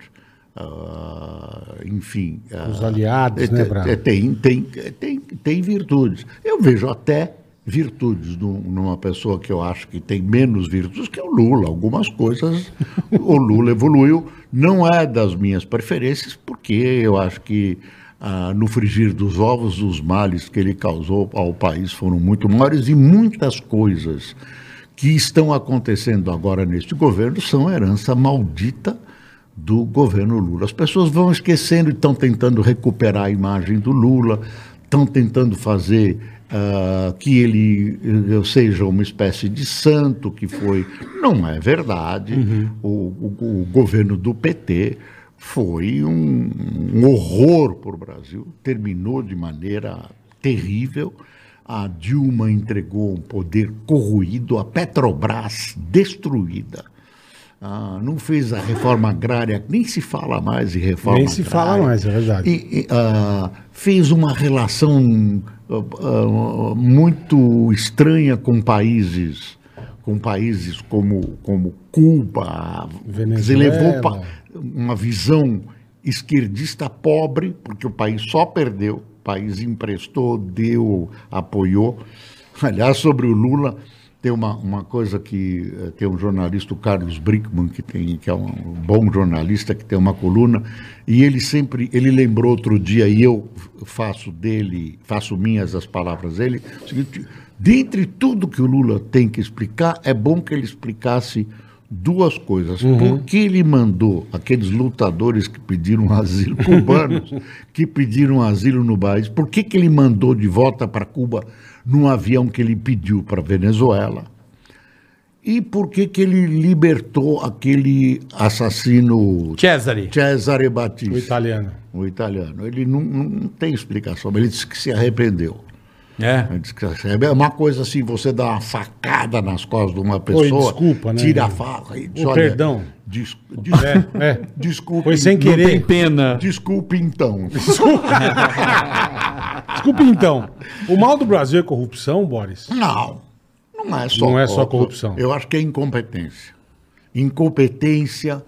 Speaker 4: ah, enfim. ah,
Speaker 2: Os aliados, né,
Speaker 4: é,
Speaker 2: Braga?
Speaker 4: é, tem, tem, é, tem, tem virtudes. Eu vejo até virtudes num- numa pessoa que eu acho que tem menos virtudes que é o Lula. Algumas coisas o Lula evoluiu. Não é das minhas preferências, porque eu acho que ah, no frigir dos ovos, os males que ele causou ao país foram muito maiores e muitas coisas que estão acontecendo agora neste governo são herança maldita do governo Lula. As pessoas vão esquecendo e estão tentando recuperar a imagem do Lula, estão tentando fazer ah, que ele eh, seja uma espécie de santo que foi. Não é verdade. O, o- o governo do PT foi um, um horror para o Brasil, terminou de maneira terrível. A Dilma entregou um poder corroído, a Petrobras destruída. Ah, não fez a reforma agrária, nem se fala mais de reforma
Speaker 2: Nem se fala
Speaker 4: agrária.
Speaker 2: mais, é verdade.
Speaker 4: E, e, ah, fez uma relação ah, ah, muito estranha com países, com países como, como Cuba.
Speaker 2: Venezuela.
Speaker 4: Quer dizer, levou pa- uma visão esquerdista pobre, porque o país só perdeu, o país emprestou, deu, apoiou. Aliás, sobre o Lula, tem uma, uma coisa que eh, tem um jornalista, o Carlos Brickman, que, tem, que é um bom jornalista, que tem uma coluna, e ele sempre, ele lembrou outro dia, e eu faço dele, faço minhas as palavras dele, o seguinte, dentre tudo que o Lula tem que explicar, é bom que ele explicasse duas coisas. Por que ele mandou aqueles lutadores que pediram asilo, cubanos, que pediram asilo no país, por que, que ele mandou de volta para Cuba num avião que ele pediu para Venezuela? E por que, que ele libertou aquele assassino
Speaker 3: Cesare.
Speaker 4: Cesare Battisti?
Speaker 2: O italiano.
Speaker 4: O italiano. Ele não, não- não tem explicação, mas ele disse que se arrependeu.
Speaker 3: É.
Speaker 4: Ele disse que se arrependeu. É uma coisa assim, você dá uma facada nas costas de uma pessoa,
Speaker 2: desculpa, né?
Speaker 4: tira a faca e diz,
Speaker 2: Ô,
Speaker 4: olha,
Speaker 2: perdão.
Speaker 4: des- des-
Speaker 2: É, é.
Speaker 4: Desculpe.
Speaker 2: Foi sem
Speaker 4: não
Speaker 2: querer.
Speaker 4: tem-
Speaker 7: Pena.
Speaker 4: Desculpe então.
Speaker 2: Desculpa então. O mal do Brasil é corrupção, Boris?
Speaker 4: Não, não é só
Speaker 2: Não é só corrupção.
Speaker 4: Eu acho que é incompetência. Incompetência.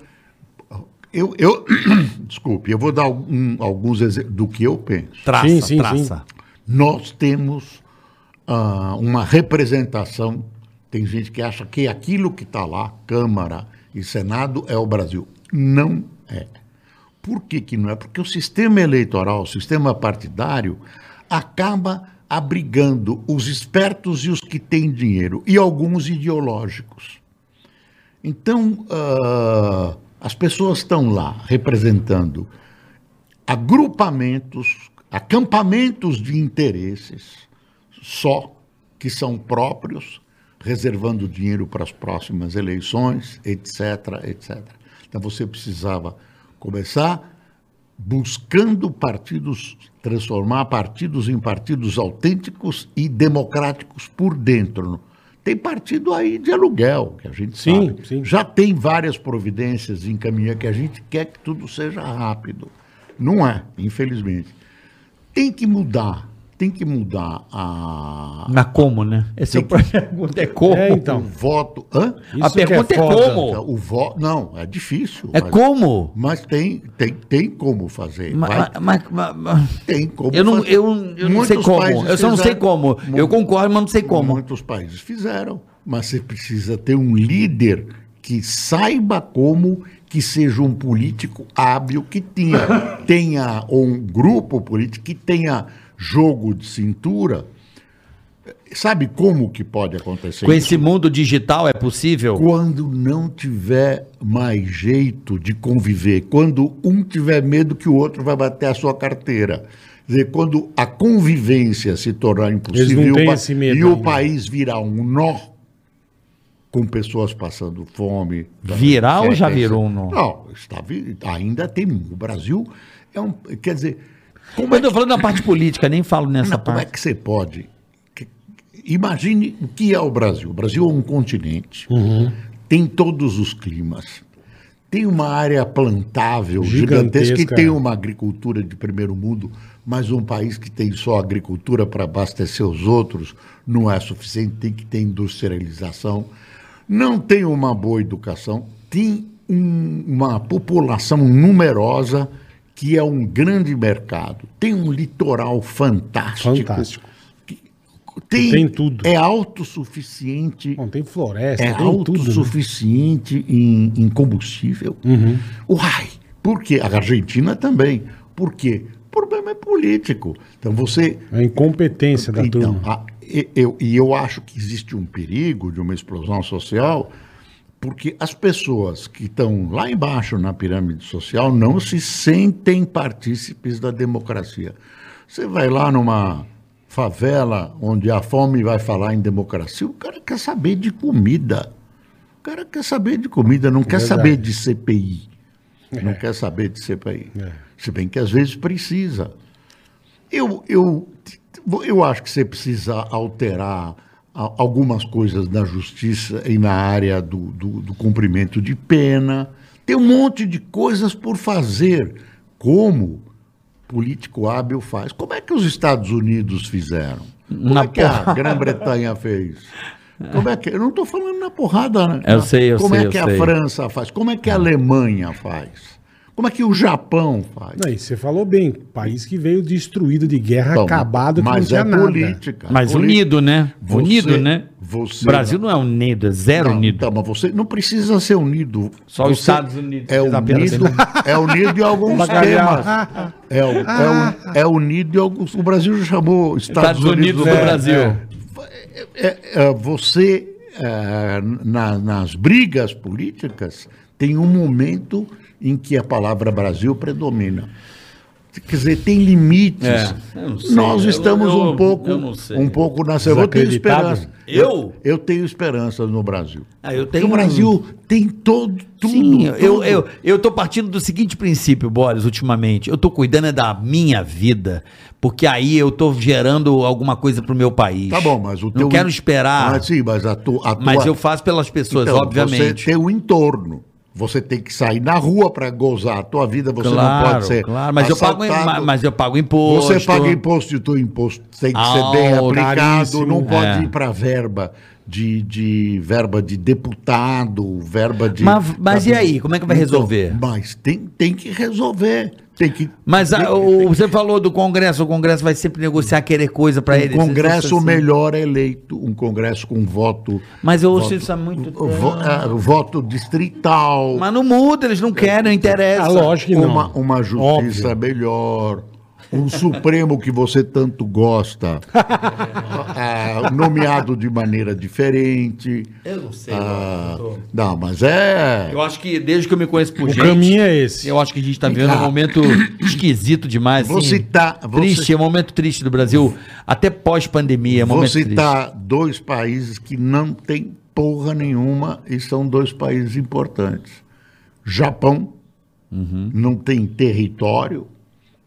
Speaker 4: Eu, eu desculpe, eu vou dar um- alguns exemplos do que eu penso.
Speaker 3: Traça,
Speaker 2: Sim, sim, sim.
Speaker 3: traça.
Speaker 4: Nós temos ah, uma representação. Tem gente que acha que aquilo que está lá, Câmara e Senado, é o Brasil. Não é. Por que, que não é? Porque o sistema eleitoral, o sistema partidário, acaba abrigando os espertos e os que têm dinheiro, e alguns ideológicos. Então, ah, as pessoas estão lá representando agrupamentos, acampamentos de interesses só que são próprios, reservando dinheiro para as próximas eleições, etc, etc. Então você precisava começar buscando partidos, transformar partidos em partidos autênticos e democráticos por dentro. Tem partido aí de aluguel, que a gente
Speaker 2: Sim,
Speaker 4: sabe.
Speaker 2: sim.
Speaker 4: Já tem várias providências em caminho que a gente quer que tudo seja rápido. Não é, infelizmente. Tem que mudar, tem que mudar a
Speaker 7: Mas como, né?
Speaker 3: Esse é o problema. É como.
Speaker 2: É,
Speaker 4: o
Speaker 2: então.
Speaker 4: voto, hã?
Speaker 3: a
Speaker 2: isso que é
Speaker 3: pergunta é,
Speaker 2: foda.
Speaker 3: como.
Speaker 4: O voto, não, é difícil.
Speaker 3: É
Speaker 4: mas,
Speaker 3: como.
Speaker 4: mas tem, tem, tem como fazer.
Speaker 3: Ma-
Speaker 4: vai-
Speaker 3: ma- ma- ma-
Speaker 4: tem como
Speaker 3: eu não,
Speaker 4: fazer.
Speaker 3: eu, eu não
Speaker 4: Muitos
Speaker 3: sei como.
Speaker 4: países
Speaker 3: Eu só não sei
Speaker 4: fizeram.
Speaker 3: como. Eu
Speaker 4: Mu-
Speaker 3: concordo, mas não sei como.
Speaker 4: Muitos países fizeram, mas você precisa ter um líder que saiba como, que seja um político hábil, que tenha, tenha ou um grupo político que tenha jogo de cintura. Sabe como que pode acontecer
Speaker 3: Com
Speaker 4: isso?
Speaker 3: esse mundo digital é possível?
Speaker 4: Quando não tiver mais jeito de conviver, quando um tiver medo que o outro vai bater a sua carteira. Quer dizer, quando a convivência se tornar impossível
Speaker 2: Eles não
Speaker 4: e o
Speaker 2: têm
Speaker 4: pa-
Speaker 2: esse medo
Speaker 4: e o
Speaker 2: ainda.
Speaker 4: país virar um nó com pessoas passando fome.
Speaker 3: Virar ou já
Speaker 4: etc.
Speaker 3: virou um nó?
Speaker 4: É, Não, está, vi- ainda tem. O Brasil é um. Quer dizer, como é
Speaker 3: Mas eu
Speaker 4: que
Speaker 3: tô falando da parte política, nem falo nessa
Speaker 4: não, como é
Speaker 3: parte.
Speaker 4: que você pode? Que- Imagine o que é o Brasil. O Brasil é um continente. Tem todos os climas. Tem uma área plantável
Speaker 2: Gigantesca.
Speaker 4: gigantesca, e tem um uma agricultura de primeiro mundo, mas um país que tem só agricultura para abastecer os outros não é suficiente, tem que ter industrialização. Não tem uma boa educação, tem um- uma população numerosa que é um grande mercado, tem um litoral fantástico.
Speaker 2: Fantástico.
Speaker 4: Tem,
Speaker 2: Tem tudo.
Speaker 4: É autossuficiente
Speaker 2: Bom, tem floresta,
Speaker 4: é
Speaker 2: tem tudo. né?
Speaker 4: autossuficiente em, em combustível.
Speaker 2: Uhum.
Speaker 4: Uai! Por quê? A Argentina também. Por quê? O problema é político. Então você.
Speaker 2: A É incompetência da
Speaker 4: Então,
Speaker 2: turma.
Speaker 4: a- e- eu, e eu acho que existe um perigo de uma explosão social, porque as pessoas que estão lá embaixo na pirâmide social não se sentem partícipes da democracia. Você vai lá numa favela onde a fome vai falar em democracia, o cara quer saber de comida. O cara quer saber de comida, não quer
Speaker 2: É Verdade.
Speaker 4: saber de CPI. Não quer saber de CPI.
Speaker 2: É.
Speaker 4: Se bem que às vezes precisa. Eu, eu, eu acho que você precisa alterar a- algumas coisas na justiça e na área do, do, do cumprimento de pena. Tem um monte de coisas por fazer, como político hábil faz. Como é que os Estados Unidos fizeram? Como
Speaker 3: Na
Speaker 4: é que a Grã-Bretanha fez? Como é que, eu não estou falando na porrada, né?
Speaker 3: Eu sei, eu
Speaker 4: Como
Speaker 3: sei,
Speaker 4: é
Speaker 3: eu
Speaker 4: que a
Speaker 3: sei.
Speaker 4: França faz? Como é que a Alemanha faz? Como é que o Japão faz?
Speaker 2: Não, e você falou bem, país que veio destruído de guerra,
Speaker 4: Bom,
Speaker 2: acabado, que não
Speaker 4: mas
Speaker 2: tinha
Speaker 4: é
Speaker 2: nada.
Speaker 4: política.
Speaker 7: Mas
Speaker 4: Poli-
Speaker 7: unido, né?
Speaker 4: Você-
Speaker 7: unido, né?
Speaker 4: você-
Speaker 7: O Brasil não é unido, é zero
Speaker 4: Não,
Speaker 7: unido.
Speaker 4: Então, mas você não precisa ser unido.
Speaker 3: Só os
Speaker 4: Você
Speaker 3: Estados Unidos
Speaker 4: É
Speaker 3: fez a pena
Speaker 4: unido, é unido em alguns
Speaker 2: Bacalhau.
Speaker 4: temas. É, o- é, o- é unido em alguns. O Brasil já chamou Estados,
Speaker 3: Ah.
Speaker 4: é,
Speaker 3: Estados Unidos do
Speaker 4: Brasil.
Speaker 3: Brasil.
Speaker 4: É, é, você, é, na- nas brigas políticas, tem um momento em que a palavra Brasil predomina. Quer dizer, tem limites.
Speaker 3: É, eu não sei.
Speaker 4: Nós
Speaker 3: Eu-
Speaker 4: estamos
Speaker 3: eu-
Speaker 4: um pouco,
Speaker 3: eu não sei.
Speaker 4: um pouco na Eu tenho
Speaker 2: Desacreditado?
Speaker 4: esperança.
Speaker 3: Eu?
Speaker 4: eu tenho esperança no Brasil.
Speaker 3: Ah, eu
Speaker 4: Porque
Speaker 3: tenho-
Speaker 4: O Brasil tem todo tudo.
Speaker 3: Sim, eu,
Speaker 4: tudo.
Speaker 3: eu, eu tô partindo do seguinte princípio, Boris, ultimamente. Eu tô cuidando é da minha vida, porque aí eu tô gerando alguma coisa pro meu país.
Speaker 4: Tá bom, mas o teu
Speaker 3: Não quero esperar,
Speaker 4: Mas
Speaker 3: mas,
Speaker 4: sim, mas a, tu, a tua-
Speaker 3: eu faço pelas pessoas,
Speaker 4: Então,
Speaker 3: obviamente.
Speaker 4: Você tem um entorno. Você tem que sair na rua para gozar a tua vida, você não pode ser.
Speaker 3: claro, mas eu, pago,
Speaker 4: assaltado.
Speaker 3: ma- mas eu pago imposto.
Speaker 4: Você paga imposto e o teu imposto tem que ser bem
Speaker 3: Ah,
Speaker 4: aplicado,
Speaker 2: caríssimo.
Speaker 4: não pode
Speaker 3: É.
Speaker 4: ir para verba de, de verba de deputado, verba de.
Speaker 3: Mas- mas e aí, como é que vai
Speaker 4: Então,
Speaker 3: resolver?
Speaker 4: mas tem, tem que resolver. Tem que. um
Speaker 3: Mas a-
Speaker 4: tem-
Speaker 3: o- você falou do Congresso, o Congresso vai sempre negociar, querer coisa pra
Speaker 4: um
Speaker 3: eles.
Speaker 4: congresso
Speaker 3: Isso, assim.
Speaker 4: melhor eleito, um congresso com voto.
Speaker 3: Mas eu ouço
Speaker 4: voto-
Speaker 3: isso há muito tempo.
Speaker 4: vo- ah, voto distrital.
Speaker 3: Mas não muda, eles não querem,
Speaker 4: É,
Speaker 3: não interessa.
Speaker 2: Ah, lógico que não.
Speaker 4: uma, uma justiça melhor, um Supremo que você tanto gosta, ah, nomeado de maneira diferente.
Speaker 3: Eu não sei.
Speaker 4: Ah, não, mas é.
Speaker 3: Eu acho que desde que eu me conheço por
Speaker 2: O
Speaker 3: gente.
Speaker 2: caminho é esse.
Speaker 3: Eu acho que a gente tá vivendo um momento esquisito demais.
Speaker 4: Vou
Speaker 3: assim,
Speaker 4: citar- vou
Speaker 3: triste,
Speaker 4: ci-
Speaker 3: é um momento triste do Brasil. Até pós-pandemia, é um
Speaker 4: Vou
Speaker 3: momento triste.
Speaker 4: citar tá dois países que não tem porra nenhuma e são dois países importantes. Japão não tem território,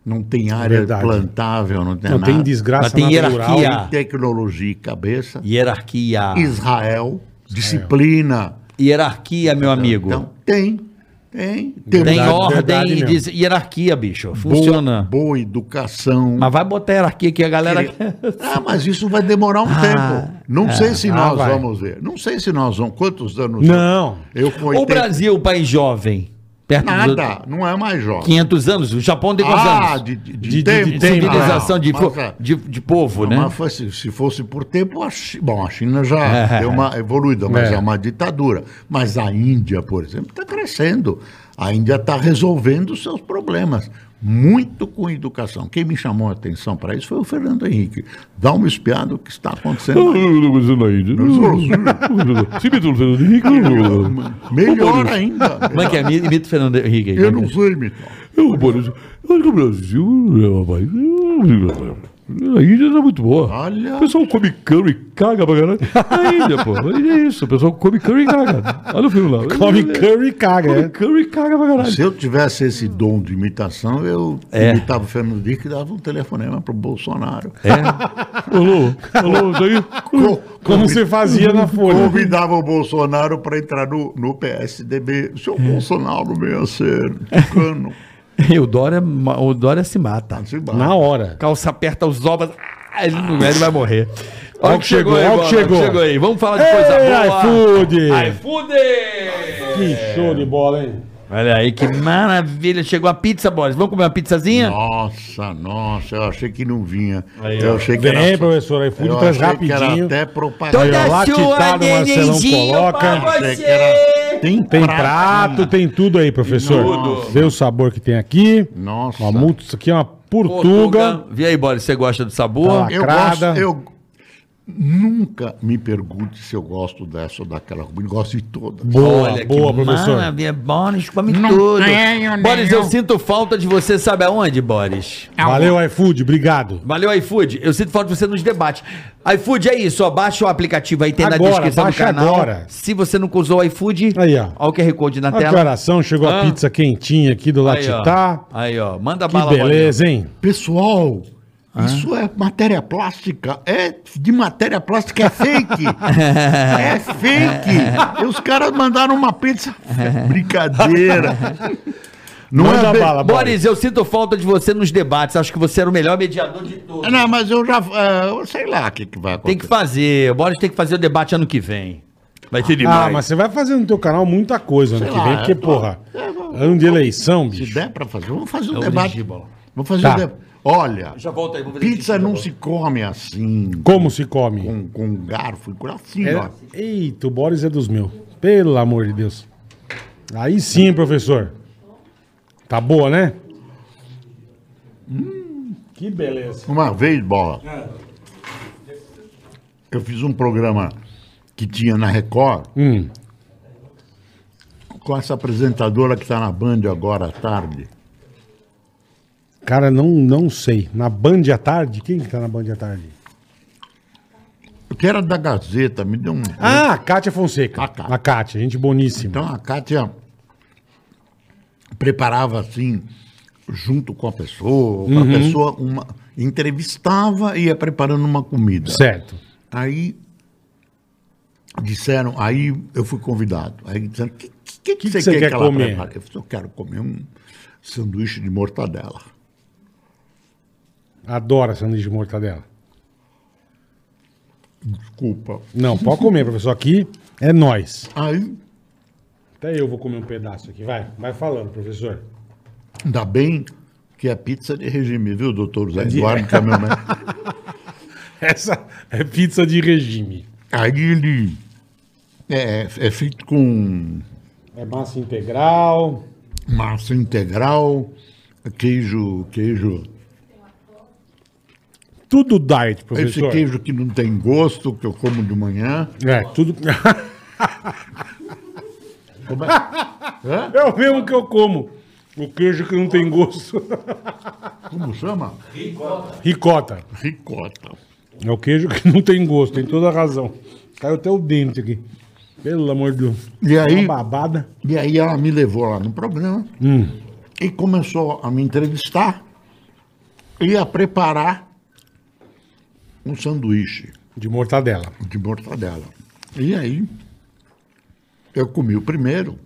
Speaker 4: não tem área
Speaker 2: Verdade.
Speaker 4: plantável, não tem
Speaker 2: Não
Speaker 4: nada.
Speaker 2: tem desgraça
Speaker 3: Mas tem
Speaker 2: natural.
Speaker 3: hierarquia.
Speaker 4: Tem tecnologia e cabeça.
Speaker 3: Hierarquia.
Speaker 4: Israel, disciplina.
Speaker 3: Hierarquia, meu amigo.
Speaker 4: Então, tem, tem. Tem,
Speaker 3: Tem
Speaker 2: Verdade,
Speaker 3: ordem
Speaker 2: verdade
Speaker 3: e
Speaker 2: mesmo.
Speaker 3: diz- hierarquia, bicho.
Speaker 4: boa,
Speaker 3: Funciona.
Speaker 4: boa educação.
Speaker 3: Mas vai botar hierarquia que a galera. quer.
Speaker 4: Ah, mas isso vai demorar um
Speaker 3: Ah.
Speaker 4: tempo. Não
Speaker 3: É.
Speaker 4: sei se
Speaker 2: Ah,
Speaker 4: nós
Speaker 2: vai.
Speaker 4: vamos ver. Não sei se nós vamos. Quantos anos?
Speaker 2: Não.
Speaker 4: Eu com
Speaker 3: O
Speaker 4: 80
Speaker 3: Brasil, país jovem. Perto dos
Speaker 4: Nada, Ah, não é mais jovem.
Speaker 3: 500 anos. O Japão tem quantos anos?
Speaker 4: de, de,
Speaker 2: de- de
Speaker 3: De
Speaker 2: tempo.
Speaker 3: civilização
Speaker 4: Ah,
Speaker 3: de,
Speaker 4: mas,
Speaker 3: fo-
Speaker 4: ah,
Speaker 3: de, de povo,
Speaker 4: Não,
Speaker 3: né?
Speaker 2: Ah,
Speaker 4: mas fosse- se fosse por tempo, a China, bom, a China já
Speaker 3: É.
Speaker 4: deu uma evoluída, mas
Speaker 2: É.
Speaker 4: é. uma ditadura. tá Mas a Índia, por exemplo, está crescendo. A Índia está resolvendo os tá seus problemas. muito com educação. Quem me chamou a atenção para isso foi o Fernando Henrique. Dá uma espiada o que está acontecendo. aí. Melhor ainda.
Speaker 3: Como é que é? Mi- Imita o Fernando Henrique aí. né?
Speaker 4: Eu não sei, imitar.
Speaker 5: Eu, Boris, eu acho que o Brasil, é meu, rapaz, eu- a Índia é muito boa.
Speaker 4: Olha.
Speaker 5: O pessoal come curry, caga pra caralho. A Índia, pô, a Índia é isso. O pessoal come curry e caga. Olha o filme lá.
Speaker 2: Come curry e caga,
Speaker 5: Come
Speaker 2: é.
Speaker 5: curry e caga pra caralho.
Speaker 4: Se eu tivesse esse dom de imitação, eu
Speaker 3: É.
Speaker 4: imitava o Fernando Henrique e dava um telefonema para o Bolsonaro.
Speaker 5: Alô, alô, isso aí.
Speaker 4: Co-
Speaker 2: Como você fazia na Folha.
Speaker 4: Convidava o Bolsonaro para entrar no, no PSDB.
Speaker 2: É.
Speaker 4: Seu Bolsonaro, meu ser cano.
Speaker 3: E o Dória, ma- o Dória se mata.
Speaker 2: Na hora.
Speaker 3: Calça aperta os ovos. Ah, ele não ele vai morrer.
Speaker 2: Ó
Speaker 3: Olha
Speaker 2: o
Speaker 3: o
Speaker 2: que
Speaker 3: que chegou,
Speaker 2: chegou,
Speaker 3: aí,
Speaker 2: ó o
Speaker 3: bola,
Speaker 2: que chegou.
Speaker 3: ó o aí. Vamos falar de coisa boa.
Speaker 2: Ei, iFood!
Speaker 3: iFood!
Speaker 2: Que show de bola, hein?
Speaker 3: Olha aí, que maravilha. Chegou a pizza, Boris. Vamos comer uma pizzazinha?
Speaker 4: Nossa, nossa, eu achei que não vinha. eu achei que
Speaker 2: Vem,
Speaker 4: era.
Speaker 2: professor, iFood
Speaker 4: eu
Speaker 2: traz
Speaker 4: achei que
Speaker 2: rapidinho.
Speaker 4: era até
Speaker 2: Aí, ó,
Speaker 4: propaganda.
Speaker 2: lactitado, Marcelão coloca.
Speaker 3: pra
Speaker 4: Achei que era- Tem,
Speaker 2: Tem prato, tem tudo aí, professor. Vê o sabor que tem aqui.
Speaker 4: Nossa.
Speaker 2: Uma multa, isso aqui é uma portuga.
Speaker 3: Portuga. Vê aí, Boris, você gosta do sabor?
Speaker 2: Tá
Speaker 4: Eu gosto,
Speaker 2: Lacrada.
Speaker 4: eu nunca me pergunte se eu gosto dessa ou daquela comida. Eu gosto de todas.
Speaker 2: Boa, boa,
Speaker 3: que
Speaker 2: professor.
Speaker 3: Maravilha, Boris, come
Speaker 4: Não
Speaker 3: tudo.
Speaker 4: tenho
Speaker 3: Boris, eu
Speaker 4: nenhum.
Speaker 3: sinto falta de você, sabe aonde, Boris?
Speaker 2: Valeu, iFood, obrigado.
Speaker 3: Valeu, iFood. Eu sinto falta de você nos debates. iFood é isso, ó. Baixa o aplicativo aí, tem na
Speaker 2: Agora,
Speaker 3: descrição do
Speaker 2: baixa
Speaker 3: canal.
Speaker 2: agora.
Speaker 3: Se você nunca usou o iFood,
Speaker 2: Aí, ó.
Speaker 3: o QR Code na
Speaker 2: A
Speaker 3: tela.
Speaker 2: declaração, chegou a
Speaker 3: Ah.
Speaker 2: pizza quentinha aqui do
Speaker 3: Aí, ó.
Speaker 2: Latitá.
Speaker 3: Aí, ó. Manda
Speaker 2: Que
Speaker 3: bala, Boris.
Speaker 2: beleza, hein?
Speaker 4: Pessoal, isso é matéria plástica. É de matéria plástica, é fake. é fake. E os caras mandaram uma pizza. Brincadeira. Não
Speaker 2: Manda
Speaker 4: é be-
Speaker 2: bala, Boris.
Speaker 3: Boris, eu sinto falta de você nos debates. Acho que você era o melhor mediador de todos.
Speaker 4: Não, mas eu já. eh, eu sei lá o que, que vai
Speaker 3: Tem
Speaker 4: acontecer.
Speaker 3: que fazer. O Boris tem que fazer o debate ano que vem. Vai ser demais.
Speaker 2: Ah, mas você vai fazer no teu canal muita coisa ano
Speaker 4: Sei
Speaker 2: que
Speaker 4: lá,
Speaker 2: vem, porque,
Speaker 4: eu tô-
Speaker 2: porra,
Speaker 4: eu vou-
Speaker 2: ano de eleição,
Speaker 4: Se
Speaker 2: bicho.
Speaker 4: der pra fazer, vamos fazer um
Speaker 3: vou
Speaker 4: debate.
Speaker 3: dirigir, É Bola.
Speaker 4: Vamos fazer
Speaker 2: Tá.
Speaker 4: um debate. Olha,
Speaker 3: Já volta aí, vamos ver
Speaker 4: pizza
Speaker 3: se-
Speaker 4: não se come assim.
Speaker 2: Como se come?
Speaker 4: Com, com garfo e colher. Assim,
Speaker 2: É-
Speaker 4: ó.
Speaker 2: Eita, o Boris é dos meus. Pelo amor de Deus. Aí sim, hein, professor. Tá boa, né? que beleza.
Speaker 4: Uma vez, bola. Eu fiz um programa que tinha na Record
Speaker 2: Hum.
Speaker 4: com essa apresentadora que está na Band agora à tarde.
Speaker 2: Cara, não, não sei. Na Band à tarde? Quem que tá na Band à tarde?
Speaker 4: Que era da Gazeta, me deu um.
Speaker 2: Ah, a Kátia Fonseca.
Speaker 4: A Kátia.
Speaker 2: A Kátia, gente boníssima.
Speaker 4: Então a Kátia preparava assim, junto com a pessoa, com a
Speaker 2: Uhum.
Speaker 4: pessoa uma, entrevistava e ia preparando uma comida.
Speaker 2: Certo.
Speaker 4: Aí disseram, aí eu fui convidado. Aí disseram, o que, que, que,
Speaker 2: que
Speaker 4: você
Speaker 2: você
Speaker 4: quer,
Speaker 2: quer
Speaker 4: que ela
Speaker 2: comer?
Speaker 4: prepare? Eu falei, eu quero comer um sanduíche de mortadela.
Speaker 2: Adora sanduíche de mortadela.
Speaker 4: Desculpa.
Speaker 2: Não, pode comer, professor. Aqui é nós.
Speaker 4: Aí,
Speaker 2: Até eu vou comer um pedaço aqui. Vai, vai falando, professor.
Speaker 4: ainda bem que é pizza de regime, viu, doutor Zé Eduardo é Caminhonete?
Speaker 2: Essa é pizza de regime.
Speaker 4: Aí ele é, é feito com
Speaker 2: É massa integral.
Speaker 4: massa integral, queijo, queijo.
Speaker 2: Tudo diet,
Speaker 4: Esse
Speaker 2: professor.
Speaker 4: queijo que não tem gosto, que eu como de manhã.
Speaker 2: É, tudo.
Speaker 4: Como é? Hã?
Speaker 2: é o mesmo que eu como. O queijo que não tem gosto.
Speaker 4: Como chama?
Speaker 2: Ricota.
Speaker 4: Ricota.
Speaker 2: É o queijo que não tem gosto, tem toda a razão. Caiu até o dente aqui. Pelo amor de Deus.
Speaker 4: E aí-
Speaker 2: Uma babada.
Speaker 4: E aí ela me levou lá no programa e começou a me entrevistar e a preparar um sanduíche
Speaker 2: De mortadela.
Speaker 4: de mortadela. E aí eu comi o primeiro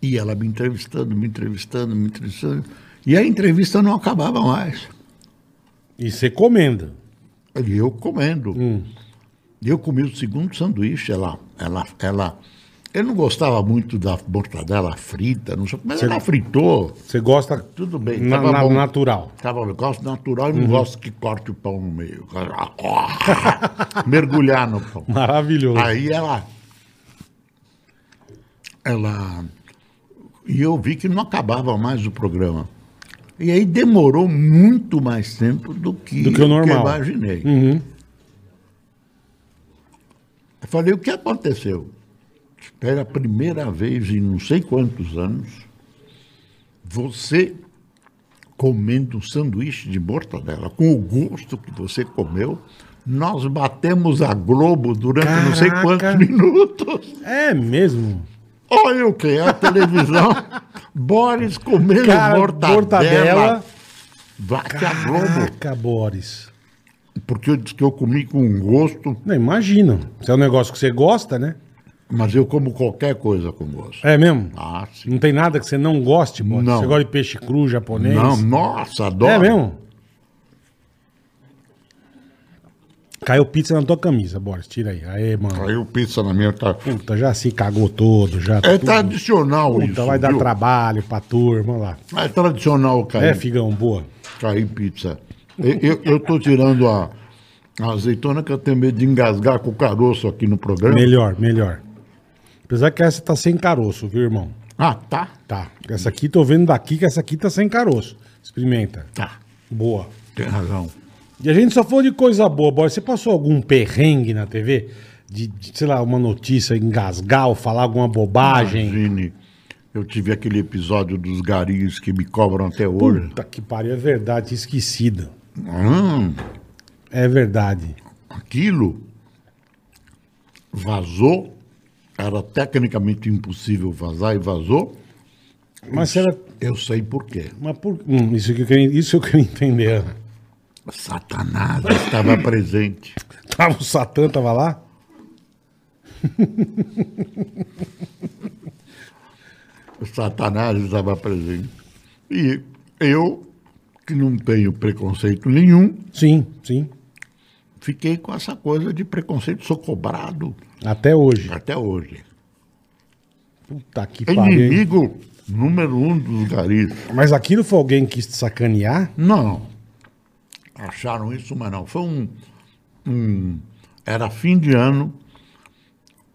Speaker 4: e ela me entrevistando, me entrevistando, me entrevistando. E a entrevista não acabava mais.
Speaker 2: E você comendo.
Speaker 4: E eu comendo. E eu comi o segundo sanduíche. Ela, ela, ela. Eu não gostava muito da mortadela frita, não sei, mas ela fritou.
Speaker 2: Você gosta
Speaker 4: Tudo bem,
Speaker 2: na-
Speaker 4: tava
Speaker 2: na-
Speaker 4: bom.
Speaker 2: natural.
Speaker 4: Tava, eu gosto natural e não gosto que corte o pão no meio. Mergulhar no pão.
Speaker 2: Maravilhoso.
Speaker 4: Aí ela. Ela. E eu vi que não acabava mais o programa. E aí demorou muito mais tempo do que,
Speaker 2: Do que o normal. Uhum.
Speaker 4: eu imaginei. Eu falei, o que aconteceu? Pela primeira vez em não sei quantos anos, você comendo um sanduíche de mortadela com o gosto que você comeu, nós batemos a Globo durante não sei
Speaker 2: Caraca!
Speaker 4: quantos minutos.
Speaker 2: É mesmo?
Speaker 4: Olha o que é a televisão. Boris comendo
Speaker 2: Cara,
Speaker 4: mortadela.
Speaker 2: mortadela.
Speaker 4: Bate a Globo.
Speaker 2: Caraca, Boris.
Speaker 4: Porque eu disse que eu comi com um gosto,
Speaker 2: Não, imagina. Se é um negócio que você gosta, né?
Speaker 4: mas eu como qualquer coisa com gosto.
Speaker 2: É mesmo?
Speaker 4: Ah, sim.
Speaker 2: Não tem nada que você não goste, Boris?
Speaker 4: Não.
Speaker 2: Você gosta de peixe cru japonês?
Speaker 4: Não, nossa, adoro.
Speaker 2: É mesmo? Caiu pizza na tua camisa, Boris. Tira aí. Aê, mano.
Speaker 4: Caiu pizza na minha. Tá...
Speaker 2: Puta, já se cagou todo, já.
Speaker 4: É
Speaker 2: tudo.
Speaker 4: tradicional
Speaker 2: Puta,
Speaker 4: isso.
Speaker 2: vai dar
Speaker 4: viu?
Speaker 2: trabalho pra turma lá.
Speaker 4: É tradicional cair,
Speaker 2: É, figão, boa.
Speaker 4: cair pizza. Eu, eu, eu tô tirando a, a azeitona que eu tenho medo de engasgar com o caroço aqui no programa.
Speaker 2: Melhor, melhor. Apesar que essa tá sem caroço, viu, irmão?
Speaker 4: Ah, tá?
Speaker 2: Tá. Essa aqui, tô vendo daqui que essa aqui tá sem caroço. Experimenta.
Speaker 4: Tá.
Speaker 2: Boa.
Speaker 4: Tem razão.
Speaker 2: E a gente só falou de coisa boa, boy. Você passou algum perrengue na TV? De, de, sei lá, uma notícia engasgar ou falar alguma bobagem?
Speaker 4: Imagine, eu tive aquele episódio dos garis que me cobram até hoje.
Speaker 2: Puta que pariu, é verdade, tinha esquecido.
Speaker 4: Hum,
Speaker 2: É verdade.
Speaker 4: aquilo vazou, era tecnicamente impossível vazar e vazou.
Speaker 2: Mas será.
Speaker 4: Eu sei por quê.
Speaker 2: Mas por, hum, isso, que eu queria, isso eu queria entender. Ana.
Speaker 4: Satanás estava presente.
Speaker 2: Tava o Satã, tava lá?
Speaker 4: Satanás estava presente. E eu, que não tenho preconceito nenhum,
Speaker 2: Sim, sim.
Speaker 4: fiquei com essa coisa de preconceito, sou cobrado
Speaker 2: Até hoje.
Speaker 4: até hoje.
Speaker 2: Puta que
Speaker 4: É
Speaker 2: pariu. hein?
Speaker 4: Inimigo número um dos garis.
Speaker 2: Mas aquilo foi alguém que quis te sacanear?
Speaker 4: Não. Acharam isso, mas não. Foi um, um- Era fim de ano,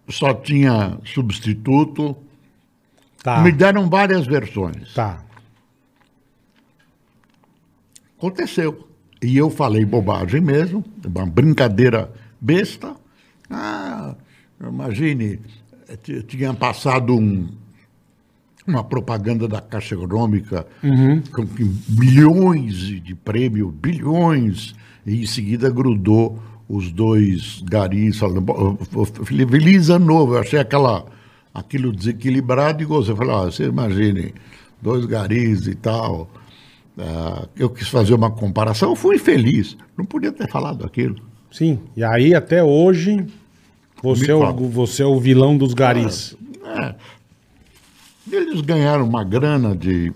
Speaker 4: só tinha substituto.
Speaker 2: Tá.
Speaker 4: Me deram várias versões.
Speaker 2: Tá.
Speaker 4: Aconteceu. E eu falei bobagem mesmo, uma brincadeira besta. Ah, imagine, eh, ti- tinha passado um- uma propaganda da Caixa Econômica com que bilhões de de prêmio, bilhões, e em seguida grudou os dois garis falando, "Bo- f- f- feliz ano novo, eu achei aquela, aquilo desequilibrado e você falou, ah, você imagine, dois garis e tal, ah, eu quis fazer uma comparação, eu fui feliz. Não podia ter falado aquilo.
Speaker 2: Sim. E aí, até hoje, você, é
Speaker 4: Me
Speaker 2: o,
Speaker 4: fala.
Speaker 2: você é o vilão dos garis.
Speaker 4: É. Eles ganharam uma grana de.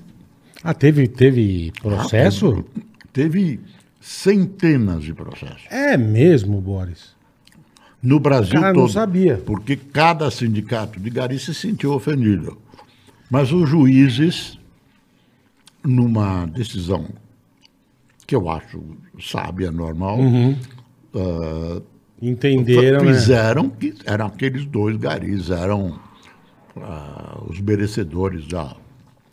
Speaker 2: Ah, teve, teve processo?
Speaker 4: Ah, Teve centenas de processos.
Speaker 2: É mesmo, Boris.
Speaker 4: No Brasil
Speaker 2: Cara, eu
Speaker 4: todo.
Speaker 2: não sabia.
Speaker 4: Porque cada sindicato de gari se sentiu ofendido. Mas os juízes, numa decisão que eu acho sábia, normal,
Speaker 2: Uhum.
Speaker 4: ah,
Speaker 2: Entenderam, né?
Speaker 4: fizeram que eram aqueles dois garis, eram ah, os merecedores da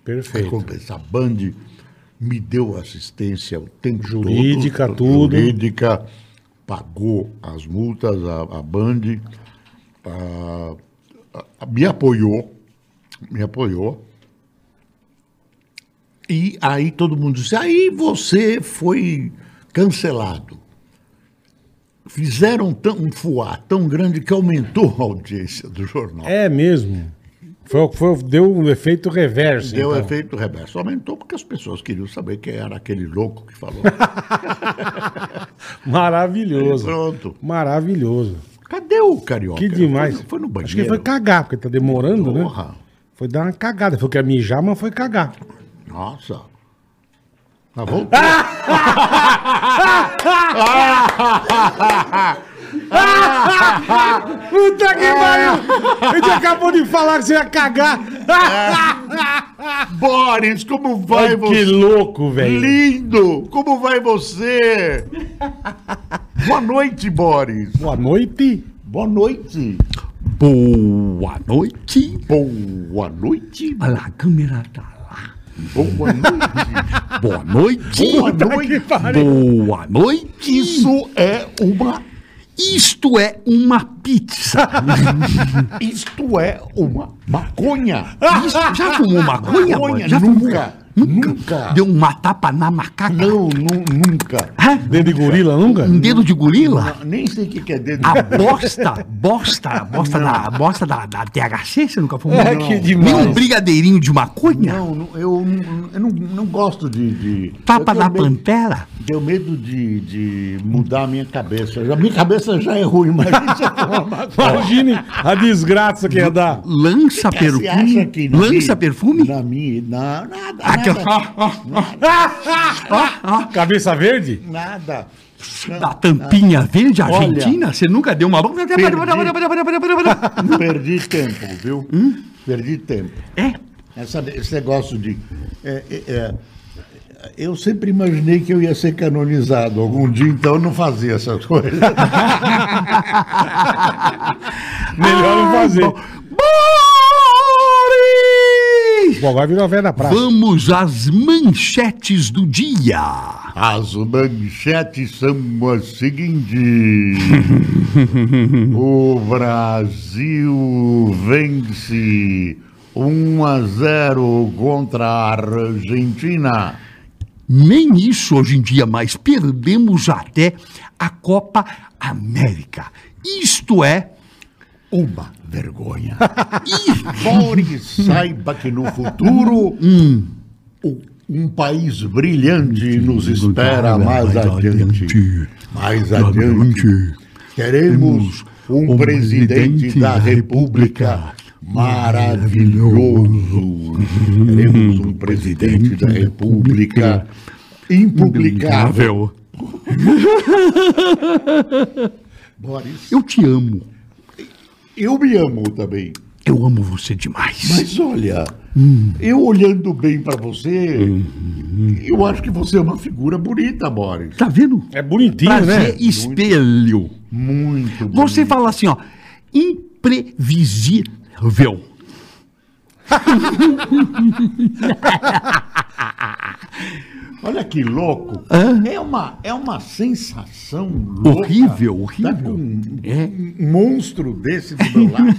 Speaker 2: Perfeito.
Speaker 4: recompensa. A É Band me deu assistência o tempo
Speaker 2: Jurídica,
Speaker 4: todo.
Speaker 2: tudo.
Speaker 4: Jurídica, pagou as multas, a, a Band ah, ah, me apoiou, me apoiou. E aí todo mundo disse, aí você foi cancelado. Fizeram tão, um fuá tão grande que aumentou a audiência do jornal.
Speaker 2: É mesmo. Foi, foi, deu um efeito reverso.
Speaker 4: Deu
Speaker 2: então.
Speaker 4: efeito reverso. Aumentou porque as pessoas queriam saber quem era aquele louco que falou.
Speaker 2: Maravilhoso.
Speaker 4: Pronto.
Speaker 2: Maravilhoso.
Speaker 4: Cadê o carioca?
Speaker 2: Que demais.
Speaker 4: Foi, no- foi no banheiro.
Speaker 2: Acho que ele foi cagar, porque tá demorando, né?
Speaker 4: Porra.
Speaker 2: Foi dar uma cagada. Foi que ia mijar, mas foi cagar.
Speaker 4: Nossa. Mas voltou.
Speaker 2: Puta que
Speaker 4: É.
Speaker 2: pariu! A gente acabou de falar que você ia cagar.
Speaker 4: Boris, como vai
Speaker 2: Ai, que
Speaker 4: você?
Speaker 2: louco, velho.
Speaker 4: Lindo! Como vai você? Boa noite, Boris.
Speaker 2: Boa noite.
Speaker 4: Boa noite. Boa noite. Boa noite.
Speaker 7: Olha lá, a câmera tá lá.
Speaker 4: Boa noite.
Speaker 5: Boa noite.
Speaker 4: Boa noite.
Speaker 5: Boa noite.
Speaker 4: Isso é uma.
Speaker 5: Isto é uma pizza.
Speaker 4: Isto é uma maconha.
Speaker 5: Isso, já fumou maconha? mano? Já fumou?
Speaker 4: nunca, nunca.
Speaker 5: Deu uma tapa na macaca?
Speaker 4: Não, nu- nunca.
Speaker 5: Hã?
Speaker 2: Dedo de gorila nunca?
Speaker 5: Um dedo de gorila?
Speaker 4: Ah, Nem sei o que que é dedo.
Speaker 5: A bosta, bosta, bosta da, bosta da, da THC, você nunca fumou?
Speaker 2: É,
Speaker 5: Não.
Speaker 2: que demais.
Speaker 5: Nem um brigadeirinho de maconha?
Speaker 4: Não, não, eu, não- eu não, não gosto de. de-
Speaker 5: Tapa
Speaker 4: eu tenho
Speaker 5: na
Speaker 4: medo-
Speaker 5: pantera?
Speaker 4: Tenho medo de, de mudar a minha cabeça. Já- minha cabeça já é ruim, mas isso é uma
Speaker 2: Imagine a desgraça que ia dar.
Speaker 5: Lança
Speaker 4: Você acha que
Speaker 5: perfume?
Speaker 4: na
Speaker 5: Lança
Speaker 4: minha-
Speaker 5: perfume?
Speaker 4: Na minha, na, nada, nada,
Speaker 5: Aqui, ó,
Speaker 2: Cabeça verde?
Speaker 4: nada.
Speaker 5: da tampinha verde argentina? Você nunca deu uma.
Speaker 4: Perdi. Perdi tempo, viu?
Speaker 5: Hum?
Speaker 4: Perdi tempo.
Speaker 5: É?
Speaker 4: Essa- esse negócio de. é, é, é, eu sempre imaginei que eu ia ser canonizado. Algum dia, então, eu não fazia essas coisas.
Speaker 2: Melhor não fazer.
Speaker 5: Boris!
Speaker 2: Bom, agora virou a velha da praça.
Speaker 5: Vamos às manchetes do dia.
Speaker 4: As manchetes são as seguintes. o Brasil vence 1 a 0 contra a Argentina.
Speaker 5: Nem isso hoje em dia mais. Perdemos até a Copa América. Isto é uma vergonha.
Speaker 4: Boris, saiba que no futuro o- um país brilhante nos espera mais adiante. Mais adiante. Queremos um presidente da República maravilhoso. Queremos um presidente da República impublicável. Boris,
Speaker 5: Eu te amo.
Speaker 4: eu me amo também.
Speaker 5: Eu amo você demais.
Speaker 4: Mas olha, eu olhando bem pra você, eu acho que você é uma figura bonita, Boris.
Speaker 5: Tá vendo?
Speaker 2: É bonitinho,
Speaker 5: Prazer
Speaker 2: né?
Speaker 5: espelho.
Speaker 4: Muito bonita.
Speaker 5: Você fala assim, ó, imprevisível.
Speaker 4: Olha que louco. É, uma, é uma sensação louca.
Speaker 5: Horrível,
Speaker 4: Tá com
Speaker 5: horrível.
Speaker 4: um, um monstro desse do meu lado.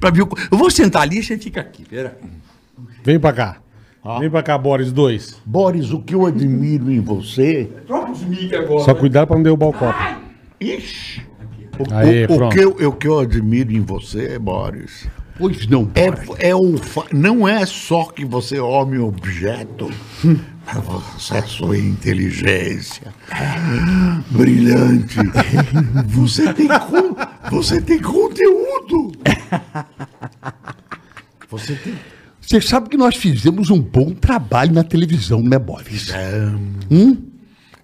Speaker 5: Pra ver, o co- eu vou sentar ali e você fica aqui. Pera.
Speaker 2: Vem pra cá. Vem pra cá, Boris 2.
Speaker 4: Boris, o que eu admiro em você...
Speaker 2: Só cuidado pra não derrubar o copo.
Speaker 4: Ixi! O,
Speaker 2: Aí,
Speaker 4: o- o
Speaker 2: É pronto.
Speaker 4: que eu, o que eu admiro em você, é Boris,
Speaker 5: Pois não.
Speaker 4: É, é o, fa- não é só que você é homem objeto, mas você é sua inteligência.
Speaker 2: Ah.
Speaker 4: Brilhante. Você tem, con- você tem conteúdo. Você tem.
Speaker 5: Você sabe que nós fizemos um bom trabalho na televisão, né, Boris? Hum?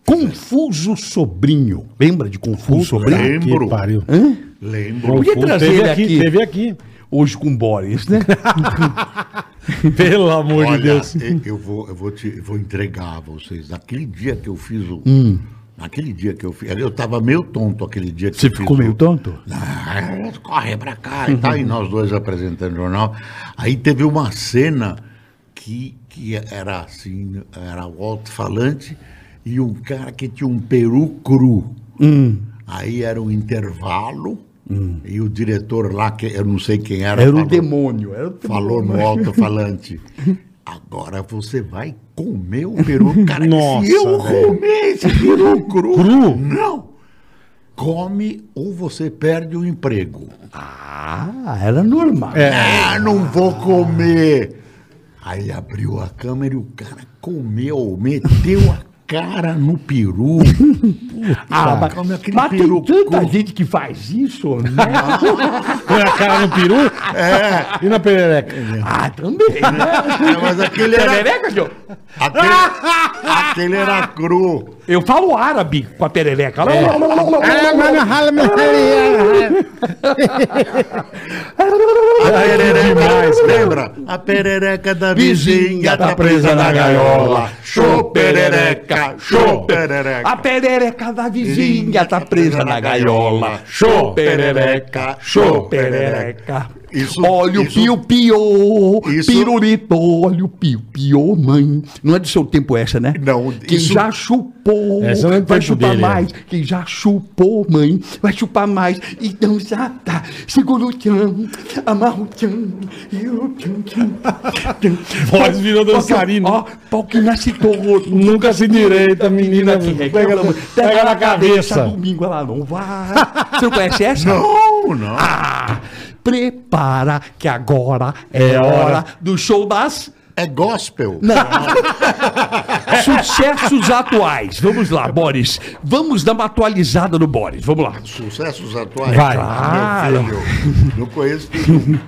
Speaker 5: Confuso Sobrinho. Lembra de Confuso Sobrinho?
Speaker 4: Lembro.
Speaker 2: Que pariu.
Speaker 4: Lembro.
Speaker 5: Podia trazer
Speaker 2: teve
Speaker 5: ele
Speaker 2: aqui,
Speaker 5: aqui.
Speaker 2: Teve aqui.
Speaker 5: Hoje com Boris, né?
Speaker 2: Pelo amor
Speaker 4: Olha,
Speaker 2: de Deus.
Speaker 4: e- Eu vou, eu vou, te, eu vou entregar a vocês. Naquele dia que eu fiz o. Naquele dia que eu fiz. Eu tava meio tonto aquele dia que eu fiz o-
Speaker 5: tonto?
Speaker 4: Ah, corre pra cá e tal, e nós dois apresentando o jornal. Aí teve uma cena que, que era assim, era o alto-falante e um cara que tinha um peru cru. Aí era um intervalo e o diretor lá, que eu não sei quem era,
Speaker 5: Era o
Speaker 4: falou-
Speaker 5: demônio. Era o
Speaker 4: falou no alto-falante. Agora você vai comer o peru, cara.
Speaker 2: Nossa,
Speaker 4: se eu
Speaker 2: velho.
Speaker 4: comer esse peru cru,
Speaker 2: Cru?
Speaker 4: não. Come ou você perde o emprego.
Speaker 5: Ah, era normal.
Speaker 4: Ah, não vou comer. Aí abriu a câmera e o cara comeu, meteu a cara no peru.
Speaker 5: Ah, mas,
Speaker 4: Come aquele
Speaker 5: mas tem
Speaker 4: peru
Speaker 5: tanta
Speaker 4: cru.
Speaker 5: gente que faz isso, né?
Speaker 2: Põe a cara Tá no peru e na perereca.
Speaker 5: ah, também.
Speaker 4: É, mas aquele era,
Speaker 5: Perereca, Joe?
Speaker 4: aquele, aquele era cru.
Speaker 5: Eu falo árabe com a
Speaker 2: É.
Speaker 5: perereca.
Speaker 4: Demais, lembra? A perereca da vizinha tá presa na gaiola. Show perereca, show
Speaker 5: A
Speaker 4: perereca. Tá
Speaker 5: perereca da
Speaker 3: tá
Speaker 5: vizinha tá presa na gaiola. tá.
Speaker 4: Show perereca, show perereca. Isso-
Speaker 5: Olha o
Speaker 4: isso-
Speaker 5: pio-pio,
Speaker 4: isso-
Speaker 5: pirulito, olha o pio-pio, mãe. Não é do seu tempo essa, né?
Speaker 4: Não,
Speaker 5: Quem
Speaker 4: isso-
Speaker 5: já chupou,
Speaker 2: Essa não é do
Speaker 5: vai
Speaker 2: tempo
Speaker 5: chupar
Speaker 2: dele, é.
Speaker 5: mais. Quem já chupou, mãe, vai chupar mais. Então já tá. Segura o tchan, amarra o tchan, e o tchan, tchan, tchan.
Speaker 2: Voz virou dançarino.
Speaker 5: Ó, pau que nasce torto.
Speaker 2: Nunca se direita, menina.
Speaker 5: é que
Speaker 2: Pega,
Speaker 5: reclama,
Speaker 2: pega na cabeça.
Speaker 5: Tá Domingo ela não vai. Você não conhece essa?
Speaker 4: Não, não.
Speaker 5: Ah, prepara que agora é hora do show das
Speaker 4: É gospel.
Speaker 5: sucessos atuais. Vamos lá, Boris. Vamos dar uma atualizada no Boris. Vamos lá.
Speaker 4: Sucessos atuais.
Speaker 2: Vai.
Speaker 5: Claro.
Speaker 4: Meu filho, não conheço nenhum.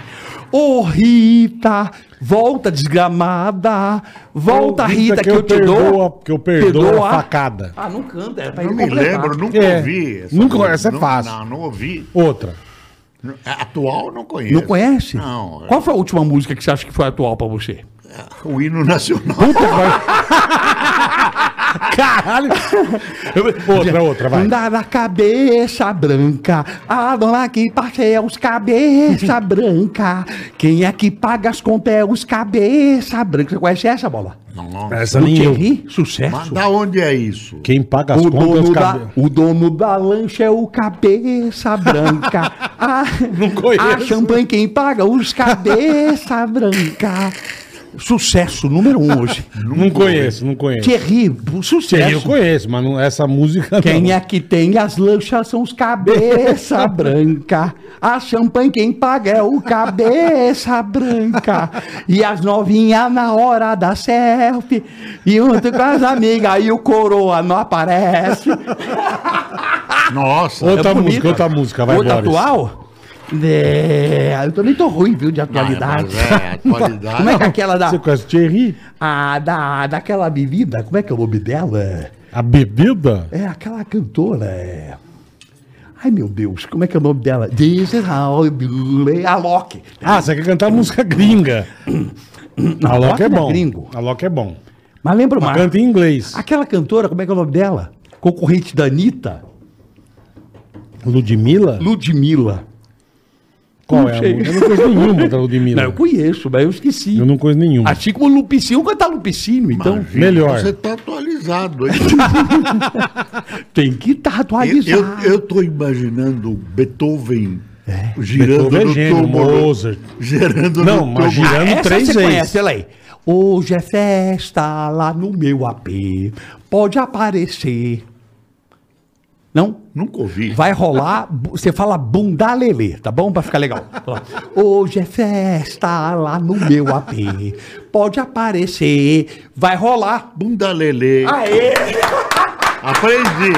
Speaker 5: Ô Rita, volta desgramada. Volta, Rita, que, eu, te dou.
Speaker 2: perdoa- que eu perdoo a facada.
Speaker 5: Ah, não canta. É pra
Speaker 4: Não
Speaker 5: ele
Speaker 4: me
Speaker 5: completar.
Speaker 4: lembro, nunca
Speaker 2: É.
Speaker 4: ouvi.
Speaker 2: Nunca-
Speaker 4: música.
Speaker 2: essa é
Speaker 4: Não-
Speaker 2: fácil.
Speaker 4: Não, não ouvi. É
Speaker 2: Outra.
Speaker 4: Atual não conheço.
Speaker 5: Não conhece?
Speaker 4: Não. é
Speaker 5: Qual foi a última música que você acha que foi atual pra você?
Speaker 4: O hino nacional.
Speaker 2: Caralho. outra, outra, vai.
Speaker 5: Andar a cabeça branca, a dona que passa é os cabeça branca. Quem é que paga as contas é os cabeça branca. Você conhece essa bola?
Speaker 4: Não, não.
Speaker 2: Essa
Speaker 5: Do
Speaker 2: nem eu.
Speaker 5: Thierry, sucesso.
Speaker 4: Mas da onde é isso?
Speaker 2: Quem paga as
Speaker 5: O
Speaker 2: contas é os
Speaker 5: dono, da,
Speaker 2: cabelos.
Speaker 5: o dono da lancha é o cabeça branca. A,
Speaker 2: Não conheço.
Speaker 5: A champanhe quem paga? Os cabeça branca. Sucesso número um hoje.
Speaker 2: Não é conheço, não conheço.
Speaker 5: Thierry, sucesso.
Speaker 2: Eu conheço, mas não- essa música
Speaker 5: Quem
Speaker 2: não.
Speaker 5: é que tem as lanchas são os cabeça branca. A champanhe quem paga é o cabeça branca. E as novinhas na hora da selfie. E junto com as amigas e o coroa não aparece.
Speaker 4: Nossa.
Speaker 2: Outra
Speaker 5: bonita.
Speaker 2: música, outra
Speaker 4: Tá,
Speaker 2: música, vai,
Speaker 5: Outra
Speaker 2: Boris.
Speaker 5: atual? É, eu também tô ruim, viu, de atualidade.
Speaker 4: Mas é, atualidade.
Speaker 5: Como é que é aquela da,
Speaker 2: Você conhece o Thierry?
Speaker 5: a, da, daquela bebida, como é que é o nome dela?
Speaker 2: A bebida?
Speaker 5: É aquela cantora. é. Ai meu Deus, como é que é o nome dela? This is how I do it. A Loki.
Speaker 2: Ah, você quer cantar música gringa. A Loki é
Speaker 5: não é
Speaker 2: bom.
Speaker 5: gringo.
Speaker 2: A Loki é bom.
Speaker 5: Mas lembra uma.
Speaker 2: Canta em inglês.
Speaker 5: Aquela cantora, como é que é o nome dela? Concorrente da Anitta?
Speaker 2: Ludmilla?
Speaker 5: Ludmilla.
Speaker 2: Qual é a
Speaker 5: sei.
Speaker 2: música? Eu não conheço nenhuma da
Speaker 5: Não,
Speaker 2: Ludmilla.
Speaker 5: eu conheço, mas eu esqueci.
Speaker 2: Eu não conheço nenhuma.
Speaker 5: Assim como o Lupicínio cantar Lupicínio, então
Speaker 4: Imagina,
Speaker 2: melhor. Tá
Speaker 4: Você está atualizado. hein?
Speaker 5: tem que tá estar
Speaker 4: Eu-
Speaker 5: atualizado.
Speaker 4: eu eu estou imaginando Beethoven girando
Speaker 2: Beethoven é
Speaker 4: no
Speaker 2: gênio,
Speaker 4: túmulo.
Speaker 2: Mozart.
Speaker 4: Girando
Speaker 2: Não,
Speaker 4: no
Speaker 2: mas
Speaker 4: túmulo.
Speaker 2: girando-
Speaker 5: Essa
Speaker 2: três
Speaker 5: você
Speaker 2: vezes.
Speaker 5: conhece, olha aí. Hoje é festa lá no meu AP. Pode aparecer. Não?
Speaker 4: Nunca ouvi.
Speaker 5: Vai rolar, bu- você fala bunda lelê, tá bom? Pra ficar legal. Fala, Hoje é festa lá no meu AP. Pode aparecer. Vai rolar.
Speaker 4: Bunda Lelê.
Speaker 5: Aê!
Speaker 4: Aprendi.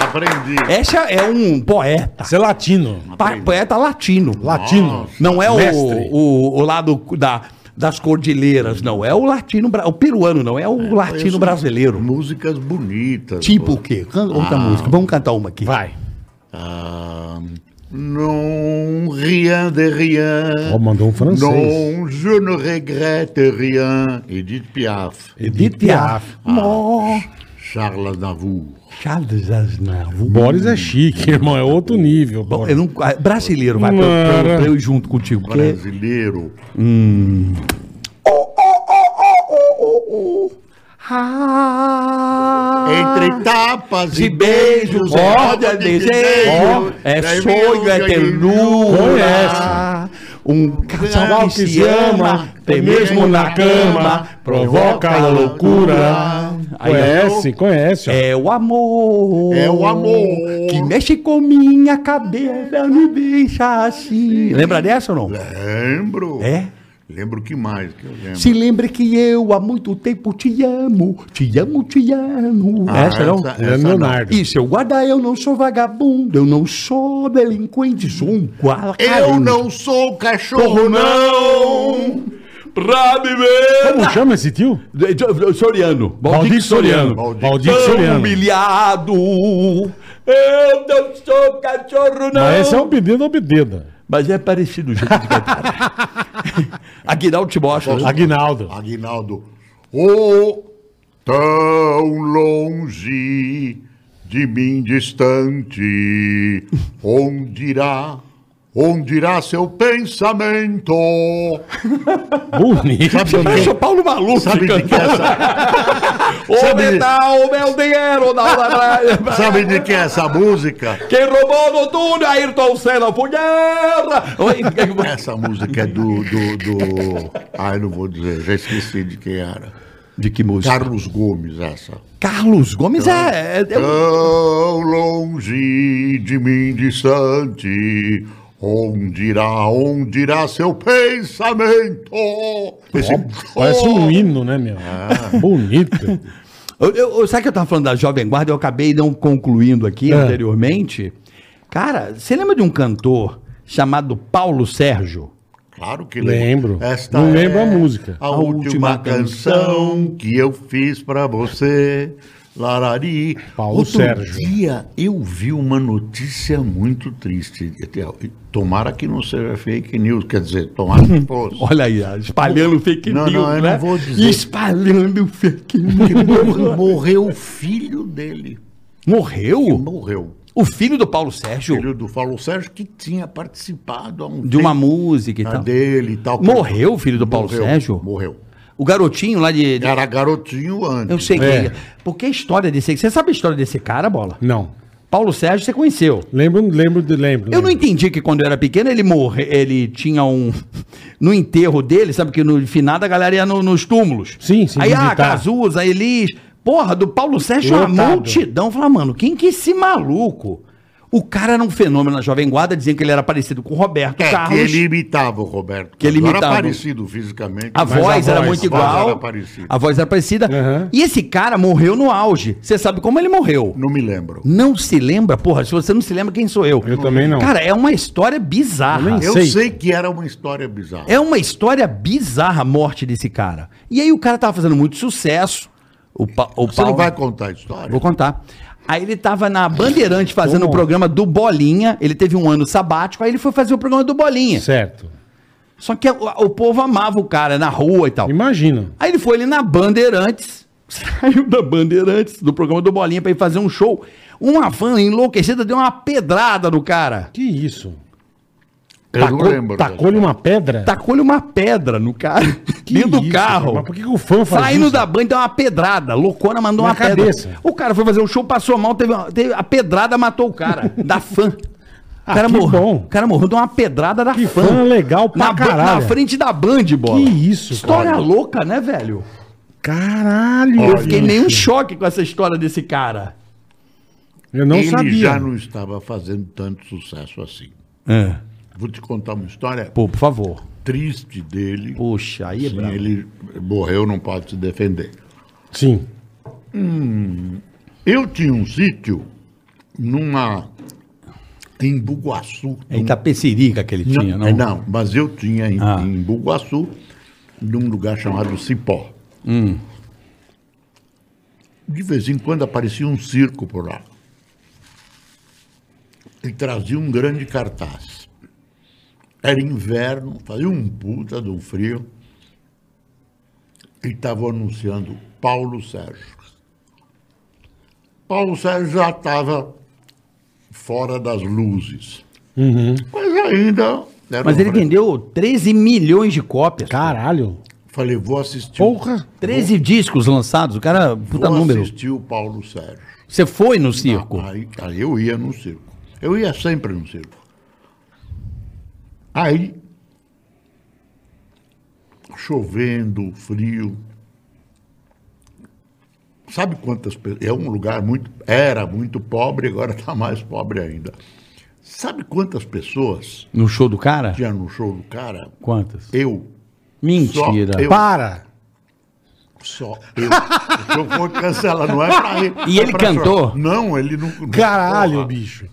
Speaker 4: Aprendi.
Speaker 5: Essa é um poeta.
Speaker 2: Você é latino.
Speaker 5: Pa- poeta latino.
Speaker 2: Latino.
Speaker 5: Não é o,
Speaker 2: Mestre.
Speaker 5: o, o lado da, das cordilheiras, não. É o latino, bra- o peruano, não. É o latino
Speaker 4: Conheço
Speaker 5: brasileiro.
Speaker 4: Músicas bonitas.
Speaker 5: Tipo
Speaker 4: pô.
Speaker 5: o quê? Can-
Speaker 3: Ah.
Speaker 5: Outra música. Vamos cantar uma aqui.
Speaker 2: Vai.
Speaker 4: Ah, non, rien de rien.
Speaker 2: Ó, mandou um francês.
Speaker 4: Non, je ne regrette rien. Edith Piaf.
Speaker 2: Edith Piaf.
Speaker 5: Mó.
Speaker 4: Charles Aznavour.
Speaker 5: Charles Aznavour.
Speaker 2: Boris é chique, irmão. É outro nível.
Speaker 5: Bom,
Speaker 2: Boris.
Speaker 5: eu não, ah, brasileiro, vai. pra eu- pra eu- pra eu ir junto contigo. Porque... Hum.
Speaker 4: Brasileiro. Entre tapas
Speaker 5: De
Speaker 4: e beijos, é
Speaker 5: beijos, olha desejo, é sonho, é ternura. Um casal que se ama, até mesmo na cama, provoca a loucura. Aí, ó.
Speaker 2: Conhece, conhece. ó.
Speaker 5: É o amor.
Speaker 4: É o amor.
Speaker 5: Que mexe com minha cabeça, me deixa assim. Lembra dessa ou não?
Speaker 4: Lembro.
Speaker 5: É?
Speaker 4: Lembro que mais que eu lembro.
Speaker 5: Se lembre que eu há muito tempo te amo, te amo, te amo.
Speaker 4: Ah,
Speaker 5: essa não?
Speaker 4: essa-
Speaker 2: Ele é
Speaker 4: essa não.
Speaker 2: Leonardo.
Speaker 5: E seu guarda, eu não sou vagabundo, eu não sou delinquente, sou um guarda.
Speaker 4: Eu não sou cachorro, não!
Speaker 5: Pra me ver!
Speaker 2: Como chama esse tio?
Speaker 5: De- de- de- Soriano.
Speaker 2: Valdir Soriano. Valdir
Speaker 5: Tão
Speaker 2: Soriano.
Speaker 5: humilhado. Eu não sou cachorro, não.
Speaker 2: Mas esse é o pedido ou pedida.
Speaker 5: Mas é parecido o jeito de cantar. Aguinaldo te mostra. né?
Speaker 2: Aguinaldo.
Speaker 4: Aguinaldo. Oh, tão longe de mim distante, onde irá Onde irá seu pensamento?
Speaker 2: Bonito.
Speaker 4: Sabe de quem-
Speaker 3: São Paulo maluco.
Speaker 4: Sabe de quem é essa,
Speaker 8: Ô,
Speaker 4: Sabe-
Speaker 8: me dá o meu dinheiro da hora atrás.
Speaker 4: sabe de quem é essa música?
Speaker 8: Quem roubou no túnel, Ayrton Senna, Punhera! Oi,
Speaker 4: Essa música é do, do, do. Ai, não vou dizer, já esqueci de quem era.
Speaker 3: De que música?
Speaker 4: Carlos Gomes, essa.
Speaker 3: Carlos Gomes é. é- é-
Speaker 4: Tão longe de mim distante, onde irá, onde irá seu pensamento? Esse-
Speaker 2: Parece
Speaker 4: Oh.
Speaker 2: um hino, né, meu? Bonito.
Speaker 3: Eu, eu, eu- sabe que eu tava falando da Jovem Guarda? Eu acabei não concluindo aqui
Speaker 2: É.
Speaker 3: anteriormente. Cara, você lembra de um cantor chamado Paulo Sérgio?
Speaker 4: Claro que é
Speaker 2: Lembro. Não lembro a música.
Speaker 4: A, última, canção que eu fiz pra você. Larari.
Speaker 2: Paulo
Speaker 4: Outro
Speaker 2: Sérgio.
Speaker 4: dia eu vi uma notícia muito triste. Tomara que não seja fake news, quer dizer, tomara que fosse.
Speaker 3: Olha aí, ó, espalhando fake
Speaker 4: Não,
Speaker 3: news,
Speaker 4: não, eu
Speaker 3: né?
Speaker 4: não vou dizer.
Speaker 3: Espalhando fake
Speaker 4: Porque
Speaker 3: news.
Speaker 4: mor- morreu o filho dele.
Speaker 3: Morreu?
Speaker 4: Morreu.
Speaker 3: O filho do Paulo Sérgio?
Speaker 4: Filho do Paulo Sérgio que tinha participado há um
Speaker 3: De uma
Speaker 4: tempo
Speaker 3: música e
Speaker 4: Ah,
Speaker 3: tal.
Speaker 4: dele e tal.
Speaker 3: Morreu o filho do Paulo
Speaker 4: Morreu,
Speaker 3: Sérgio?
Speaker 4: Morreu.
Speaker 3: O garotinho lá de... de-
Speaker 4: Era garotinho antes.
Speaker 3: Eu sei que...
Speaker 2: É.
Speaker 3: Porque a história desse... Você sabe a história desse cara, Bola?
Speaker 4: Hum.
Speaker 2: Não.
Speaker 3: Paulo Sérgio você conheceu.
Speaker 2: Lembro, lembro, de- lembro.
Speaker 3: Eu não
Speaker 2: lembro.
Speaker 3: entendi que quando eu era pequeno ele morre, ele tinha um no enterro dele, sabe que no finado a galera ia no- nos túmulos.
Speaker 2: Sim, sim,
Speaker 3: Aí a
Speaker 2: visitar.
Speaker 3: Cazuza, a Elis, porra, do Paulo Sérgio uma
Speaker 2: Lotado.
Speaker 3: multidão, fala, mano, quem que é esse maluco? O cara era um fenômeno na Jovem Guarda, diziam que ele era parecido com o Roberto
Speaker 4: É,
Speaker 3: Carlos.
Speaker 4: que ele imitava o Roberto.
Speaker 3: Que ele
Speaker 4: Carlos.
Speaker 3: imitava.
Speaker 4: Era parecido fisicamente.
Speaker 3: A
Speaker 4: mas
Speaker 3: voz, era
Speaker 2: voz-
Speaker 3: muito
Speaker 4: a voz
Speaker 3: igual.
Speaker 4: era parecida.
Speaker 3: a voz era parecida.
Speaker 2: Aham.
Speaker 3: E esse cara morreu no auge. Você sabe como ele morreu?
Speaker 4: Não me lembro.
Speaker 3: Não se lembra? Porra, se você não se lembra, quem sou eu?
Speaker 2: Eu também não.
Speaker 3: Cara, é uma história bizarra.
Speaker 2: Eu nem
Speaker 4: Eu
Speaker 2: Sei.
Speaker 4: sei. que era uma história bizarra.
Speaker 3: É uma história bizarra a morte desse cara. E aí o cara tava fazendo muito sucesso. O, pa, o
Speaker 4: Você
Speaker 3: Paulo-
Speaker 4: não vai contar a história?
Speaker 3: Vou contar. Aí ele tava na Bandeirante fazendo o
Speaker 2: Como?
Speaker 3: programa do Bolinha. Ele teve um ano sabático, aí ele foi fazer o programa do Bolinha.
Speaker 2: Certo.
Speaker 3: Só que o, o povo amava o cara na rua e tal.
Speaker 2: Imagino.
Speaker 3: Aí ele foi ali na Bandeirantes, saiu da Bandeirantes, do programa do Bolinha, pra ir fazer um show. Uma van enlouquecida deu uma pedrada no cara.
Speaker 2: Que isso?
Speaker 4: Eu não lembro.
Speaker 2: Tacou-lhe uma pedra?
Speaker 3: Tacou-lhe uma pedra no cara,
Speaker 2: Que
Speaker 3: dentro do
Speaker 2: isso,
Speaker 3: carro.
Speaker 2: cara? Mas por que, que o fã faz
Speaker 3: Saindo
Speaker 2: isso?
Speaker 3: da banha, deu uma pedrada. Loucona mandou
Speaker 2: Na
Speaker 3: uma pedra.
Speaker 2: cabeça.
Speaker 3: O cara foi fazer um show, passou mal, teve, uma- teve- a pedrada matou o cara, da fã. O
Speaker 2: Ah,
Speaker 3: cara,
Speaker 2: que
Speaker 3: morreu,
Speaker 2: bom.
Speaker 3: o cara morreu de uma pedrada da
Speaker 2: Que fã legal pra
Speaker 3: na, ban- Na
Speaker 2: caralho.
Speaker 3: frente da Band, bola.
Speaker 2: Que isso,
Speaker 3: História
Speaker 2: cara.
Speaker 3: louca, né, velho?
Speaker 2: Caralho.
Speaker 3: Eu fiquei
Speaker 2: bicho.
Speaker 3: meio em choque com essa história desse cara.
Speaker 2: Eu não
Speaker 4: ele
Speaker 2: sabia.
Speaker 4: já não estava fazendo tanto sucesso assim.
Speaker 3: É.
Speaker 4: Vou te contar uma história
Speaker 3: Pô, por favor.
Speaker 4: triste dele.
Speaker 3: Puxa, aí é
Speaker 4: Sim,
Speaker 3: brabo.
Speaker 4: ele morreu, não pode se defender.
Speaker 2: Sim.
Speaker 4: Eu tinha um sítio numa. em Buguaçu.
Speaker 3: É Itapecerica que ele
Speaker 4: Não,
Speaker 3: tinha, não?
Speaker 4: é, não, mas eu tinha em,
Speaker 3: Ah.
Speaker 4: em Buguaçu, num lugar chamado Cipó.
Speaker 3: Hum.
Speaker 4: De vez em quando aparecia um circo por lá. E trazia um grande cartaz. Era inverno, fazia um puta de um frio. E estava anunciando Paulo Sérgio. Paulo Sérgio já estava fora das luzes. Mas ainda. era
Speaker 3: Uhum. Mas
Speaker 4: um
Speaker 3: ele
Speaker 4: fre-
Speaker 3: vendeu 13 milhões de cópias.
Speaker 2: Caralho.
Speaker 4: Falei, vou assistir.
Speaker 2: Porra.
Speaker 3: 13 discos lançados, o cara, é um puta
Speaker 4: vou
Speaker 3: número.
Speaker 4: assistir o Paulo Sérgio.
Speaker 3: Você foi no circo?
Speaker 4: Aí, aí eu ia no circo. Eu ia sempre no circo. Aí, chovendo, frio. Sabe quantas pessoas. É um lugar muito. Era muito pobre, agora está mais pobre ainda. Sabe quantas pessoas
Speaker 3: No show do cara?
Speaker 4: tinha no show do cara?
Speaker 3: Quantas?
Speaker 4: Eu.
Speaker 3: Mentira.
Speaker 4: Só eu.
Speaker 2: Para.
Speaker 4: Só eu. O show foi cancelado, não é pra ele.
Speaker 3: E
Speaker 4: é
Speaker 3: ele
Speaker 4: pra
Speaker 3: cantou?
Speaker 4: chorar. Não, ele não. não-
Speaker 2: Caralho,
Speaker 4: porra.
Speaker 2: bicho.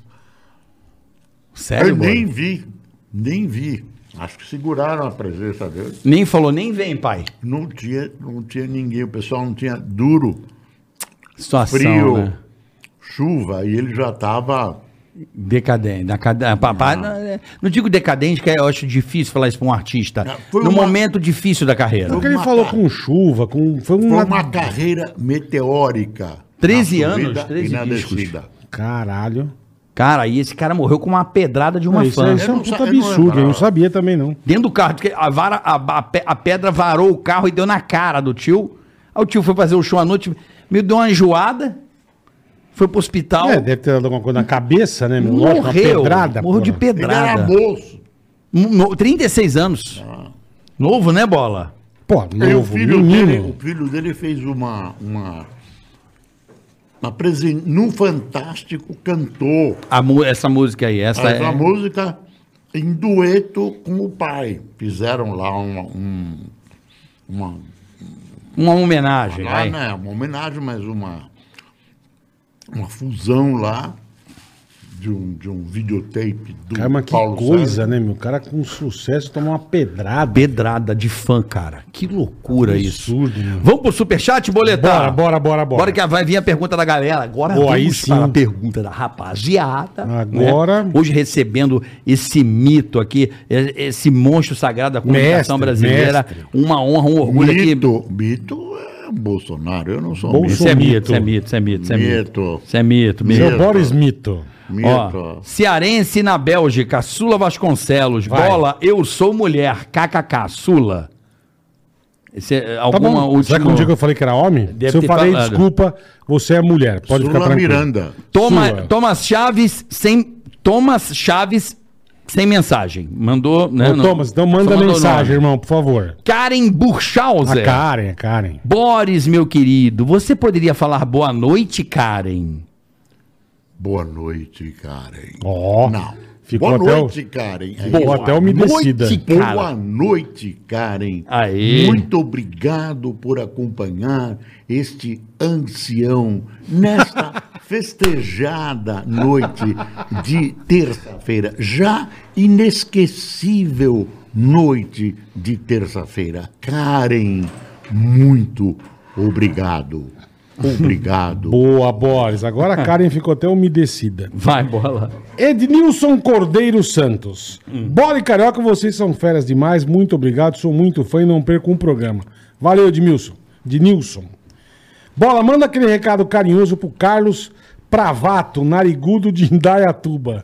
Speaker 3: Sério,
Speaker 4: eu
Speaker 3: mano?
Speaker 4: nem
Speaker 3: Nem...
Speaker 4: vi, nem vi. Acho que seguraram a presença dele.
Speaker 3: falou, nem vem, pai.
Speaker 4: Não tinha, não tinha ninguém, o pessoal não tinha duro,
Speaker 3: Situação,
Speaker 4: frio,
Speaker 3: né?
Speaker 4: chuva, e ele já estava.
Speaker 3: Decadente. Decadente. Papai, não. é- não digo decadente, que eu acho difícil falar isso pra um artista.
Speaker 4: Não, foi
Speaker 3: no
Speaker 4: uma- um
Speaker 3: momento difícil da carreira.
Speaker 2: Porque ele
Speaker 4: matar.
Speaker 2: falou com chuva, com. Foi um
Speaker 4: Foi um
Speaker 2: uma.
Speaker 4: uma carreira meteórica.
Speaker 3: 13
Speaker 4: na
Speaker 3: anos,
Speaker 4: subida
Speaker 3: 13
Speaker 4: e na
Speaker 3: discos.
Speaker 4: descida.
Speaker 2: Caralho.
Speaker 3: Cara, e esse cara morreu com uma pedrada de uma
Speaker 2: Não, isso,
Speaker 3: fã.
Speaker 2: é- isso é um
Speaker 4: Eu não sa-
Speaker 2: puta
Speaker 4: eu não
Speaker 2: absurdo, eu não
Speaker 4: lembrava.
Speaker 2: sabia também, não.
Speaker 3: Dentro do carro, porque a, vara, a, a pe- a pedra varou o carro e deu na cara do tio. Aí o tio foi fazer o show à noite, me deu uma enjoada, foi pro hospital,
Speaker 2: É, deve ter dado alguma coisa na cabeça, né? Meu? Lógico, uma
Speaker 3: morreu.
Speaker 2: pedrada,
Speaker 3: morreu de
Speaker 2: porra.
Speaker 4: Ele era
Speaker 3: pedrada.
Speaker 4: moço.
Speaker 3: Mo- no- 36 anos. Novo, né, Bola?
Speaker 2: Pô,
Speaker 4: E o
Speaker 2: novo,
Speaker 4: filho dele,
Speaker 2: menino.
Speaker 4: o filho dele fez uma uma uma presen... num fantástico cantor.
Speaker 3: A mu- essa música aí, essa
Speaker 4: Faz
Speaker 3: é...
Speaker 4: uma música em dueto com o pai. Fizeram lá uma, um- uma
Speaker 3: Uma homenagem.
Speaker 4: lá,
Speaker 3: vai.
Speaker 4: né, uma homenagem, mas uma uma fusão lá de um, de um videotape do
Speaker 2: Cara, É, mas que coisa, né, meu? O cara com sucesso tomou uma pedrada.
Speaker 3: Pedrada de fã, cara. Que loucura isso.
Speaker 2: Absurdo, meu.
Speaker 3: Vamos pro superchat, boletar?
Speaker 2: Bora, bora, bora, bora.
Speaker 3: Bora que vai vir a pergunta da galera. Agora
Speaker 2: Boa, aí sim.
Speaker 3: para a pergunta da rapaziada.
Speaker 2: Agora.
Speaker 3: né? Hoje recebendo esse mito aqui, e- esse monstro sagrado da comunicação
Speaker 2: Mestre,
Speaker 3: brasileira.
Speaker 2: mestre.
Speaker 3: Uma honra, um orgulho aqui.
Speaker 4: Mito, Mito é Bolsonaro, eu não sou
Speaker 2: Bolso-
Speaker 7: Isso é
Speaker 2: Mito.
Speaker 7: mito, isso é mito, isso é mito, isso é mito.
Speaker 4: Mito.
Speaker 7: Isso é mito, mito.
Speaker 2: Seu Boris Mito.
Speaker 4: Mito.
Speaker 3: Ó, cearense na Bélgica, Sula Vasconcelos,
Speaker 2: Vai.
Speaker 3: bola, eu sou mulher, kkk, Sula. Esse é
Speaker 2: Tá
Speaker 3: alguma
Speaker 2: bom. Será que um dia que eu falei que era homem?
Speaker 3: Deve
Speaker 2: Se eu
Speaker 3: ter
Speaker 2: falei,
Speaker 3: falado.
Speaker 2: desculpa, você é mulher. Pode
Speaker 4: Sula
Speaker 2: ficar tranquilo.
Speaker 4: Miranda.
Speaker 3: Toma,
Speaker 2: Sua.
Speaker 3: Thomas Chaves sem Thomas Chaves sem mensagem. Mandou, né?
Speaker 2: Ô,
Speaker 3: não-
Speaker 2: Thomas, então
Speaker 3: só
Speaker 2: manda
Speaker 3: mandou
Speaker 2: mensagem,
Speaker 3: nome.
Speaker 2: irmão, por favor.
Speaker 3: Karen
Speaker 2: A
Speaker 3: Burchauser.
Speaker 2: Karen, a Karen.
Speaker 3: Boris, meu querido, você poderia falar boa noite, Karen?
Speaker 4: Boa noite, Karen.
Speaker 2: Ó.
Speaker 4: Não.
Speaker 2: Ficou
Speaker 4: Boa
Speaker 2: até o-
Speaker 4: noite, Karen. É
Speaker 2: Ficou
Speaker 4: isso.
Speaker 2: até umedecida.
Speaker 4: Noite,
Speaker 3: Cara.
Speaker 4: Boa noite, Karen.
Speaker 3: Aê.
Speaker 4: Muito obrigado por acompanhar este ancião nesta festejada noite de terça-feira. Já inesquecível noite de terça-feira. Karen, muito obrigado. Obrigado.
Speaker 2: Boa, Boris. Agora a Karen ficou até umedecida.
Speaker 3: Vai, bola.
Speaker 2: Ednilson Cordeiro Santos.
Speaker 3: Hum.
Speaker 2: Bola e Carioca, vocês são feras demais. Muito obrigado, sou muito fã e não perco um programa. Valeu, Edmilson. Ednilson. Bola, manda aquele recado carinhoso pro Carlos Pravato, narigudo de Indaiatuba.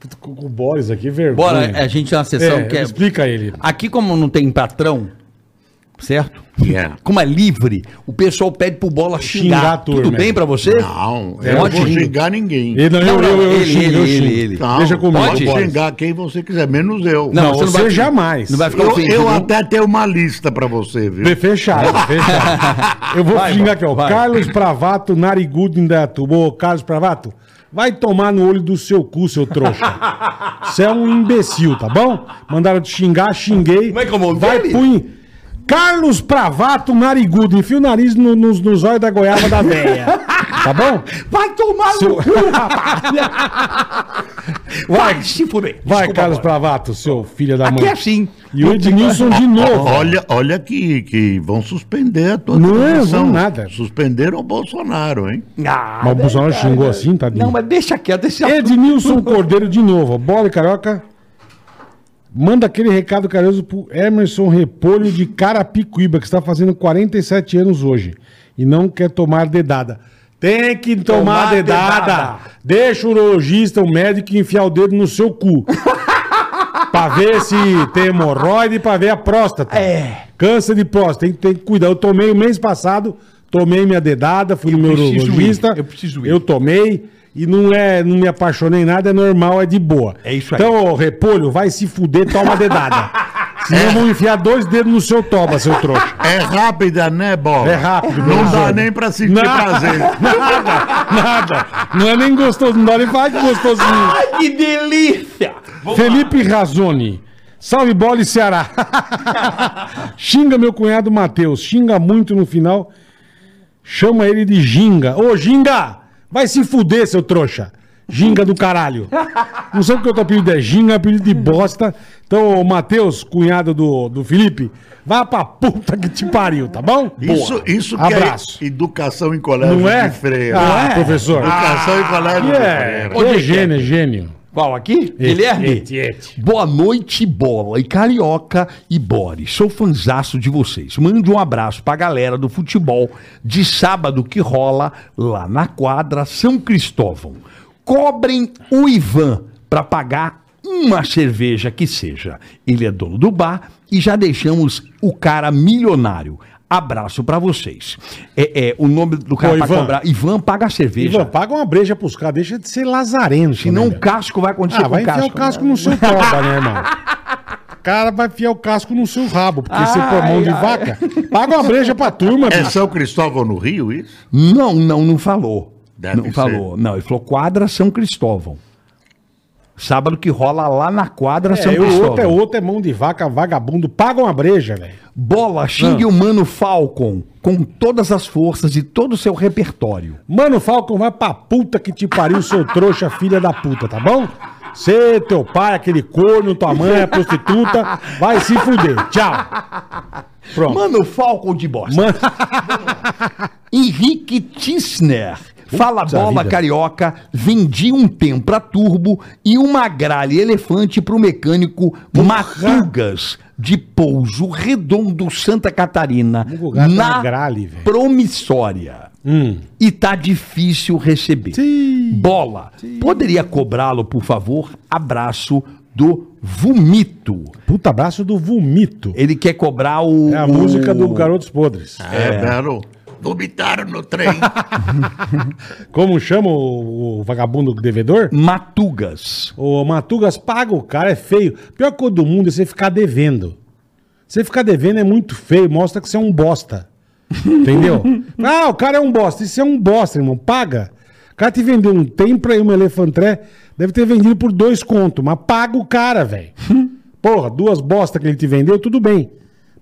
Speaker 2: Puta, Com com o Boris aqui, vergonha.
Speaker 3: Bora, a gente tem uma sessão
Speaker 2: É,
Speaker 3: que é...
Speaker 2: Explica ele.
Speaker 3: Aqui como não tem patrão, certo?
Speaker 4: Yeah.
Speaker 3: Como é livre, o pessoal pede pro bola xingar.
Speaker 2: Xingar a turma,
Speaker 3: Tudo
Speaker 2: é.
Speaker 3: bem pra você?
Speaker 4: Não,
Speaker 2: É
Speaker 4: eu não vou
Speaker 2: ótimo.
Speaker 4: xingar ninguém.
Speaker 2: Ele, não,
Speaker 3: Não,
Speaker 2: eu,
Speaker 3: não,
Speaker 2: eu, eu
Speaker 3: ele,
Speaker 2: xingo,
Speaker 3: ele,
Speaker 2: eu
Speaker 3: ele,
Speaker 2: xingo.
Speaker 3: ele.
Speaker 4: Não,
Speaker 2: Deixa comigo,
Speaker 4: Pode
Speaker 2: Boris.
Speaker 4: xingar quem você quiser, menos eu.
Speaker 2: Não,
Speaker 3: você não
Speaker 2: você,
Speaker 3: vai-
Speaker 2: jamais.
Speaker 3: Não vai ficar
Speaker 4: eu,
Speaker 3: ofendido.
Speaker 4: eu
Speaker 3: não?
Speaker 4: até tenho uma lista pra você, viu?
Speaker 2: Be- Fechado, fechado. Eu vou xingar aqui, ó. Carlos Pravato, narigudo em Dayatuba. Ô, Carlos Pravato, vai tomar no olho do seu cu, seu trouxa. Você é um imbecil, tá bom? Mandaram te xingar, xinguei.
Speaker 3: Como é que é o nome
Speaker 2: Vai
Speaker 3: dele?
Speaker 2: punho. Carlos Pravato, narigudo. Enfia o nariz no- nos no, olhos da goiaba da velha. Tá bom?
Speaker 3: Vai tomar
Speaker 2: Seu-
Speaker 3: Vai, se fuder.
Speaker 2: Vai,
Speaker 3: Desculpa,
Speaker 2: Carlos
Speaker 3: bola.
Speaker 2: Pravato, seu filho da mãe.
Speaker 3: Aqui é assim.
Speaker 2: E o Ednilson de novo.
Speaker 4: Olha, olha que, que vão suspender a tua
Speaker 2: Não,
Speaker 4: transmissão.
Speaker 2: vão nada.
Speaker 4: Suspenderam o Bolsonaro, hein?
Speaker 3: Ah,
Speaker 2: Mas o Bolsonaro xingou assim, tadinho.
Speaker 3: Não, mas deixa quieto, deixa
Speaker 2: Edmilson Cordeiro de novo. Bola e Carioca. Manda aquele recado carinhoso pro Emerson Repolho de Carapicuíba, que está fazendo 47 anos hoje e não quer tomar dedada. Tem que tomar,
Speaker 3: Tomar
Speaker 2: dedada.
Speaker 3: dedada.
Speaker 2: Deixa o urologista, o médico enfiar o dedo no seu cu. pra ver se tem hemorroide e pra ver a próstata.
Speaker 3: É.
Speaker 2: Câncer de próstata, tem, tem que cuidar. Eu tomei o mês passado, tomei minha dedada, fui no meu
Speaker 3: preciso ir,
Speaker 2: urologista.
Speaker 3: eu preciso ir.
Speaker 2: Eu tomei e não é, não me apaixonei em nada, é normal, é de boa.
Speaker 3: É isso aí.
Speaker 2: Então, ô, repolho, vai se fuder, toma dedada. Senão eu vou enfiar dois dedos no seu toba, seu trouxa.
Speaker 4: É rápida, né, Bola?
Speaker 2: É rápido,
Speaker 4: Não
Speaker 2: professor.
Speaker 4: dá nem pra sentir
Speaker 2: Não.
Speaker 4: prazer.
Speaker 2: Nada, nada. Não é nem gostoso, não dá nem falar que gostosinho.
Speaker 3: Ai, que delícia!
Speaker 2: Felipe Razoni. Salve bola e Ceará. xinga meu cunhado Matheus. Xinga muito no final. Chama ele de Ginga. Ô, Ginga! Vai se fuder, seu trouxa. Ginga do caralho. Não sei porque o teu apelido é Ginga, apelido de bosta. Então, ô, Matheus, cunhado do, do Felipe, vá pra puta que te pariu, tá bom?
Speaker 4: Isso, isso que
Speaker 2: Abraço.
Speaker 4: é educação em colégio
Speaker 2: Não é?
Speaker 4: de freira.
Speaker 2: Ah, professor.
Speaker 4: Educação em colégio
Speaker 2: Que é,
Speaker 4: de
Speaker 2: que é gênio, é gênio.
Speaker 3: Qual aqui? Guilherme? Boa noite, bola e carioca e Boris. Sou fanzaço de vocês. Mande um abraço pra galera do futebol de sábado que rola lá na quadra São Cristóvão. cobrem o Ivan para pagar uma cerveja que seja. Ele é dono do bar e já deixamos o cara milionário. Abraço pra vocês. É, é, o nome do cara
Speaker 2: Ô,
Speaker 3: pra
Speaker 2: Ivan.
Speaker 3: cobrar. Ivan paga a cerveja.
Speaker 2: Ivan, paga uma breja pros caras, deixa de ser lazarento.
Speaker 3: Senão
Speaker 2: né,
Speaker 3: o
Speaker 2: velho?
Speaker 3: casco vai acontecer
Speaker 2: Ah,
Speaker 3: com
Speaker 2: vai
Speaker 3: o
Speaker 2: enfiar
Speaker 3: casco. né?
Speaker 2: o casco no seu toba, né, irmão? O cara vai enfiar o casco no seu rabo, porque você for mão de
Speaker 3: ai.
Speaker 2: vaca, paga uma breja pra turma,
Speaker 4: É
Speaker 2: bicho.
Speaker 4: São Cristóvão no Rio, isso?
Speaker 3: Não, não, não falou.
Speaker 4: Deve
Speaker 3: não
Speaker 4: ser.
Speaker 3: falou. Não, ele falou quadra São Cristóvão. Sábado que rola lá na quadra São
Speaker 2: É, o
Speaker 3: Cristóvão.
Speaker 2: outro é outro, é mão de vaca, vagabundo. Paga uma breja, velho.
Speaker 3: Bola,
Speaker 2: Ah.
Speaker 3: xingue o Mano Falcon com todas as forças e todo o seu repertório.
Speaker 2: Mano, Falcon, vai pra puta que te pariu, seu trouxa, filha da puta, tá bom? Você, teu pai, aquele corno, tua mãe, a prostituta, vai se fuder. Tchau. Pronto.
Speaker 3: Mano Falcon de bosta.
Speaker 2: Mano-
Speaker 3: Henrique Tissner. Fala bola
Speaker 2: vida.
Speaker 3: carioca, vendi um tempra turbo e uma gralha elefante pro mecânico Matugas de Pouso Redondo, Santa Catarina,
Speaker 2: Vamos colocar até
Speaker 3: na
Speaker 2: uma gralha, velho. Hum.
Speaker 3: promissória. E tá difícil receber.
Speaker 2: Sim.
Speaker 3: Bola, poderia cobrá-lo, por favor? Abraço do Vomito.
Speaker 2: Puta abraço do vomito.
Speaker 3: Ele quer cobrar o.
Speaker 2: É a
Speaker 3: o-
Speaker 2: música do Garotos Podres.
Speaker 4: É, Belo. Vomitaram no trem.
Speaker 2: Como chama o, o vagabundo devedor?
Speaker 3: Matugas.
Speaker 2: O Matugas paga o cara, é feio. Pior coisa do mundo é você ficar devendo. Você ficar devendo é muito feio, mostra que você é um bosta. Entendeu? ah, o cara é um bosta. Isso é um bosta, irmão. Paga. O cara te vendeu um tempra e um elefantré, deve ter vendido por dois conto, mas paga o cara, velho. Porra, duas bostas que ele te vendeu, tudo bem.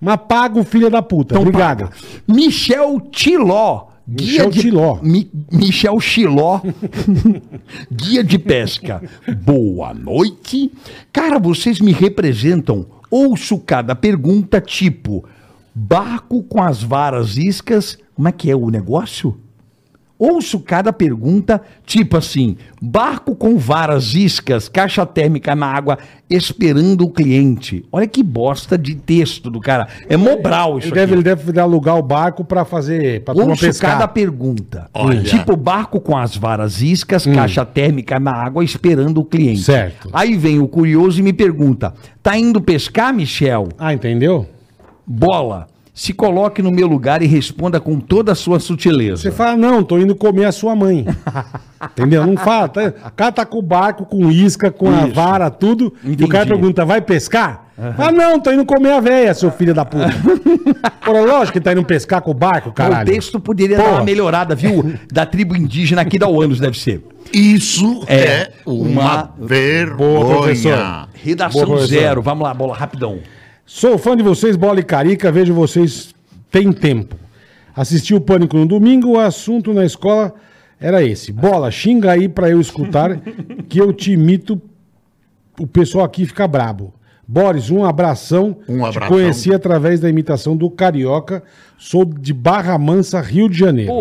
Speaker 2: Mas paga o filho da puta. Obrigado.
Speaker 3: Michel Tiló.
Speaker 2: Michel Tiló.
Speaker 3: Mi- Michel Chiló, guia de pesca. Boa noite. Cara, vocês me representam. Ouço cada pergunta, tipo: barco com as varas iscas. Como é que é o negócio? Ouço cada pergunta, tipo assim: barco com varas iscas, caixa térmica na água, esperando o cliente. Olha que bosta de texto do cara. É mobral isso
Speaker 2: Ele deve, ele
Speaker 3: aqui.
Speaker 2: deve alugar o barco pra fazer. pra turma
Speaker 3: Ouço
Speaker 2: pescar.
Speaker 3: cada pergunta.
Speaker 4: Olha.
Speaker 3: Tipo barco com as varas iscas, caixa térmica na água, esperando o cliente.
Speaker 2: Hum. Certo.
Speaker 3: Aí vem o curioso e me pergunta: tá indo pescar, Michel?
Speaker 2: Ah, entendeu?
Speaker 3: Bola. Se coloque no meu lugar e responda com toda a sua sutileza.
Speaker 2: Você é fala, não, tô indo comer a sua mãe. Entendeu? Não fala. Tá, o cara tá com o barco, com isca, com a vara, tudo. E o cara
Speaker 3: Entendi.
Speaker 2: pergunta, vai pescar? Ah, não, tô indo comer a véia, seu filho da puta. Porra, lógico que tá indo pescar com o barco,
Speaker 3: O
Speaker 2: caralho.
Speaker 3: texto poderia
Speaker 2: Porra.
Speaker 3: dar uma melhorada, viu? Da tribo indígena aqui da Uanos, deve ser.
Speaker 4: Isso é,
Speaker 3: É,
Speaker 4: uma,
Speaker 3: uma-
Speaker 4: vergonha.
Speaker 2: Boa, professor.
Speaker 3: Redação
Speaker 2: Boa, professor.
Speaker 3: zero. Vamos lá, bola, rapidão.
Speaker 2: Sou fã de vocês, bola e carica, vejo vocês tem tempo. Assisti o Pânico no domingo, o assunto na escola era esse. Bola, xinga aí pra eu escutar que eu te imito. O pessoal aqui fica brabo. Boris, um abração.
Speaker 4: Um
Speaker 2: Te
Speaker 4: abração.
Speaker 2: conheci através da imitação do Carioca. Sou de Barra Mansa, Rio de Janeiro.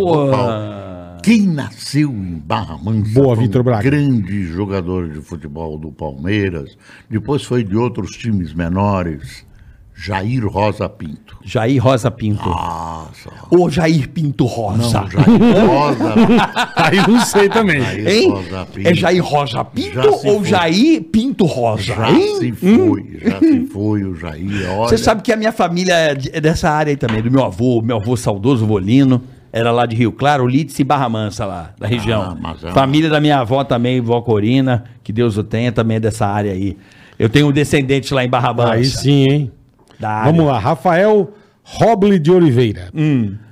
Speaker 4: Quem nasceu em Barra Mansa
Speaker 2: Boa,
Speaker 4: foi um
Speaker 2: Vitor Braga.
Speaker 4: grande jogador de futebol do Palmeiras, depois foi de outros times menores, Jair Rosa Pinto.
Speaker 3: Jair Rosa Pinto.
Speaker 2: Ah,
Speaker 4: Nossa,
Speaker 3: Ô, Jair Pinto Rosa.
Speaker 4: não, Jair Rosa Pinto.
Speaker 2: Aí não sei também.
Speaker 4: Jair
Speaker 3: Hein?
Speaker 4: Rosa Pinto.
Speaker 3: É Jair Rosa Pinto
Speaker 4: Já se
Speaker 3: ou
Speaker 4: foi.
Speaker 3: Jair Pinto Rosa?
Speaker 4: Já
Speaker 3: hein? Hum?
Speaker 4: se foi, já se foi o Jair. Olha,
Speaker 3: Você sabe que a minha família é de- é dessa área aí também, do meu avô, meu avô saudoso, Volino, era lá de Rio Claro, Lítice e Barra Mansa lá, da região.
Speaker 4: mas é uma-
Speaker 3: família da minha avó também, vó Corina, que Deus o tenha, também é dessa área aí. Eu tenho um descendente lá em Barra Mansa.
Speaker 2: Aí sim, hein?
Speaker 3: da área.
Speaker 2: Vamos lá, Rafael Roble de Oliveira.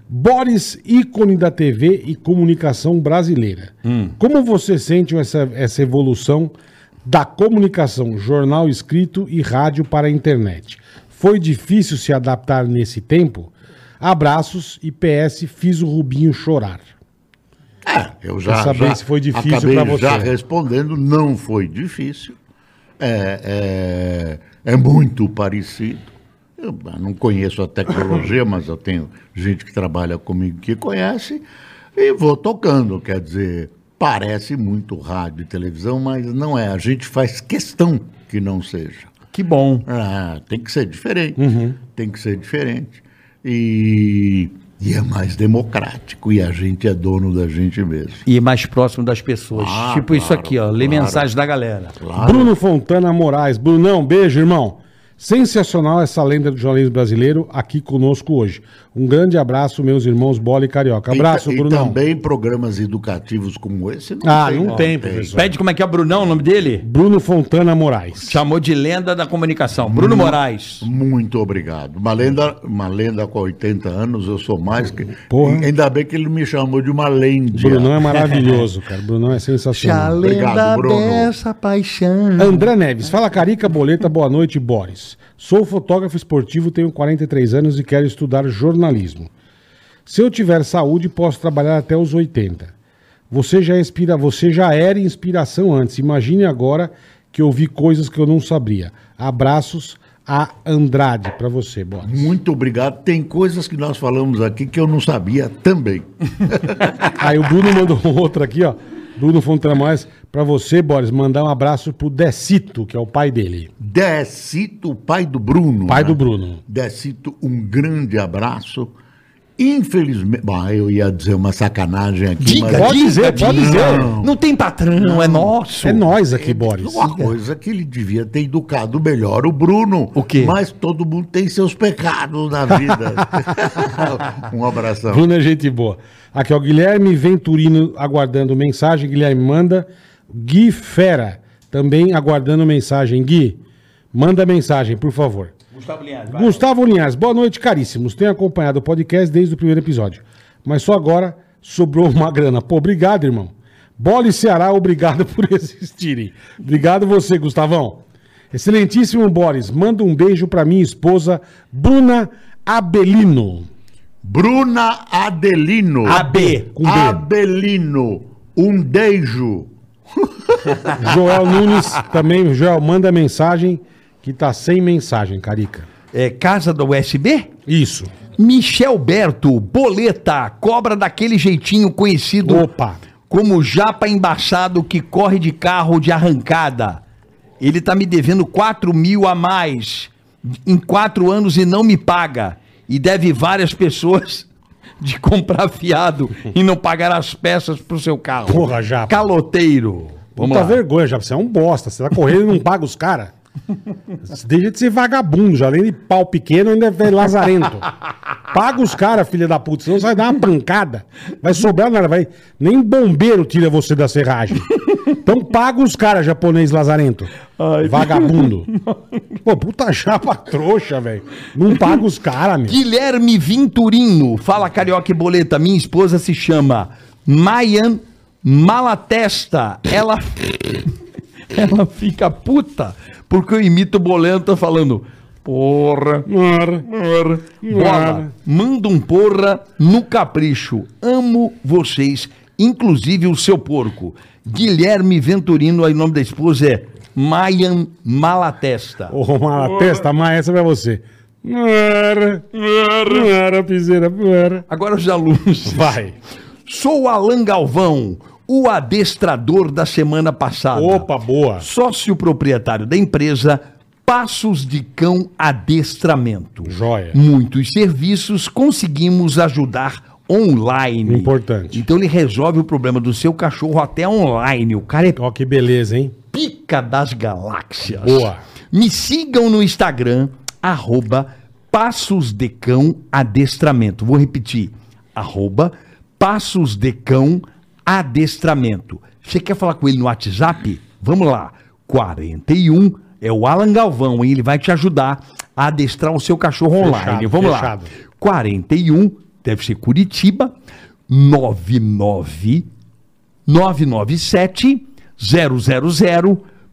Speaker 2: Boris, ícone da TV e comunicação brasileira. Como você sente essa, essa evolução da comunicação, jornal escrito e rádio para a internet? Foi difícil se adaptar nesse tempo? Abraços e PS, fiz o Rubinho chorar.
Speaker 4: É, eu já,
Speaker 2: Quer saber
Speaker 4: já
Speaker 2: se foi difícil
Speaker 4: acabei
Speaker 2: pra você.
Speaker 4: já respondendo, não foi difícil. É, é, é muito parecido. Eu ah, não conheço a tecnologia, mas eu tenho gente que trabalha comigo que conhece e vou tocando. Quer dizer, parece muito rádio e televisão, mas não é. A gente faz questão que não seja.
Speaker 3: Que bom.
Speaker 2: Uhum.
Speaker 4: Ah, tem que ser diferente. Tem que ser diferente. E E é mais democrático. E a gente é dono da gente mesmo.
Speaker 9: E mais próximo das pessoas.
Speaker 4: Ah,
Speaker 9: tipo isso
Speaker 4: claro,
Speaker 9: aqui, ó. Lê
Speaker 4: claro.
Speaker 9: mensagem da galera.
Speaker 2: Bruno Fontana Moraes. Brunão, beijo, irmão. Sensacional essa lenda do jornalismo brasileiro aqui conosco hoje. Um grande abraço, meus irmãos Bola e Carioca. Um Abraço,
Speaker 4: e, ta-
Speaker 2: Brunão.
Speaker 4: E também programas educativos como esse. né?
Speaker 2: Ah, não tem, professor.
Speaker 9: Pede como é que é o Brunão, o nome dele?
Speaker 2: Bruno Fontana Moraes.
Speaker 9: Chamou de lenda da comunicação. Bruno Moraes.
Speaker 4: Muito obrigado. Uma lenda, uma lenda com 80 anos, eu sou mais que.
Speaker 2: Porra.
Speaker 4: Ainda bem que ele me chamou de uma lenda.
Speaker 2: Brunão é maravilhoso, cara. Brunão é sensacional.
Speaker 4: Obrigado, Bruno.
Speaker 3: paixão.
Speaker 2: Uhum. André Neves, fala Carica Boleta, boa noite, Boris. Sou fotógrafo esportivo, tenho 43 anos e quero estudar jornalismo. Se eu tiver saúde, posso trabalhar até os 80. Você já inspira, você já era inspiração antes. Imagine agora que eu vi coisas que eu não sabia. Abraços a Andrade pra você, Boris.
Speaker 4: Muito obrigado. Tem coisas que nós falamos aqui que eu não sabia também.
Speaker 2: Aí o Bruno mandou outra aqui, ó. Bruno Fontana Mais, pra você, Boris, mandar um abraço pro Decito, que é o pai dele.
Speaker 4: Decito, pai do Bruno.
Speaker 2: Pai do Bruno.
Speaker 4: Decito, um grande abraço. Infelizmente. Bah, eu ia dizer uma sacanagem aqui, mas. é
Speaker 2: Pode dizer, pode dizer.
Speaker 4: Não.
Speaker 3: Não tem patrão, é nosso.
Speaker 2: É nós aqui, Boris.
Speaker 4: Uma coisa que ele devia ter educado melhor o Bruno.
Speaker 9: O quê?
Speaker 4: Mas todo mundo tem seus pecados na vida. um abração.
Speaker 2: Bruno é gente boa. Aqui, ó, Guilherme Venturino aguardando mensagem. Guilherme manda. Gui Fera também aguardando mensagem. Gui, manda mensagem, por favor.
Speaker 9: Gustavo Linhares.
Speaker 2: Gustavo Linhares, boa noite, caríssimos. Tenho acompanhado o podcast desde o primeiro episódio. Mas só agora sobrou uma grana. Pô, obrigado, irmão. Bola e Ceará, obrigado por existirem. Obrigado você, Gustavão. Excelentíssimo Boris, manda um beijo pra minha esposa, Bruna Abelino.
Speaker 4: Bruna Adelino.
Speaker 9: AB. um
Speaker 2: Com B.
Speaker 4: Abelino. Um beijo.
Speaker 2: Joel Nunes também, Joel, manda mensagem que tá sem mensagem, Carica.
Speaker 3: É casa da USB?
Speaker 2: Isso.
Speaker 3: Michel Berto, boleta, cobra daquele jeitinho conhecido
Speaker 2: Opa.
Speaker 3: como japa embaçado que corre de carro de arrancada. Ele tá me devendo 4 mil a mais em quatro anos e não me paga. E deve várias pessoas de comprar fiado e não pagar as peças pro seu carro.
Speaker 2: Porra, japa.
Speaker 3: Caloteiro.
Speaker 2: Puta vergonha, já. Você é um bosta. Você tá correndo e não paga os caras. Deixa de ser vagabundo, já. Além de pau pequeno, ainda é lazarento. Paga os caras, filha da puta. Senão você vai dar uma pancada. Vai sobrar nada. Vai... Nem bombeiro tira você da serragem. Então paga os caras, japonês lazarento. vagabundo. Pô, puta chapa trouxa, velho. Não paga os caras, meu.
Speaker 3: Guilherme Vinturino. Fala, carioca e boleta. Minha esposa se chama Mayan Malatesta. Ela, ela fica puta porque eu imito boleta falando porra, porra, bola. Manda um porra no capricho. Amo vocês, inclusive o seu porco. Guilherme Venturino, aí o nome da esposa é Mayan Malatesta.
Speaker 2: Ô, mala, testa, mas essa vai você. Não era, não era, piseira, não era.
Speaker 3: Agora os alunos.
Speaker 2: Vai.
Speaker 3: Sou o Alan Galvão, o adestrador da semana passada.
Speaker 2: Opa, boa.
Speaker 3: Sócio proprietário da empresa Passos de Cão Adestramento.
Speaker 2: Joia.
Speaker 3: Muitos serviços conseguimos ajudar online.
Speaker 2: Importante.
Speaker 3: Então ele resolve o problema do seu cachorro até online. O cara é
Speaker 2: Ó, que beleza, hein?
Speaker 3: pica das galáxias.
Speaker 2: Boa.
Speaker 3: Me sigam no Instagram, arroba Passos de Cão Adestramento. Vou repetir, arroba Passos de Cão Adestramento. Você quer falar com ele no WhatsApp? Vamos lá, 41 é o Alan Galvão, hein? ele vai te ajudar a adestrar o seu cachorro online.
Speaker 2: Fechado,
Speaker 3: Vamos
Speaker 2: fechado.
Speaker 3: lá. 41, deve ser Curitiba, 99 997 000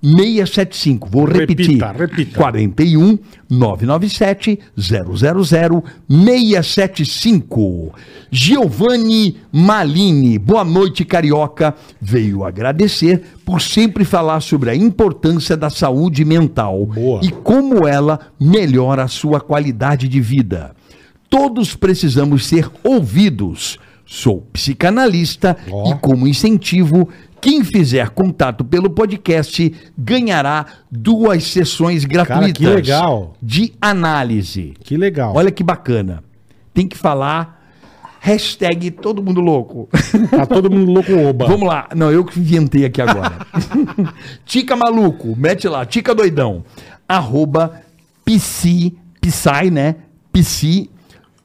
Speaker 3: 675. Vou repetir.
Speaker 2: Repita, repita.
Speaker 3: 41 997 000 675. Giovanni Malini, boa noite, carioca. Veio agradecer por sempre falar sobre a importância da saúde mental
Speaker 2: Boa.
Speaker 3: e como ela melhora a sua qualidade de vida. Todos precisamos ser ouvidos. Sou psicanalista
Speaker 2: Ó.
Speaker 3: e, como incentivo, quem fizer contato pelo podcast ganhará duas sessões gratuitas
Speaker 2: que legal.
Speaker 3: de análise.
Speaker 2: Que legal.
Speaker 3: Olha que bacana. Tem que falar
Speaker 5: Hashtag todo mundo louco.
Speaker 2: Tá todo mundo louco oba.
Speaker 3: Vamos lá. Não, eu que inventei aqui agora. Tica maluco, mete lá, Tica doidão. Arroba Psy, Psy, né? Psy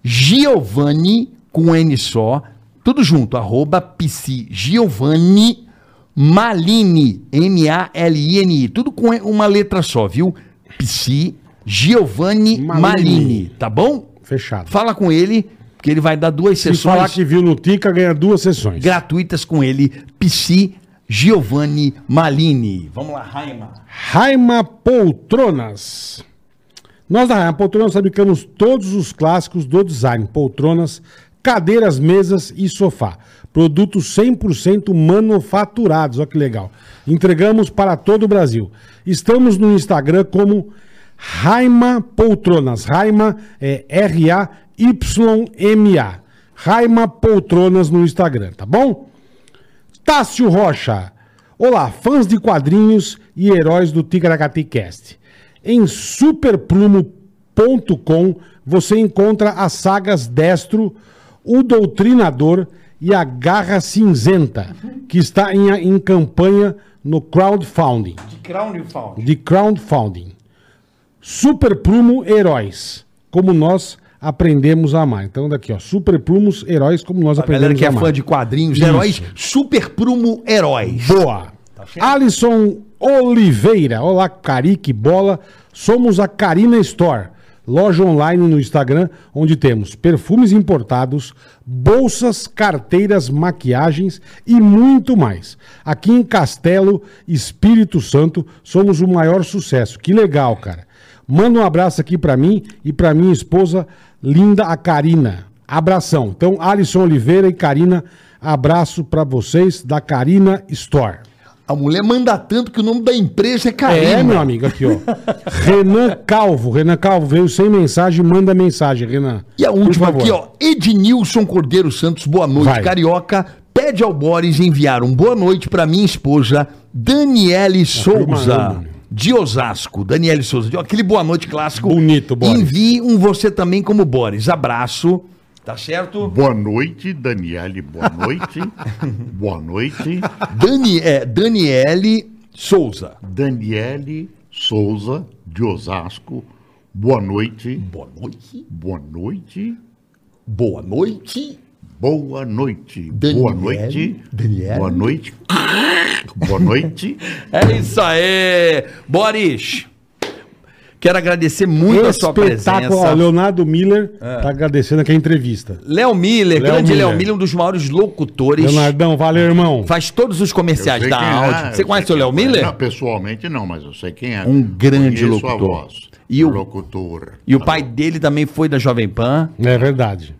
Speaker 3: Giovanni com N só, tudo junto. Arroba Psy Giovanni Malini, M-A-L-I-N-I, tudo com uma letra só, viu? Psy Giovanni
Speaker 2: Malini.
Speaker 3: Malini, tá bom?
Speaker 2: Fechado.
Speaker 3: Fala com ele, que ele vai dar duas
Speaker 2: Se
Speaker 3: sessões
Speaker 2: falar que viu no Tica, ganha duas sessões.
Speaker 3: gratuitas com ele, Psi Giovanni Malini. Vamos lá, Raima.
Speaker 2: Raima Poltronas. Nós da Raima Poltronas fabricamos todos os clássicos do design: poltronas, cadeiras, mesas e sofá. Produtos 100% manufaturados, olha que legal. Entregamos para todo o Brasil. Estamos no Instagram como Raima Poltronas. Raima é R-A-Y-M-A. Raima Poltronas no Instagram, tá bom? Tássio Rocha. Olá, fãs de quadrinhos e heróis do Ticaracati Cast. Em superplumo.com você encontra as sagas Destro, O Doutrinador e A Garra Cinzenta, que está em, em campanha no crowdfunding. De crowdfunding. Superplumo Heróis, como nós aprendemos a amar. Então daqui, ó, Superplumos Heróis, como nós
Speaker 3: A galera
Speaker 2: aprendemos
Speaker 3: que
Speaker 2: a
Speaker 3: é
Speaker 2: amar.
Speaker 3: fã de quadrinhos,
Speaker 2: Isso.
Speaker 3: heróis, super prumo heróis.
Speaker 2: Boa. Alisson Oliveira. Olá, Carique Bola. Somos a Carina Store, loja online no Instagram, onde temos perfumes importados, bolsas, carteiras, maquiagens e muito mais. Aqui em Castelo, Espírito Santo, somos o maior sucesso. Que legal, cara. Manda um abraço aqui pra mim e pra minha esposa, linda a Karina. Abração. Então, Alisson Oliveira e Karina, abraço pra vocês da Karina Store.
Speaker 3: A mulher manda tanto que o nome da empresa é
Speaker 2: É,
Speaker 3: Carina.
Speaker 2: meu amigo, aqui, ó. Renan Calvo. Renan Calvo veio sem mensagem, manda mensagem, Renan.
Speaker 3: e a
Speaker 2: Por
Speaker 3: última
Speaker 2: favor.
Speaker 3: aqui, ó, Ednilson Cordeiro Santos, boa noite,
Speaker 2: Vai.
Speaker 3: carioca. Pede ao Boris enviar um boa noite pra minha esposa, Daniele
Speaker 2: Tá eu,
Speaker 3: Souza.
Speaker 2: mano.
Speaker 3: De Osasco, Daniele Souza. Aquele boa noite clássico.
Speaker 2: Bonito, Boris.
Speaker 3: Envie um você também como Boris. Abraço. Tá certo?
Speaker 4: Boa noite, Daniele. Boa noite. Boa noite,
Speaker 3: Dani, é, Daniele Souza.
Speaker 4: Daniele Souza, de Osasco. Boa noite.
Speaker 3: Boa noite.
Speaker 4: Boa noite.
Speaker 3: Boa noite.
Speaker 4: Boa noite.
Speaker 3: Daniele,
Speaker 4: Boa noite.
Speaker 3: Daniele.
Speaker 4: Boa noite. Boa noite.
Speaker 3: É isso aí. Boris, quero agradecer muito a sua
Speaker 2: Espetáculo. Ó,
Speaker 3: presença. É.
Speaker 2: Leonardo Miller tá agradecendo aqui a entrevista.
Speaker 3: Léo Miller,
Speaker 2: Léo
Speaker 3: grande Léo
Speaker 2: Miller.
Speaker 3: Miller, um dos maiores locutores.
Speaker 2: Leonardão, valeu, irmão.
Speaker 3: Faz todos os comerciais
Speaker 4: sei
Speaker 3: da
Speaker 4: quem é,
Speaker 3: áudio.
Speaker 4: eu
Speaker 3: Você
Speaker 4: sei
Speaker 3: conhece o
Speaker 4: quem
Speaker 3: Léo
Speaker 4: é.
Speaker 3: Miller?
Speaker 4: Não, pessoalmente não, mas eu sei quem é.
Speaker 3: Um grande
Speaker 4: Conheço a
Speaker 3: locutor.
Speaker 4: voz.
Speaker 3: E o-
Speaker 4: Locutor.
Speaker 3: E o pai dele também foi da Jovem Pan.
Speaker 2: É verdade.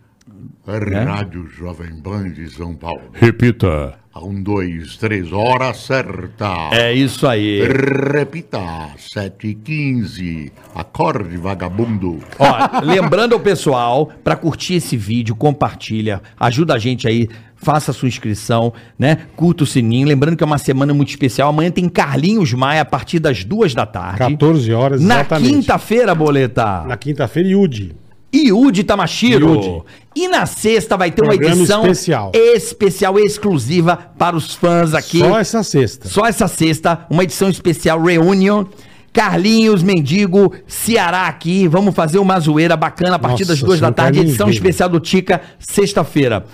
Speaker 3: É?
Speaker 4: Rádio Jovem Pan de São Paulo.
Speaker 1: Repita.
Speaker 4: Um, dois, três, hora certa.
Speaker 3: É isso aí.
Speaker 4: Repita, 7 e 15. Acorde, vagabundo.
Speaker 3: Ó, lembrando ao pessoal, pra curtir esse vídeo, compartilha, ajuda a gente aí, faça a sua inscrição, né? Curta o sininho. Lembrando que é uma semana muito especial. Amanhã tem Carlinhos Maia a partir das duas da tarde.
Speaker 2: 14 horas,
Speaker 3: Na quinta-feira, boleta.
Speaker 2: Na quinta-feira, Yudi.
Speaker 3: Iude Tamashiro.
Speaker 2: Iude.
Speaker 3: E na sexta vai ter uma
Speaker 2: Programa
Speaker 3: edição
Speaker 2: especial.
Speaker 3: especial, exclusiva para os fãs aqui.
Speaker 2: Só essa sexta.
Speaker 3: Só essa sexta, uma edição especial Reunion. Carlinhos, Mendigo, Ceará aqui. Vamos fazer uma zoeira bacana a partir
Speaker 2: Nossa,
Speaker 3: das duas
Speaker 2: você
Speaker 3: da
Speaker 2: não quer
Speaker 3: tarde.
Speaker 2: nem
Speaker 3: Edição
Speaker 2: ver.
Speaker 3: especial do Tica, sexta-feira.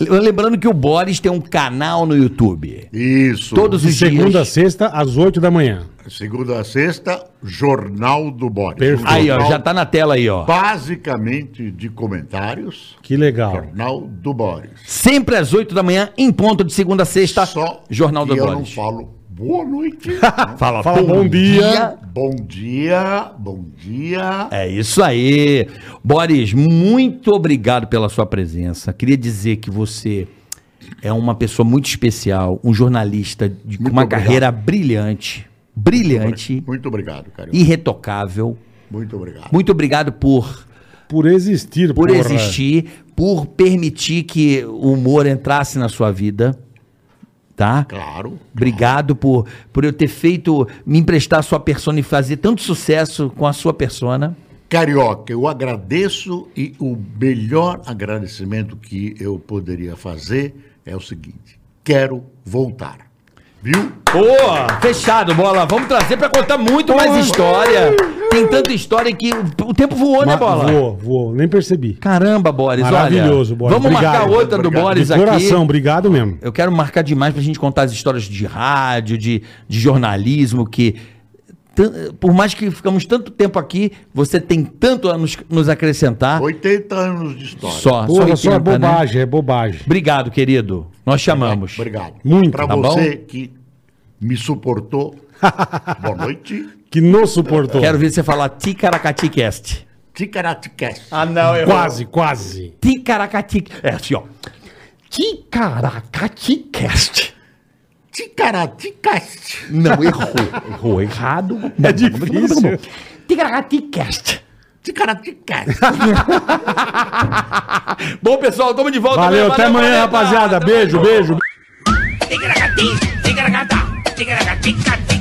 Speaker 3: Lembrando que o Boris tem um canal no YouTube.
Speaker 4: Isso.
Speaker 3: Todos
Speaker 2: De
Speaker 3: os
Speaker 2: segunda a
Speaker 3: dias.
Speaker 2: sexta, às 8 da manhã.
Speaker 4: Segunda a sexta, Jornal do Boris.
Speaker 2: Perfeito.
Speaker 3: Aí, ó,
Speaker 4: jornal
Speaker 3: já tá na tela aí, ó.
Speaker 4: Basicamente de comentários.
Speaker 2: Que legal.
Speaker 4: Jornal do Boris.
Speaker 3: Sempre às oito da manhã, em ponto de segunda a sexta. Jornal do
Speaker 4: que Eu não
Speaker 3: Boris.
Speaker 4: falo boa noite.
Speaker 3: Fala,
Speaker 2: Fala, bom dia.
Speaker 4: bom dia, bom dia.
Speaker 3: É isso aí. Boris, muito obrigado pela sua presença. Queria dizer que você é uma pessoa muito especial, um jornalista de- com
Speaker 4: Muito
Speaker 3: uma
Speaker 4: obrigado.
Speaker 3: carreira brilhante, brilhante,
Speaker 4: Muito obrigado, Carioca.
Speaker 3: irretocável.
Speaker 4: Muito obrigado.
Speaker 3: Muito obrigado por,
Speaker 2: Por existir,
Speaker 3: por
Speaker 2: porra.
Speaker 3: existir, por permitir que o humor entrasse na sua vida, tá?
Speaker 4: Claro.
Speaker 3: Obrigado por, por eu ter feito, me emprestar a sua persona e fazer tanto sucesso com a sua persona.
Speaker 4: Carioca, eu agradeço e o melhor agradecimento que eu poderia fazer é o seguinte: quero voltar. Viu?
Speaker 3: Boa! Fechado, bola. Vamos trazer pra contar muito mais história. Tem tanta história que o- o tempo voou, né,
Speaker 2: Ma-
Speaker 3: bola?
Speaker 2: Voou, voou. Nem percebi.
Speaker 3: Caramba, Boris, olha.
Speaker 2: Maravilhoso, Boris.
Speaker 3: Vamos marcar
Speaker 2: Obrigado.
Speaker 3: outra do
Speaker 4: Obrigado.
Speaker 3: Boris
Speaker 2: De
Speaker 3: aqui.
Speaker 2: coração, obrigado mesmo.
Speaker 3: Eu quero marcar demais pra gente contar as histórias de rádio, de, de jornalismo, que tan- por mais que ficamos tanto tempo aqui, você tem tanto a nos, nos acrescentar.
Speaker 4: 80 anos de história.
Speaker 3: Ah. Só,
Speaker 2: Porra, só
Speaker 3: 80,
Speaker 2: é
Speaker 3: né?
Speaker 2: bobagem, é bobagem.
Speaker 3: Obrigado, querido. Nós chamamos.
Speaker 4: Obrigado.
Speaker 2: Muito,
Speaker 4: Para
Speaker 3: tá
Speaker 4: você que me suportou. Boa noite.
Speaker 2: Que não suportou.
Speaker 3: Quero ver você falar Ticaracaticast.
Speaker 4: Ticaratecast.
Speaker 3: não,
Speaker 2: Quase, quase.
Speaker 3: Ticaracatic. É assim, ó.
Speaker 5: Ticaracaticast.
Speaker 4: Ticaratecast.
Speaker 5: Não, errou. Errou errado. É
Speaker 2: difícil.
Speaker 5: Ticaracaticast.
Speaker 4: Ticaratecast.
Speaker 3: Bom, pessoal, tamo de volta. né?
Speaker 2: Valeu, até amanhã,
Speaker 3: valeu,
Speaker 2: rapaziada.
Speaker 3: até amanhã.
Speaker 2: Beijo, beijo.
Speaker 10: Tigra gatim, tigra gata, tigra gatica,